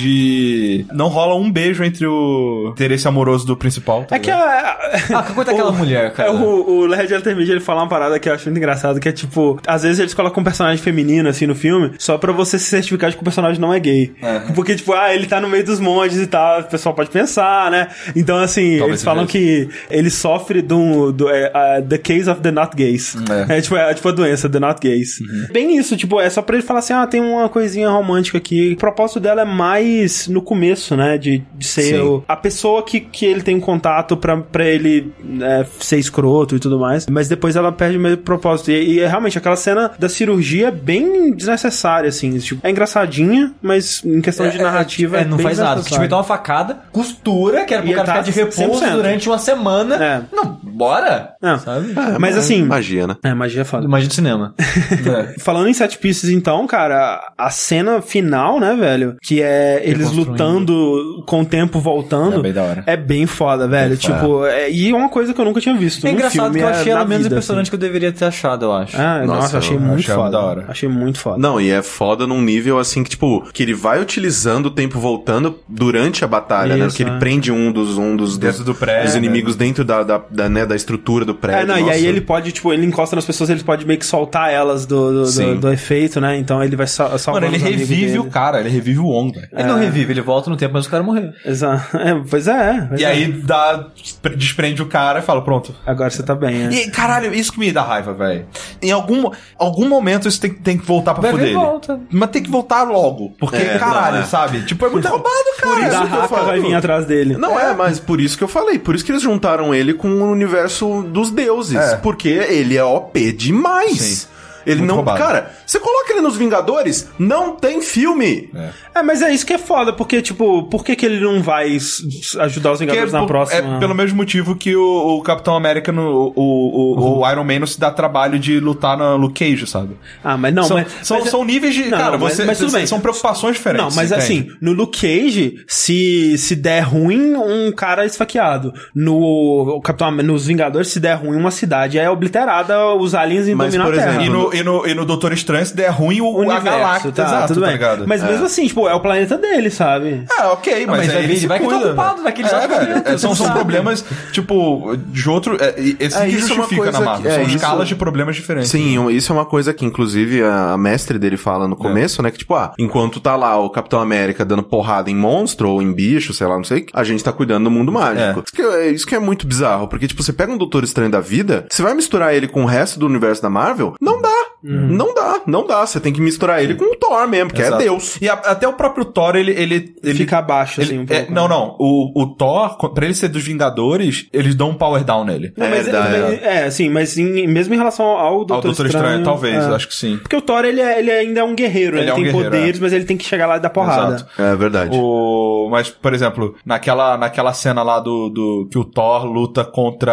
[SPEAKER 2] onde não rola um beijo entre o interesse amoroso do principal. tá
[SPEAKER 1] é que
[SPEAKER 2] ligado?
[SPEAKER 1] a.
[SPEAKER 3] Ah, quanto é aquela mulher, cara?
[SPEAKER 1] É, o, o Red Altermedia, ele fala uma parada que eu acho muito engraçado, que é tipo, às vezes eles colocam um personagem feminino, assim, no filme, só pra você se certificar de que o personagem não é gay. Porque, tipo, ah, ele tá no meio dos monges e tal, o pessoal pode pensar, né? Então, assim, eles falam que ele sofre de um... Do, é, ah, the case of the not gays. É, tipo, é, tipo a doença, the not gays.
[SPEAKER 3] Uhum.
[SPEAKER 1] Bem isso, tipo, é só pra ele falar assim, ah, tem uma coisinha romântica aqui. O propósito dela é mais no começo, né, de, de ser
[SPEAKER 2] Sim.
[SPEAKER 1] o- a pessoa que, que ele tem um contato pra, pra ele né, ser escroto e tudo mais, mas depois ela perde o mesmo propósito. E, e é realmente aquela cena da cirurgia é bem desnecessária, assim. Tipo, é engraçadinha, mas em questão de narrativa.
[SPEAKER 3] É, não
[SPEAKER 1] bem
[SPEAKER 3] faz nada. Tipo,
[SPEAKER 1] desnecessária.
[SPEAKER 3] dá uma facada, costura, que era pro
[SPEAKER 1] E
[SPEAKER 3] cara
[SPEAKER 1] tá
[SPEAKER 3] ficar de repouso
[SPEAKER 1] 100%.
[SPEAKER 3] durante uma semana.
[SPEAKER 1] É.
[SPEAKER 3] Não, bora!
[SPEAKER 1] Não.
[SPEAKER 3] Sabe?
[SPEAKER 4] É,
[SPEAKER 1] Mas assim.
[SPEAKER 4] Magia, né?
[SPEAKER 1] É, magia é foda.
[SPEAKER 3] Imagina o cinema. É.
[SPEAKER 1] Falando em set pieces, então, cara, a cena final, né, velho? Que é eles
[SPEAKER 3] Reconstruindo.
[SPEAKER 1] lutando com o tempo voltando.
[SPEAKER 2] É bem da hora.
[SPEAKER 1] É bem foda, velho. tipo, é, e é uma coisa que eu nunca tinha visto.
[SPEAKER 3] É
[SPEAKER 1] num
[SPEAKER 3] engraçado
[SPEAKER 1] filme,
[SPEAKER 3] que eu
[SPEAKER 1] é
[SPEAKER 3] achei ela
[SPEAKER 1] na
[SPEAKER 3] menos
[SPEAKER 1] vida,
[SPEAKER 3] impressionante que eu deveria ter achado, eu acho.
[SPEAKER 1] Ah, nossa,
[SPEAKER 4] Nossa,
[SPEAKER 1] achei
[SPEAKER 4] eu
[SPEAKER 1] muito
[SPEAKER 2] achava
[SPEAKER 1] foda.
[SPEAKER 2] da hora.
[SPEAKER 1] Achei muito foda.
[SPEAKER 4] Não, e é foda num nível assim que, tipo, que ele vai utilizando o tempo voltando durante a batalha, né?
[SPEAKER 1] Isso,
[SPEAKER 4] Que ele
[SPEAKER 1] é.
[SPEAKER 4] prende um dos, um dos,
[SPEAKER 2] Dentro do né? prédio,
[SPEAKER 4] dos inimigos dentro da, da, da, né, da estrutura do prédio.
[SPEAKER 1] É, não, e
[SPEAKER 4] nossa.
[SPEAKER 1] aí ele pode, tipo, ele encosta nas pessoas, ele pode meio que soltar elas do, do, do,
[SPEAKER 2] Sim.
[SPEAKER 1] do efeito, né? Então ele vai sal salvar
[SPEAKER 2] Mano, ele revive o cara, ele revive o On, velho.
[SPEAKER 3] Ele não revive, ele volta no tempo, mas o cara morreu.
[SPEAKER 1] Exato. É, pois é. pois
[SPEAKER 2] E
[SPEAKER 1] é.
[SPEAKER 2] aí dá, desprende o cara e fala, pronto.
[SPEAKER 1] Agora você tá bem, né?
[SPEAKER 2] E caralho, isso que me dá raiva, velho. em algum, algum momento isso tem, tem que voltar pra
[SPEAKER 3] Vai
[SPEAKER 2] fuder
[SPEAKER 3] ver,
[SPEAKER 2] ele.
[SPEAKER 3] volta.
[SPEAKER 2] Mas tem que voltar logo. Porque,
[SPEAKER 4] É,
[SPEAKER 2] caralho,
[SPEAKER 4] não, é.
[SPEAKER 2] sabe? Tipo, é muito roubado, cara.
[SPEAKER 1] Da
[SPEAKER 2] isso que eu
[SPEAKER 1] Rafa
[SPEAKER 2] falo.
[SPEAKER 1] vai vir atrás dele.
[SPEAKER 4] Não é. mas por isso que eu falei. Por isso que eles juntaram ele com o universo dos deuses.
[SPEAKER 2] É.
[SPEAKER 4] Porque ele é OP demais.
[SPEAKER 2] Sim.
[SPEAKER 4] Ele
[SPEAKER 2] Muito
[SPEAKER 4] não.
[SPEAKER 2] roubado.
[SPEAKER 4] Cara, você coloca ele nos Vingadores, não tem filme. É.
[SPEAKER 1] É, mas é isso que é foda, porque, tipo, por que, que ele não vai s- s- ajudar os
[SPEAKER 2] Porque
[SPEAKER 1] Vingadores na
[SPEAKER 2] por-
[SPEAKER 1] próxima?
[SPEAKER 2] é pelo mesmo motivo que o, o Capitão América, no, o, o,
[SPEAKER 1] Uhum.
[SPEAKER 2] o Iron Man, não se dá trabalho de lutar no Luke Cage, sabe?
[SPEAKER 1] Ah, mas não,
[SPEAKER 2] são,
[SPEAKER 1] mas,
[SPEAKER 2] são,
[SPEAKER 1] mas-
[SPEAKER 2] são níveis de.
[SPEAKER 1] Não,
[SPEAKER 2] cara,
[SPEAKER 1] mas-
[SPEAKER 2] você,
[SPEAKER 1] mas tudo
[SPEAKER 2] você-
[SPEAKER 1] bem.
[SPEAKER 2] são preocupações diferentes.
[SPEAKER 1] Não, mas
[SPEAKER 2] entende?
[SPEAKER 1] assim, no Luke Cage, se, se der ruim, um cara é esfaqueado. No o Capitão, Am- nos Vingadores, se der ruim, uma cidade é obliterada, os aliens
[SPEAKER 4] Mas,
[SPEAKER 1] dominam a
[SPEAKER 4] por
[SPEAKER 1] Terra.
[SPEAKER 4] exemplo,
[SPEAKER 2] E no, e, no, e no Doutor Estranho, se der ruim, o,
[SPEAKER 1] O
[SPEAKER 2] a galáctica,
[SPEAKER 1] Uhum. tá,
[SPEAKER 2] exato,
[SPEAKER 1] tudo
[SPEAKER 2] tá
[SPEAKER 1] bem.
[SPEAKER 2] ligado?
[SPEAKER 1] Mas mesmo assim, tipo, é o planeta dele, sabe?
[SPEAKER 2] Ah, ok, mas,
[SPEAKER 3] mas
[SPEAKER 2] aí
[SPEAKER 3] vai
[SPEAKER 2] ele
[SPEAKER 3] ver,
[SPEAKER 2] se
[SPEAKER 3] vai que tá
[SPEAKER 2] cuida,
[SPEAKER 3] ocupado,
[SPEAKER 2] velho.
[SPEAKER 3] vai que ele
[SPEAKER 2] É,
[SPEAKER 3] já tá
[SPEAKER 2] velho,
[SPEAKER 3] dentro,
[SPEAKER 2] é, são,
[SPEAKER 3] não
[SPEAKER 2] são
[SPEAKER 3] sabe.
[SPEAKER 2] problemas, tipo, de outro... É, é, esse
[SPEAKER 4] É,
[SPEAKER 2] que
[SPEAKER 4] isso é uma
[SPEAKER 2] justifica
[SPEAKER 4] coisa
[SPEAKER 2] na Marvel.
[SPEAKER 4] que- é,
[SPEAKER 2] são
[SPEAKER 4] isso-
[SPEAKER 2] escalas de problemas diferentes.
[SPEAKER 4] Sim, um- isso é uma coisa que, inclusive, a, a mestre dele fala
[SPEAKER 1] É.
[SPEAKER 4] no começo, né? Que, tipo, ah, enquanto tá lá o Capitão América dando porrada em monstro ou em bicho, sei lá, não sei, a gente tá cuidando do mundo mágico. Isso, que, é- isso que é muito bizarro, porque, tipo, você pega um Doutor Estranho da vida, você vai misturar ele com o resto do universo da Marvel, não dá.
[SPEAKER 1] Uhum.
[SPEAKER 4] Não dá, não dá. Você tem que misturar ele com o Thor mesmo, que
[SPEAKER 2] Exato.
[SPEAKER 4] é Deus.
[SPEAKER 2] E a- até o próprio Thor, ele... ele, ele
[SPEAKER 1] Fica abaixo, assim,
[SPEAKER 2] ele-
[SPEAKER 1] um pouco.
[SPEAKER 2] é, não, não. O, o Thor, co- pra ele ser dos Vingadores, eles dão um power down nele.
[SPEAKER 1] Não,
[SPEAKER 4] É
[SPEAKER 1] mas,
[SPEAKER 4] verdade.
[SPEAKER 1] mas- é, assim, mas em- mesmo em relação ao Doutor,
[SPEAKER 2] Ao Doutor Estranho, talvez,
[SPEAKER 1] é.
[SPEAKER 2] acho que sim.
[SPEAKER 1] Porque o Thor, ele, é- ele ainda é um guerreiro, ele,
[SPEAKER 2] Ele é um
[SPEAKER 1] tem
[SPEAKER 2] guerreiro,
[SPEAKER 1] poderes, mas ele tem que chegar lá e dar porrada.
[SPEAKER 2] Exato.
[SPEAKER 4] É verdade.
[SPEAKER 2] O- mas, por exemplo, naquela, naquela cena lá do, do que o Thor luta contra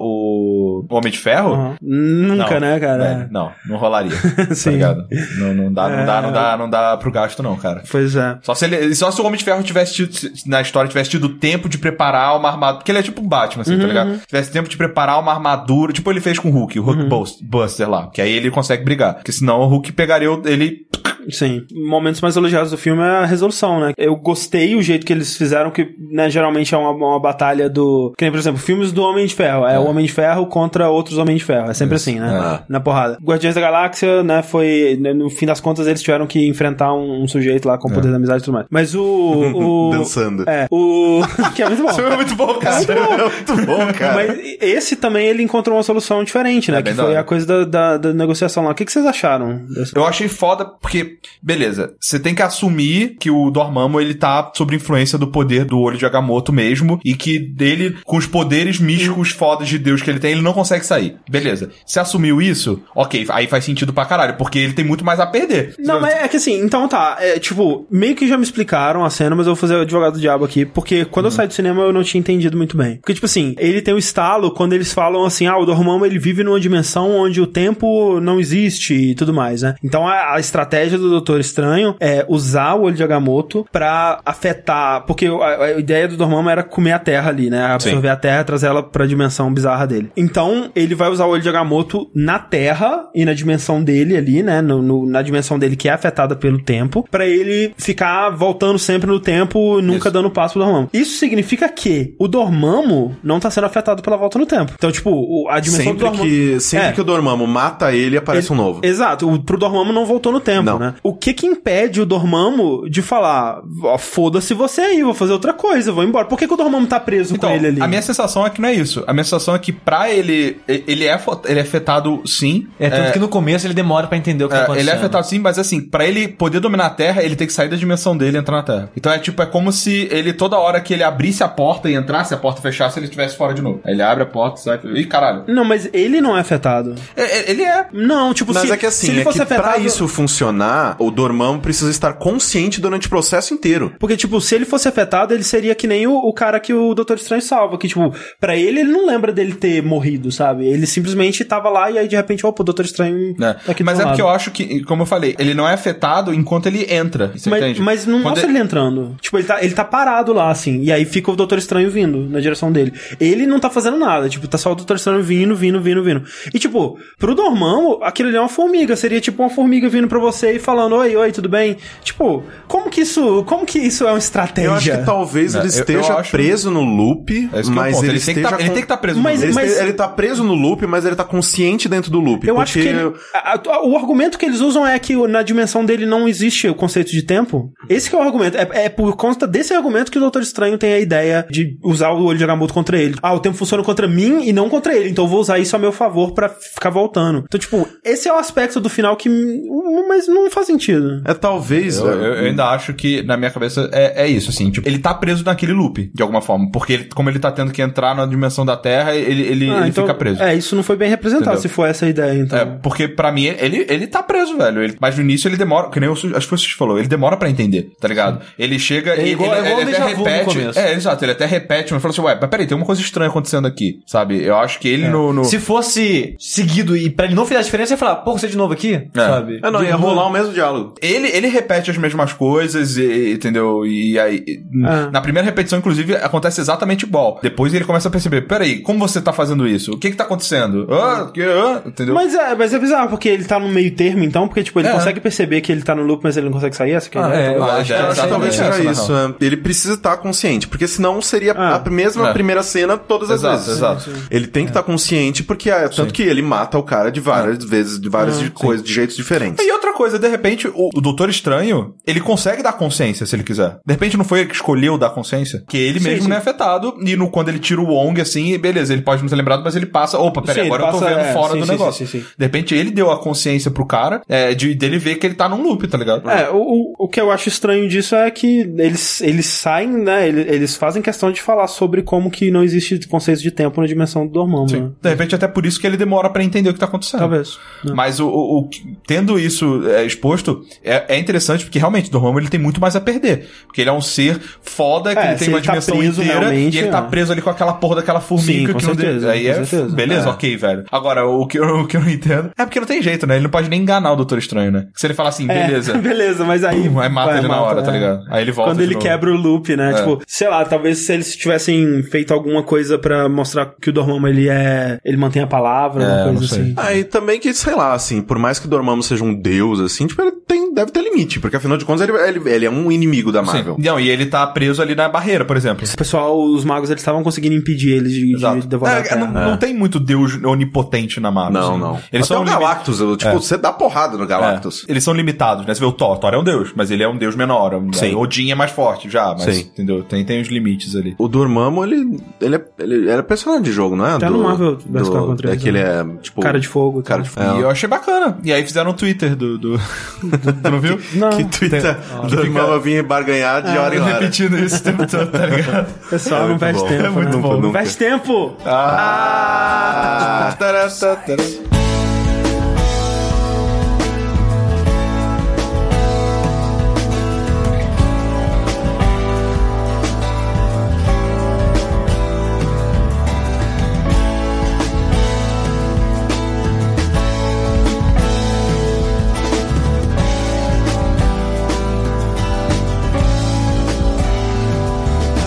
[SPEAKER 2] o, o Homem de Ferro.
[SPEAKER 1] Uhum. Nunca,
[SPEAKER 2] Não,
[SPEAKER 1] né, cara?
[SPEAKER 2] velho, não, não rolaria.
[SPEAKER 1] Sim. É.
[SPEAKER 2] Tá ligado? Não, não dá, não dá, não dá, não dá pro gasto, não, cara.
[SPEAKER 1] Pois é.
[SPEAKER 2] Só se, ele- só se o Homem de Ferro tivesse tido, se- na história, tivesse tido tempo de preparar uma armadura. Porque ele é tipo um Batman, assim, tá ligado? Tivesse tempo de preparar uma armadura. Tipo ele fez com o Hulk, o Hulk Bust- Buster lá. Que aí ele consegue brigar. Porque senão o Hulk pegaria o- ele.
[SPEAKER 1] Sim. Momentos mais elogiados do filme é a resolução, né? Eu gostei o jeito que eles fizeram, que né, geralmente é uma, uma batalha do. Que nem, por exemplo, filmes do Homem de Ferro. É, o Homem de Ferro contra outros Homem de Ferro. É sempre assim, né? Na porrada. Guardiões da Galáxia, né? Foi. né, No fim das contas, eles tiveram que enfrentar um, um sujeito
[SPEAKER 2] É.
[SPEAKER 1] lá com o poder da amizade e tudo mais. Mas o. o
[SPEAKER 4] Dançando.
[SPEAKER 1] É. O. que é muito bom.
[SPEAKER 2] Foi muito bom, cara.
[SPEAKER 4] muito bom,
[SPEAKER 1] Mas esse também ele encontrou uma solução diferente, né?
[SPEAKER 2] É
[SPEAKER 1] que
[SPEAKER 2] bem
[SPEAKER 1] foi
[SPEAKER 2] da hora.
[SPEAKER 1] a coisa da, da, da negociação lá. O que, que vocês acharam dessa
[SPEAKER 2] Eu achei foda porque, beleza, você tem que assumir que o Dormammu ele tá sob influência do poder do olho de Agamotto mesmo e que dele, com os poderes místicos fodas de Deus que ele tem, ele não consegue sair. Beleza. Você assumiu isso? Ok, aí faz sentido pra caralho, porque ele tem muito mais a perder.
[SPEAKER 1] Não, mas é que assim, então tá, é, tipo, meio que já me explicaram a cena, mas eu vou fazer o advogado do diabo aqui, porque quando eu saí do cinema eu não tinha entendido muito bem. Porque, tipo assim, ele tem um estalo quando eles falam assim, ah, o Dormammu ele vive numa dimensão onde o tempo não existe e tudo mais, né? Então a, a estratégia do Doutor Estranho é usar o olho de Agamotto pra afetar, porque a, a ideia do Dormammu era comer a Terra ali, né? Absorver a Terra, trazer ela pra dimensão bizarra dele. Então, ele vai usar o olho de Agamotto na Terra e na dimensão dele ali, né? No- no- na dimensão dele que é afetada pelo tempo, pra ele ficar voltando sempre no tempo, nunca dando passo pro Dormammu. Isso significa que o Dormammu não tá sendo afetado pela volta no tempo. Então, tipo, o- a dimensão do
[SPEAKER 4] Sempre,
[SPEAKER 1] Dormammu...
[SPEAKER 4] que, sempre
[SPEAKER 1] É.
[SPEAKER 4] que o Dormammu mata ele, aparece um novo.
[SPEAKER 1] Exato, o, pro Dormammu não voltou no tempo,
[SPEAKER 4] Não.
[SPEAKER 1] né? O que que impede o Dormammu de falar, ó, foda-se você aí, vou fazer outra coisa, vou embora. Por que, que o Dormammu tá preso
[SPEAKER 2] Então,
[SPEAKER 1] com ele ali?
[SPEAKER 2] a minha sensação é que não é isso. A minha sensação é que pra ele, ele é, fo- ele é afetado sim.
[SPEAKER 3] É, tanto que no começo ele demora pra entender o que tá
[SPEAKER 2] É,
[SPEAKER 3] acontecendo.
[SPEAKER 1] né?
[SPEAKER 2] ele é afetado sim, mas assim, pra ele poder dominar a Terra, ele tem que sair da dimensão dele e entrar na Terra. Então é tipo, é como se ele, toda hora que ele abrisse a porta e entrasse, a porta fechasse, ele estivesse fora de novo. Aí Ele abre a porta, sai. Ih, caralho.
[SPEAKER 1] Não, mas ele não é afetado.
[SPEAKER 2] É, é, Ele é.
[SPEAKER 1] Não, tipo,
[SPEAKER 4] Mas
[SPEAKER 1] se,
[SPEAKER 4] é que assim,
[SPEAKER 1] se ele
[SPEAKER 4] é
[SPEAKER 1] fosse
[SPEAKER 4] que
[SPEAKER 1] afetado...
[SPEAKER 4] pra isso funcionar, o Dormammu precisa estar consciente durante o processo inteiro.
[SPEAKER 1] Porque, tipo, se ele fosse afetado, ele seria que nem o, o cara que o Doutor Estranho salva. Que, tipo, pra ele, ele não lembra dele ter morrido, sabe? Ele simplesmente tava lá e aí, de repente, opa, o Doutor Estranho
[SPEAKER 2] né?
[SPEAKER 1] tá aqui do
[SPEAKER 2] mas é
[SPEAKER 1] meu
[SPEAKER 2] porque eu
[SPEAKER 1] lado.
[SPEAKER 2] acho que, como eu falei, ele não é afetado enquanto ele entra. Você
[SPEAKER 1] Mas,
[SPEAKER 2] entende?
[SPEAKER 1] mas não
[SPEAKER 2] Quando é-
[SPEAKER 1] mostra ele... entrando. Tipo, ele tá, ele tá parado lá, assim. E aí fica o Doutor Estranho vindo na direção dele. Ele não tá fazendo nada. Tipo, tá só o Doutor Estranho vindo, vindo, vindo, vindo. E, tipo, pro Dormammu, aquilo ali é uma formiga. Seria, tipo, uma formiga vindo pra você e falando, oi, oi, tudo bem? Tipo, como que isso, como que isso é uma estratégia?
[SPEAKER 4] Eu acho que talvez
[SPEAKER 2] É,
[SPEAKER 4] ele
[SPEAKER 2] eu- eu
[SPEAKER 4] esteja
[SPEAKER 2] acho-
[SPEAKER 4] preso no loop,
[SPEAKER 2] É isso que é o
[SPEAKER 4] mas
[SPEAKER 2] ponto,
[SPEAKER 4] ele,
[SPEAKER 2] ele tem que
[SPEAKER 4] esteja
[SPEAKER 2] tá- ele
[SPEAKER 4] com-
[SPEAKER 2] tem que tá preso no
[SPEAKER 1] Mas-
[SPEAKER 4] ele,
[SPEAKER 1] loop. mas-
[SPEAKER 4] este- ele tá preso no loop, mas ele tá consciente dentro do loop.
[SPEAKER 1] Eu
[SPEAKER 4] porque
[SPEAKER 1] acho que ele- a- a- o argumento que eles usam é que o- na dimensão dele não existe o conceito de tempo. Esse que é o argumento. É, é por conta desse argumento que o Doutor Estranho tem a ideia de usar o olho de Agamotto contra ele. Ah, o tempo funciona contra mim e não contra ele, então eu vou usar isso a meu favor pra ficar voltando. Então, tipo, esse é o aspecto do final que. hum, Mas não faz sentido.
[SPEAKER 4] É talvez.
[SPEAKER 2] Eu, eu-
[SPEAKER 4] é,
[SPEAKER 2] eu ainda acho que, na minha cabeça, é, é isso, assim. Tipo, ele tá preso naquele loop, de alguma forma. Porque, ele, como ele tá tendo que entrar na dimensão da Terra, ele, ele,
[SPEAKER 1] Ah,
[SPEAKER 2] ele
[SPEAKER 1] então-
[SPEAKER 2] fica preso. É.
[SPEAKER 1] É, isso não foi bem representado,
[SPEAKER 2] Entendeu?
[SPEAKER 1] se for essa a ideia, então.
[SPEAKER 2] É, porque pra mim ele, ele tá preso, velho. Ele- mas no início ele demora, que nem o, Su- acho que o Sushi falou, ele demora pra entender, tá ligado? Ele chega
[SPEAKER 3] É
[SPEAKER 2] e
[SPEAKER 3] igual-
[SPEAKER 2] ele,
[SPEAKER 3] é igual
[SPEAKER 2] ele
[SPEAKER 3] o
[SPEAKER 2] até
[SPEAKER 3] déjà vu no
[SPEAKER 2] repete.
[SPEAKER 3] começo.
[SPEAKER 2] É, exato, ele até repete, mas fala assim, ué, mas peraí, tem uma coisa estranha acontecendo aqui, sabe? Eu acho que ele
[SPEAKER 3] É.
[SPEAKER 2] no. no-
[SPEAKER 3] Se fosse seguido e pra ele não fizer a diferença, ia falar, pô, você de novo aqui? Sabe?
[SPEAKER 4] é, não, ia rolar o mesmo diálogo.
[SPEAKER 2] Ele, ele repete as mesmas coisas, e- entendeu? E aí. n-
[SPEAKER 3] É.
[SPEAKER 1] Ah.
[SPEAKER 2] Na primeira repetição, inclusive, acontece exatamente igual. Depois ele começa a perceber: peraí, como você tá fazendo isso? O que que tá acontecendo? Ah, que, ah, entendeu?
[SPEAKER 1] Mas é, mas é bizarro, porque ele tá no meio termo, então, porque, tipo, ele
[SPEAKER 2] É.
[SPEAKER 1] consegue perceber que ele tá no loop, mas ele não consegue sair, essa que é a
[SPEAKER 3] Ah,
[SPEAKER 1] ideia?
[SPEAKER 3] é, eu
[SPEAKER 2] Ah,
[SPEAKER 3] acho
[SPEAKER 2] já-
[SPEAKER 3] que
[SPEAKER 4] Eu acho que
[SPEAKER 2] já-
[SPEAKER 4] um né? talvez
[SPEAKER 2] é,
[SPEAKER 4] seja
[SPEAKER 2] essa
[SPEAKER 4] isso. é. Ele precisa estar consciente, porque senão seria
[SPEAKER 1] Ah.
[SPEAKER 4] a mesma
[SPEAKER 2] É.
[SPEAKER 4] primeira cena todas as
[SPEAKER 2] Exato,
[SPEAKER 4] vezes.
[SPEAKER 2] exato. É.
[SPEAKER 4] Ele tem que estar consciente, porque é, tanto que ele mata o cara de várias vezes, de
[SPEAKER 1] Ah,
[SPEAKER 4] várias de coisas, de jeitos diferentes.
[SPEAKER 2] E outra coisa, de repente, o, o Doutor Estranho, ele consegue dar consciência se ele quiser. De repente não foi ele que escolheu dar consciência. Que ele mesmo
[SPEAKER 1] sim.
[SPEAKER 2] não é afetado. E no, quando ele tira o Wong, assim, beleza, ele pode não ter lembrado, mas ele passa. Opa,
[SPEAKER 1] Sim,
[SPEAKER 2] peraí,
[SPEAKER 1] ele
[SPEAKER 2] agora eu tô
[SPEAKER 1] passa-
[SPEAKER 2] vendo
[SPEAKER 1] é,
[SPEAKER 2] fora
[SPEAKER 1] sim,
[SPEAKER 2] do
[SPEAKER 1] sim,
[SPEAKER 2] negócio.
[SPEAKER 1] sim, sim, sim.
[SPEAKER 2] De repente ele deu a consciência pro cara é, de, dele ver que ele tá num loop, tá ligado?
[SPEAKER 1] É, o, o- o que eu acho estranho disso é que eles, eles saem, né? Eles, eles fazem questão de falar sobre como que não existe conceito de tempo na dimensão do Dormammu, né?
[SPEAKER 2] De repente, até por isso que ele demora pra entender o que tá acontecendo.
[SPEAKER 1] Talvez.
[SPEAKER 2] Mas o, o- o que- tendo isso é, exposto, é, é interessante, porque realmente, Dormammu ele tem muito mais a perder. Porque ele é um ser foda, que
[SPEAKER 1] É,
[SPEAKER 2] ele
[SPEAKER 1] se
[SPEAKER 2] tem uma
[SPEAKER 1] ele tá
[SPEAKER 2] dimensão
[SPEAKER 1] preso
[SPEAKER 2] inteira, e
[SPEAKER 1] realmente,
[SPEAKER 2] ele tá
[SPEAKER 1] é.
[SPEAKER 2] preso ali com aquela porra daquela formiga
[SPEAKER 1] Sim, com
[SPEAKER 2] que não
[SPEAKER 1] certeza,
[SPEAKER 2] deu- Aí
[SPEAKER 1] com
[SPEAKER 2] é,
[SPEAKER 1] certeza.
[SPEAKER 2] beleza,
[SPEAKER 1] É.
[SPEAKER 2] ok, velho. Agora, o que, eu, o que eu não entendo é porque não tem jeito, né? Ele não pode nem enganar o Doutor Estranho, né? Se ele falar assim,
[SPEAKER 1] É,
[SPEAKER 2] beleza,
[SPEAKER 1] beleza, mas aí.
[SPEAKER 2] aí mata
[SPEAKER 1] vai,
[SPEAKER 2] ele na hora, tá
[SPEAKER 1] é.
[SPEAKER 2] ligado? Aí ele volta
[SPEAKER 1] Quando
[SPEAKER 2] de
[SPEAKER 1] ele
[SPEAKER 2] novo. É.
[SPEAKER 1] quebra o loop, né? Tipo, sei lá, talvez se eles tivessem feito alguma coisa pra mostrar que o Dormammu ele é. Ele mantém a palavra,
[SPEAKER 2] É,
[SPEAKER 1] alguma
[SPEAKER 2] não
[SPEAKER 1] coisa
[SPEAKER 2] sei.
[SPEAKER 1] assim.
[SPEAKER 4] Aí Ah, também que, sei lá, assim, por mais que Dormammu seja um deus, assim, tipo, ele tem, deve ter limite, porque afinal de contas ele, ele, ele é um inimigo da
[SPEAKER 2] Sim.
[SPEAKER 4] Marvel.
[SPEAKER 2] Não, e ele tá preso ali na barreira, por exemplo.
[SPEAKER 1] O pessoal, os magos, eles estavam conseguindo impedir eles de,
[SPEAKER 2] Exato.
[SPEAKER 1] de devorar a
[SPEAKER 2] É,
[SPEAKER 1] Terra.
[SPEAKER 2] não, não tem muito Deus onipotente na Marvel.
[SPEAKER 4] Não,
[SPEAKER 2] assim.
[SPEAKER 4] não.
[SPEAKER 2] Eles
[SPEAKER 4] Até
[SPEAKER 2] são
[SPEAKER 4] o Galactus, eu, tipo, você dá porrada no Galactus.
[SPEAKER 2] É, eles são limitados, né? Você vê o Thor. Thor é um deus, mas ele é um deus menor. é um-
[SPEAKER 4] Sim.
[SPEAKER 2] Odin é mais forte já, mas
[SPEAKER 4] Sim.
[SPEAKER 2] entendeu? Tem, tem os limites ali.
[SPEAKER 4] O Dormammu, ele, ele, é, ele era personagem de jogo, não é?
[SPEAKER 1] Até
[SPEAKER 4] Do-
[SPEAKER 1] no Marvel vs. Capcom
[SPEAKER 4] do,
[SPEAKER 1] 3,
[SPEAKER 4] É que ele é, tipo...
[SPEAKER 1] Cara de É. fogo. tá?
[SPEAKER 4] Cara de fogo.
[SPEAKER 2] E eu achei bacana. E aí fizeram o Twitter do. do... tu não viu?
[SPEAKER 1] Não,
[SPEAKER 4] Que Twitter Dormammu vinha barganhar de hora em
[SPEAKER 2] Eu
[SPEAKER 4] hora.
[SPEAKER 2] repetindo isso o tempo todo, tá ligado?
[SPEAKER 1] pessoal, não
[SPEAKER 4] muito
[SPEAKER 1] perde
[SPEAKER 4] bom.
[SPEAKER 1] tempo.
[SPEAKER 4] É muito
[SPEAKER 1] né?
[SPEAKER 4] bom,
[SPEAKER 1] Não
[SPEAKER 4] nunca.
[SPEAKER 1] perde tempo!
[SPEAKER 2] Ah! tará, tará, tará.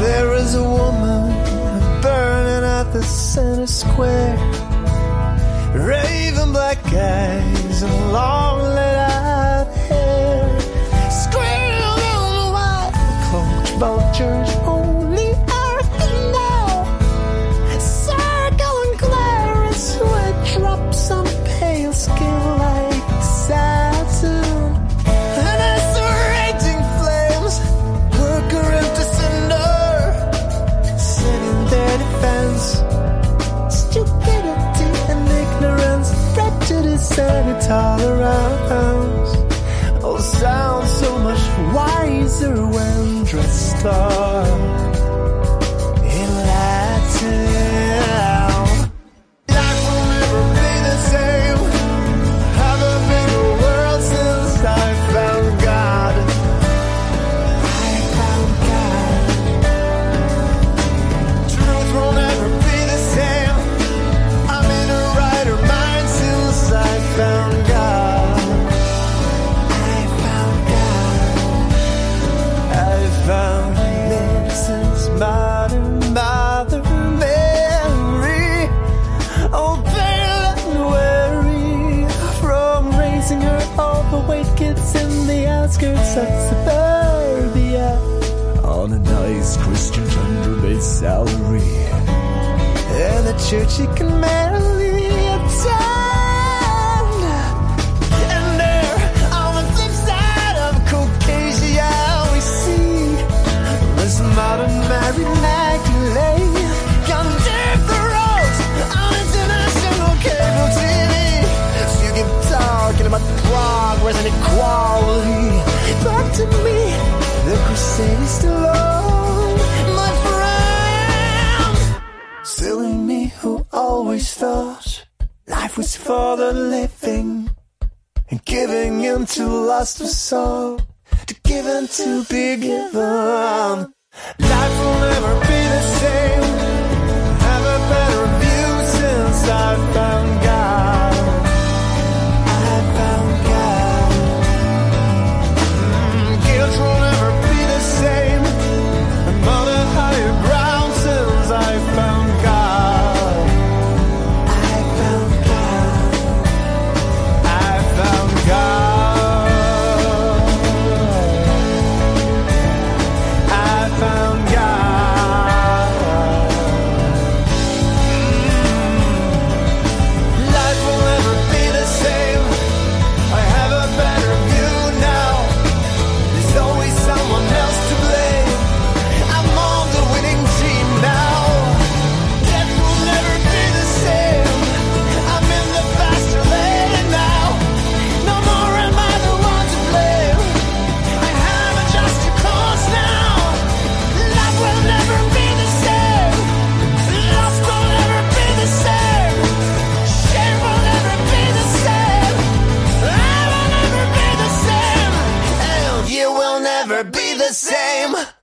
[SPEAKER 6] There is a woman burning at the center square. Raven black eyes and long let out hair. Squirrel on the white coach, vultures only are in now. Circling clarets where drops on pale skin like satin. And as the raging flames work her into cinder, setting their defense. Stupidity and ignorance, prejudice and intolerance. Oh, sound so much wiser when dressed up in Latin. Life will never be the same. Haven't been a world since I found God. I found God. Truth will never be the same. I'm in a right mind since I found God. I found God. I found medicine. Oh, outskirts of suburbia. On a nice Christian underpaid salary. And a church you can merrily attend. And there, on the flip side of Caucasia, we see this modern Mary Magdalene. Yonder the road on international cable TV. So you keep talking about progress and equality. But to me, the crusade is still on, my friend. Silly me who always thought life was for the living and giving in to lust was all to give and to be given. Life will never be the same. Have a better view since I found God. I found God. Mm, guilt will never be the same. I'm on a higher ground since I found God. I found God. I found God. I found God. Mm. Life will never be the same. I have a better view now. There's always someone else to blame. I'm on the winning team now. Death will never be the same. I'm in the faster lane now. No more am I the one to blame. I have a just cause now. Life will never be the same. Loss will never be the same. Shame will never be the same. I will never be the same. And you will never be the same.